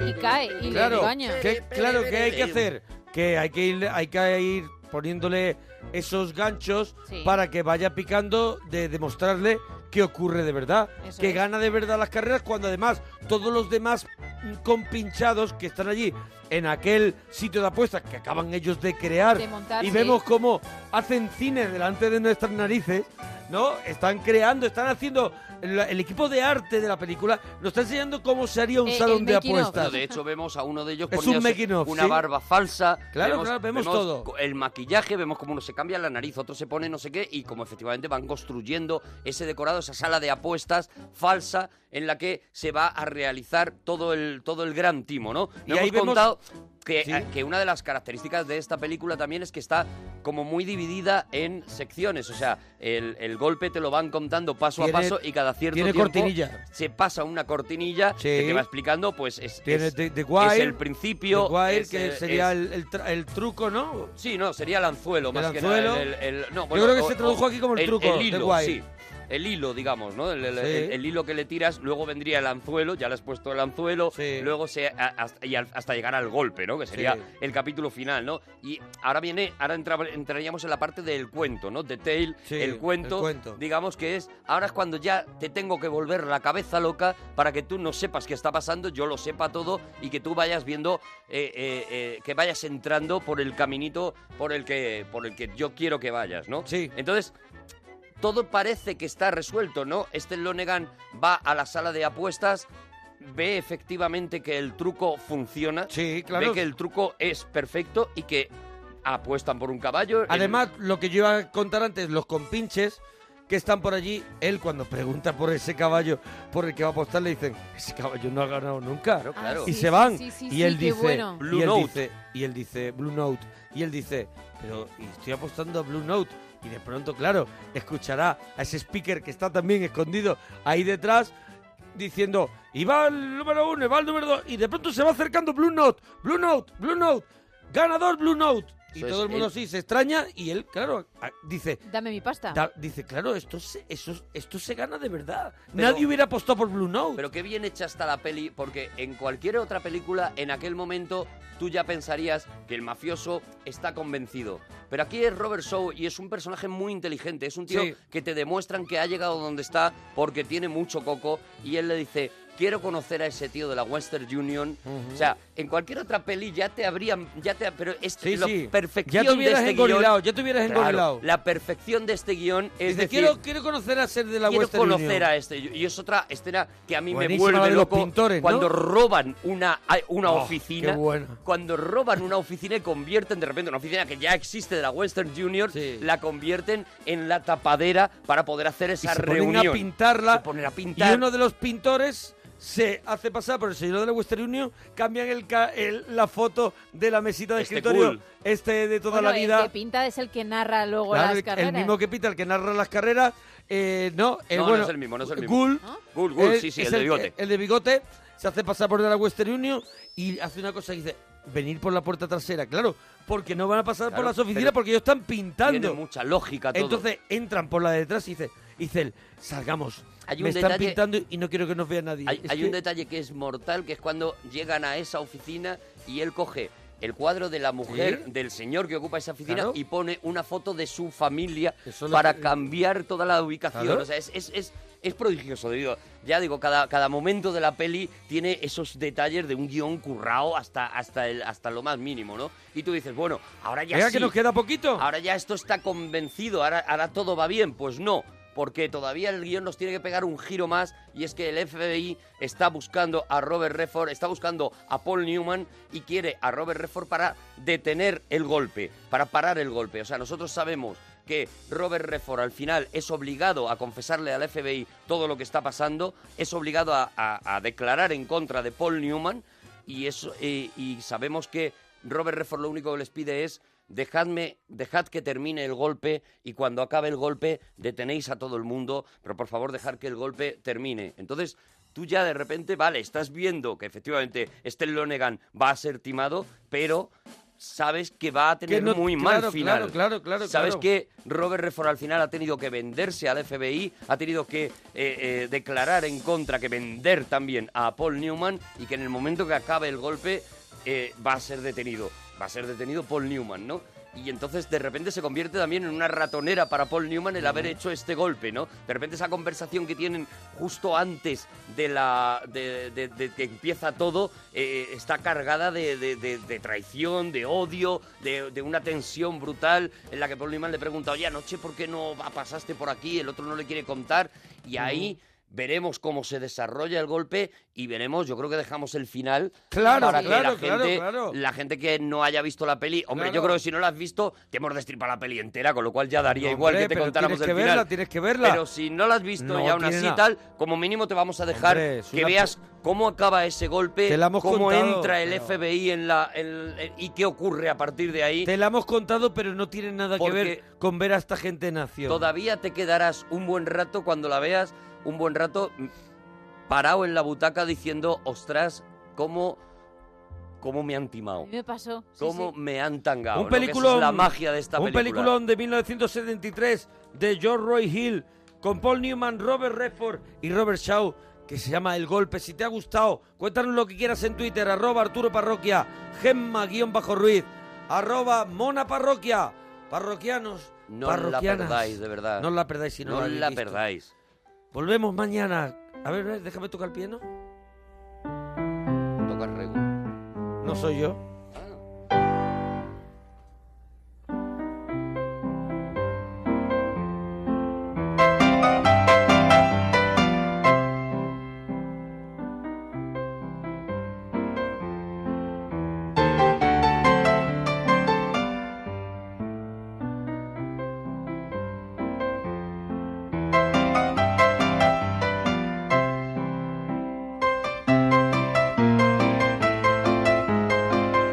[SPEAKER 7] Y cae, y le
[SPEAKER 3] Claro,
[SPEAKER 7] engaña.
[SPEAKER 3] que, claro, ¿qué hay que hacer? Que hay que ir, hay que ir poniéndole esos ganchos
[SPEAKER 7] Sí.
[SPEAKER 3] para que vaya picando de demostrarle qué ocurre de verdad,
[SPEAKER 2] Eso
[SPEAKER 3] que
[SPEAKER 2] es.
[SPEAKER 3] gana de verdad las carreras cuando además todos los demás mm, compinchados que están allí en aquel sitio de apuestas que acaban ellos de crear
[SPEAKER 2] De montar,
[SPEAKER 3] y
[SPEAKER 2] sí.
[SPEAKER 3] vemos cómo hacen cine delante de nuestras narices, ¿no? Están creando, están haciendo el, el equipo de arte de la película nos está enseñando cómo se haría un
[SPEAKER 2] Eh,
[SPEAKER 3] salón de apuestas.
[SPEAKER 2] Pero de hecho, vemos a uno de ellos
[SPEAKER 3] Es un
[SPEAKER 2] poniéndose
[SPEAKER 3] making of,
[SPEAKER 2] una
[SPEAKER 3] ¿sí?
[SPEAKER 2] barba falsa.
[SPEAKER 3] Claro, claro, vemos todo.
[SPEAKER 2] co- El maquillaje, vemos cómo uno se cambia la nariz, otro se pone no sé qué, y como efectivamente van construyendo ese decorado, esa sala de apuestas falsa en la que se va a realizar todo el, todo el gran timo, ¿no?
[SPEAKER 3] Y
[SPEAKER 2] No
[SPEAKER 3] ahí
[SPEAKER 2] hemos
[SPEAKER 3] vemos-
[SPEAKER 2] contado que, eh, que una de las características de esta película también es que está como muy dividida en secciones. O sea, el, el golpe te lo van contando paso
[SPEAKER 3] Tiene-
[SPEAKER 2] a paso y cada cierto
[SPEAKER 3] tiene
[SPEAKER 2] tiempo
[SPEAKER 3] cortinilla.
[SPEAKER 2] se pasa una cortinilla
[SPEAKER 3] Sí.
[SPEAKER 2] que te va explicando, pues es,
[SPEAKER 3] Tiene
[SPEAKER 2] es,
[SPEAKER 3] The, The Wire,
[SPEAKER 2] es el principio.
[SPEAKER 3] The Wire,
[SPEAKER 2] es,
[SPEAKER 3] que
[SPEAKER 2] eh,
[SPEAKER 3] sería
[SPEAKER 2] es-
[SPEAKER 3] el, el tra- el truco, ¿no?
[SPEAKER 2] Sí, no, sería el anzuelo,
[SPEAKER 3] El
[SPEAKER 2] más que
[SPEAKER 3] anzuelo.
[SPEAKER 2] nada. el- el- el- no,
[SPEAKER 3] Yo
[SPEAKER 2] bueno,
[SPEAKER 3] creo que
[SPEAKER 2] o-
[SPEAKER 3] se tradujo
[SPEAKER 2] o-
[SPEAKER 3] aquí como el truco,
[SPEAKER 2] El
[SPEAKER 3] The
[SPEAKER 2] hilo,
[SPEAKER 3] Wire.
[SPEAKER 2] sí. El hilo, digamos, ¿no? El, el-
[SPEAKER 3] Sí.
[SPEAKER 2] el- el hilo que le tiras, luego vendría el anzuelo, ya le has puesto el anzuelo, luego se, a- hasta, y al- hasta llegar al golpe, ¿no? Que sería
[SPEAKER 3] Sí.
[SPEAKER 2] el capítulo final, ¿no? Y ahora viene, ahora entra- entraríamos en la parte del cuento, ¿no? The tale,
[SPEAKER 3] Sí,
[SPEAKER 2] el, cuento,
[SPEAKER 3] el cuento.
[SPEAKER 2] digamos que es, ahora es cuando ya te tengo que volver la cabeza loca para que tú no sepas qué está pasando, yo lo sepa todo y que tú vayas viendo, eh, eh, eh, que vayas entrando por el caminito por el que, por el que yo quiero que vayas, ¿no? Sí. Entonces, todo parece que está resuelto, ¿no? Este Lonegan va a la sala de apuestas, ve efectivamente que el truco funciona,
[SPEAKER 3] claro.
[SPEAKER 2] ve que el truco es perfecto y que apuestan por un caballo. el-
[SPEAKER 3] Además, lo que yo iba a contar antes, los compinches que están por allí, él cuando pregunta por ese caballo por el que va a apostar, le dicen, ese caballo no ha ganado nunca.
[SPEAKER 2] Ah, claro.
[SPEAKER 3] Y
[SPEAKER 2] sí,
[SPEAKER 3] se van.
[SPEAKER 2] sí, sí,
[SPEAKER 3] y
[SPEAKER 2] sí,
[SPEAKER 3] él
[SPEAKER 2] qué
[SPEAKER 3] dice,
[SPEAKER 2] bueno. Blue
[SPEAKER 3] y él
[SPEAKER 2] Note.
[SPEAKER 3] dice, y él dice, Blue Note. Y él dice, pero y estoy apostando a Blue Note. Y de pronto, claro, escuchará a ese speaker que está también escondido ahí detrás diciendo, y va el número uno, y va el número dos, y de pronto se va acercando Blue Note, Blue Note, Blue Note, ganador Blue Note. Y
[SPEAKER 2] Eso es, eh.
[SPEAKER 3] todo el mundo
[SPEAKER 2] él-
[SPEAKER 3] sí se extraña y él, claro, a- dice,
[SPEAKER 7] Dame mi pasta.
[SPEAKER 3] da- dice, claro, esto se, eso, esto se gana de verdad.
[SPEAKER 2] Pero-
[SPEAKER 3] Nadie hubiera apostado por Blue Note.
[SPEAKER 2] Pero qué bien hecha está la peli, porque en cualquier otra película, en aquel momento, tú ya pensarías que el mafioso está convencido. Pero aquí es Robert Shaw y es un personaje muy inteligente. Es un tío
[SPEAKER 3] Sí.
[SPEAKER 2] que te demuestran que ha llegado donde está porque tiene mucho coco y él le dice. Quiero conocer a ese tío de la Western Union.
[SPEAKER 3] Ujú.
[SPEAKER 2] O sea, en cualquier otra peli ya te habrían, ya te, pero es
[SPEAKER 3] Sí,
[SPEAKER 2] lo
[SPEAKER 3] sí.
[SPEAKER 2] perfección
[SPEAKER 3] Ya te hubieras
[SPEAKER 2] de este
[SPEAKER 3] engorilado,
[SPEAKER 2] guión.
[SPEAKER 3] ya te hubieras
[SPEAKER 2] Claro,
[SPEAKER 3] engorilado.
[SPEAKER 2] La perfección de este guión es
[SPEAKER 3] Dice,
[SPEAKER 2] decir,
[SPEAKER 3] quiero, quiero conocer a ser de la
[SPEAKER 2] quiero
[SPEAKER 3] Western
[SPEAKER 2] conocer
[SPEAKER 3] Union".
[SPEAKER 2] a este. Y es otra escena que a mí
[SPEAKER 3] Buenísima
[SPEAKER 2] me
[SPEAKER 3] la de
[SPEAKER 2] vuelve
[SPEAKER 3] los
[SPEAKER 2] loco
[SPEAKER 3] pintores, ¿no?
[SPEAKER 2] cuando roban una, hay una
[SPEAKER 3] Oh,
[SPEAKER 2] oficina.
[SPEAKER 3] qué buena.
[SPEAKER 2] Cuando roban una oficina y convierten de repente una oficina que ya existe de la Western Junior, la convierten en la tapadera para poder hacer esa
[SPEAKER 3] se ponen
[SPEAKER 2] reunión.
[SPEAKER 3] a pintarla.
[SPEAKER 2] Se ponen a pintar.
[SPEAKER 3] Y uno de los pintores se hace pasar por el señor de la Western Union, cambian el, ca- el- la foto de la mesita de
[SPEAKER 2] Este
[SPEAKER 3] escritorio,
[SPEAKER 2] cool.
[SPEAKER 3] este de toda
[SPEAKER 7] Bueno,
[SPEAKER 3] la
[SPEAKER 7] El
[SPEAKER 3] vida.
[SPEAKER 7] que pinta es el que narra luego
[SPEAKER 3] Claro,
[SPEAKER 7] las
[SPEAKER 3] el, el
[SPEAKER 7] carreras.
[SPEAKER 3] mismo que pinta, el que narra las carreras. Eh, no, eh,
[SPEAKER 2] No, no
[SPEAKER 3] bueno,
[SPEAKER 2] es el mismo, no es el mismo.
[SPEAKER 3] Gull,
[SPEAKER 2] ¿Ah? Gull, Gull,
[SPEAKER 3] eh,
[SPEAKER 2] sí, sí,
[SPEAKER 3] es
[SPEAKER 2] el de bigote.
[SPEAKER 3] El de bigote se hace pasar por la Western Union y hace una cosa que dice, venir por la puerta trasera, claro, porque no van a pasar por
[SPEAKER 2] Claro,
[SPEAKER 3] las oficinas
[SPEAKER 2] pero
[SPEAKER 3] porque ellos están pintando.
[SPEAKER 2] Tiene mucha lógica todo.
[SPEAKER 3] Entonces entran por la de detrás y dice, Icel, salgamos.
[SPEAKER 2] Hay un
[SPEAKER 3] Me están
[SPEAKER 2] detalle-
[SPEAKER 3] pintando y no quiero que nos vea nadie.
[SPEAKER 2] Hay,
[SPEAKER 3] Es
[SPEAKER 2] hay
[SPEAKER 3] que-
[SPEAKER 2] un detalle que es mortal, que es cuando llegan a esa oficina y él coge el cuadro de la mujer
[SPEAKER 15] ¿Sí?
[SPEAKER 2] del señor que ocupa esa oficina
[SPEAKER 15] Claro.
[SPEAKER 2] y pone una foto de su familia
[SPEAKER 15] Eso lo-
[SPEAKER 2] para cambiar toda la ubicación.
[SPEAKER 15] Claro.
[SPEAKER 2] O sea, es, es, es, es prodigioso. Digo. Ya digo, cada, cada momento de la peli tiene esos detalles de un guión currao hasta, hasta, el, hasta lo más mínimo, ¿no? Y tú dices, bueno, ahora ya
[SPEAKER 3] Venga,
[SPEAKER 2] sí.
[SPEAKER 3] que nos queda poquito.
[SPEAKER 2] Ahora ya esto está convencido, ahora, ahora todo va bien. Pues no, porque todavía el guión nos tiene que pegar un giro más y es que el FBI está buscando a Robert Redford, está buscando a Paul Newman y quiere a Robert Redford para detener el golpe, para parar el golpe. O sea, nosotros sabemos que Robert Redford al final es obligado a confesarle al FBI todo lo que está pasando, es obligado a, a- a declarar en contra de Paul Newman y, eso, y, y sabemos que Robert Redford lo único que les pide es dejadme, dejad que termine el golpe y cuando acabe el golpe detenéis a todo el mundo, pero por favor dejad que el golpe termine. Entonces tú ya de repente, vale, estás viendo que efectivamente este Lonegan va a ser timado, pero sabes que va a tener
[SPEAKER 3] no-
[SPEAKER 2] muy
[SPEAKER 3] claro,
[SPEAKER 2] mal final.
[SPEAKER 3] claro, claro, claro,
[SPEAKER 2] Sabes
[SPEAKER 3] claro.
[SPEAKER 2] que que Robert Redford al final ha tenido que venderse al FBI, ha tenido que eh, eh, declarar en contra, que vender también a Paul Newman y que en el momento que acabe el golpe eh, va a ser detenido. Va a ser detenido Paul Newman, ¿no? Y entonces de repente se convierte también en una ratonera para Paul Newman el haber hecho este golpe, ¿no? De repente esa conversación que tienen justo antes de la de, de- de que empieza todo eh, está cargada de, de- de- de traición, de odio, de, de una tensión brutal en la que Paul Newman le pregunta, oye, anoche ¿por qué no va- pasaste por aquí? El otro no le quiere contar y ahí... Veremos cómo se desarrolla el golpe y veremos, yo creo que dejamos el final
[SPEAKER 3] Claro,
[SPEAKER 2] para
[SPEAKER 3] claro,
[SPEAKER 2] que la
[SPEAKER 3] claro,
[SPEAKER 2] gente,
[SPEAKER 3] claro.
[SPEAKER 2] la gente que no haya visto la peli, hombre, yo
[SPEAKER 3] Claro.
[SPEAKER 2] creo que si no la has visto, te hemos destripado la peli entera, con lo cual ya daría
[SPEAKER 3] No,
[SPEAKER 2] igual
[SPEAKER 3] hombre,
[SPEAKER 2] que te
[SPEAKER 3] pero
[SPEAKER 2] contáramos
[SPEAKER 3] tienes
[SPEAKER 2] el
[SPEAKER 3] que
[SPEAKER 2] final.
[SPEAKER 3] verla, tienes que verla.
[SPEAKER 2] Pero si no la has visto
[SPEAKER 3] No
[SPEAKER 2] y aún
[SPEAKER 3] tiene
[SPEAKER 2] así
[SPEAKER 3] nada.
[SPEAKER 2] tal, como mínimo te vamos a dejar
[SPEAKER 3] Hombre, es
[SPEAKER 2] que
[SPEAKER 3] una
[SPEAKER 2] veas cómo acaba ese golpe,
[SPEAKER 3] Te la hemos
[SPEAKER 2] cómo
[SPEAKER 3] contado,
[SPEAKER 2] entra el
[SPEAKER 3] pero-
[SPEAKER 2] FBI en la en- en- y qué ocurre a partir de ahí.
[SPEAKER 3] Te la hemos contado, pero no tiene nada que
[SPEAKER 2] Porque-
[SPEAKER 3] ver con ver a esta gente en acción.
[SPEAKER 2] Todavía te quedarás un buen rato cuando la veas, un buen rato mm, parado en la butaca diciendo, ostras, cómo, cómo me han timado.
[SPEAKER 7] Me pasó. sí,
[SPEAKER 2] ¿Cómo
[SPEAKER 7] sí.
[SPEAKER 2] me han tangado?
[SPEAKER 3] un
[SPEAKER 2] ¿no? Que esa
[SPEAKER 3] peliculón,
[SPEAKER 2] es la magia de esta
[SPEAKER 3] un
[SPEAKER 2] película.
[SPEAKER 3] peliculón de 1973 de George Roy Hill con Paul Newman, Robert Redford y Robert Shaw que se llama El Golpe. Si te ha gustado, cuéntanos lo que quieras en Twitter, arroba Arturo Parroquia, Gemma-Ruiz, arroba Mona Parroquia, parroquianos,
[SPEAKER 2] No la
[SPEAKER 3] parroquianas.
[SPEAKER 2] perdáis, de verdad.
[SPEAKER 3] No la perdáis si no,
[SPEAKER 2] No
[SPEAKER 3] la habéis
[SPEAKER 2] la
[SPEAKER 3] visto.
[SPEAKER 2] perdáis.
[SPEAKER 3] Volvemos mañana. A ver, a ver, déjame tocar el piano.
[SPEAKER 2] Toca el rego.
[SPEAKER 3] No soy yo.
[SPEAKER 16] Thank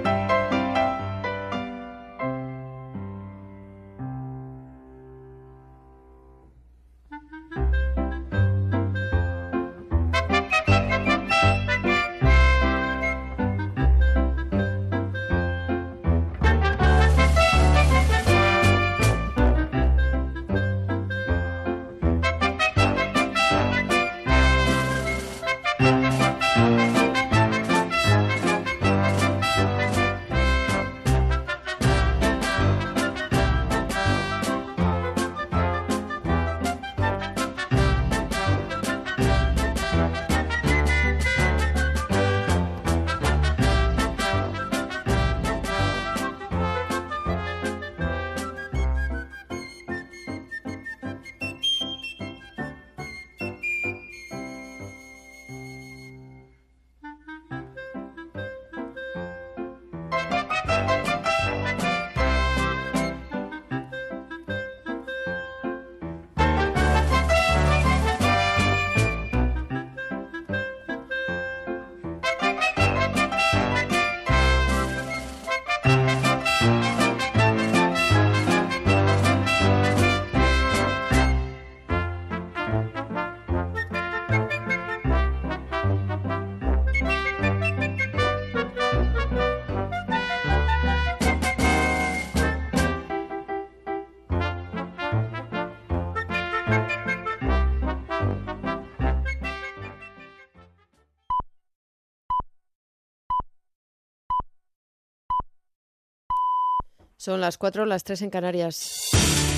[SPEAKER 17] Son las 4, las 3 en Canarias.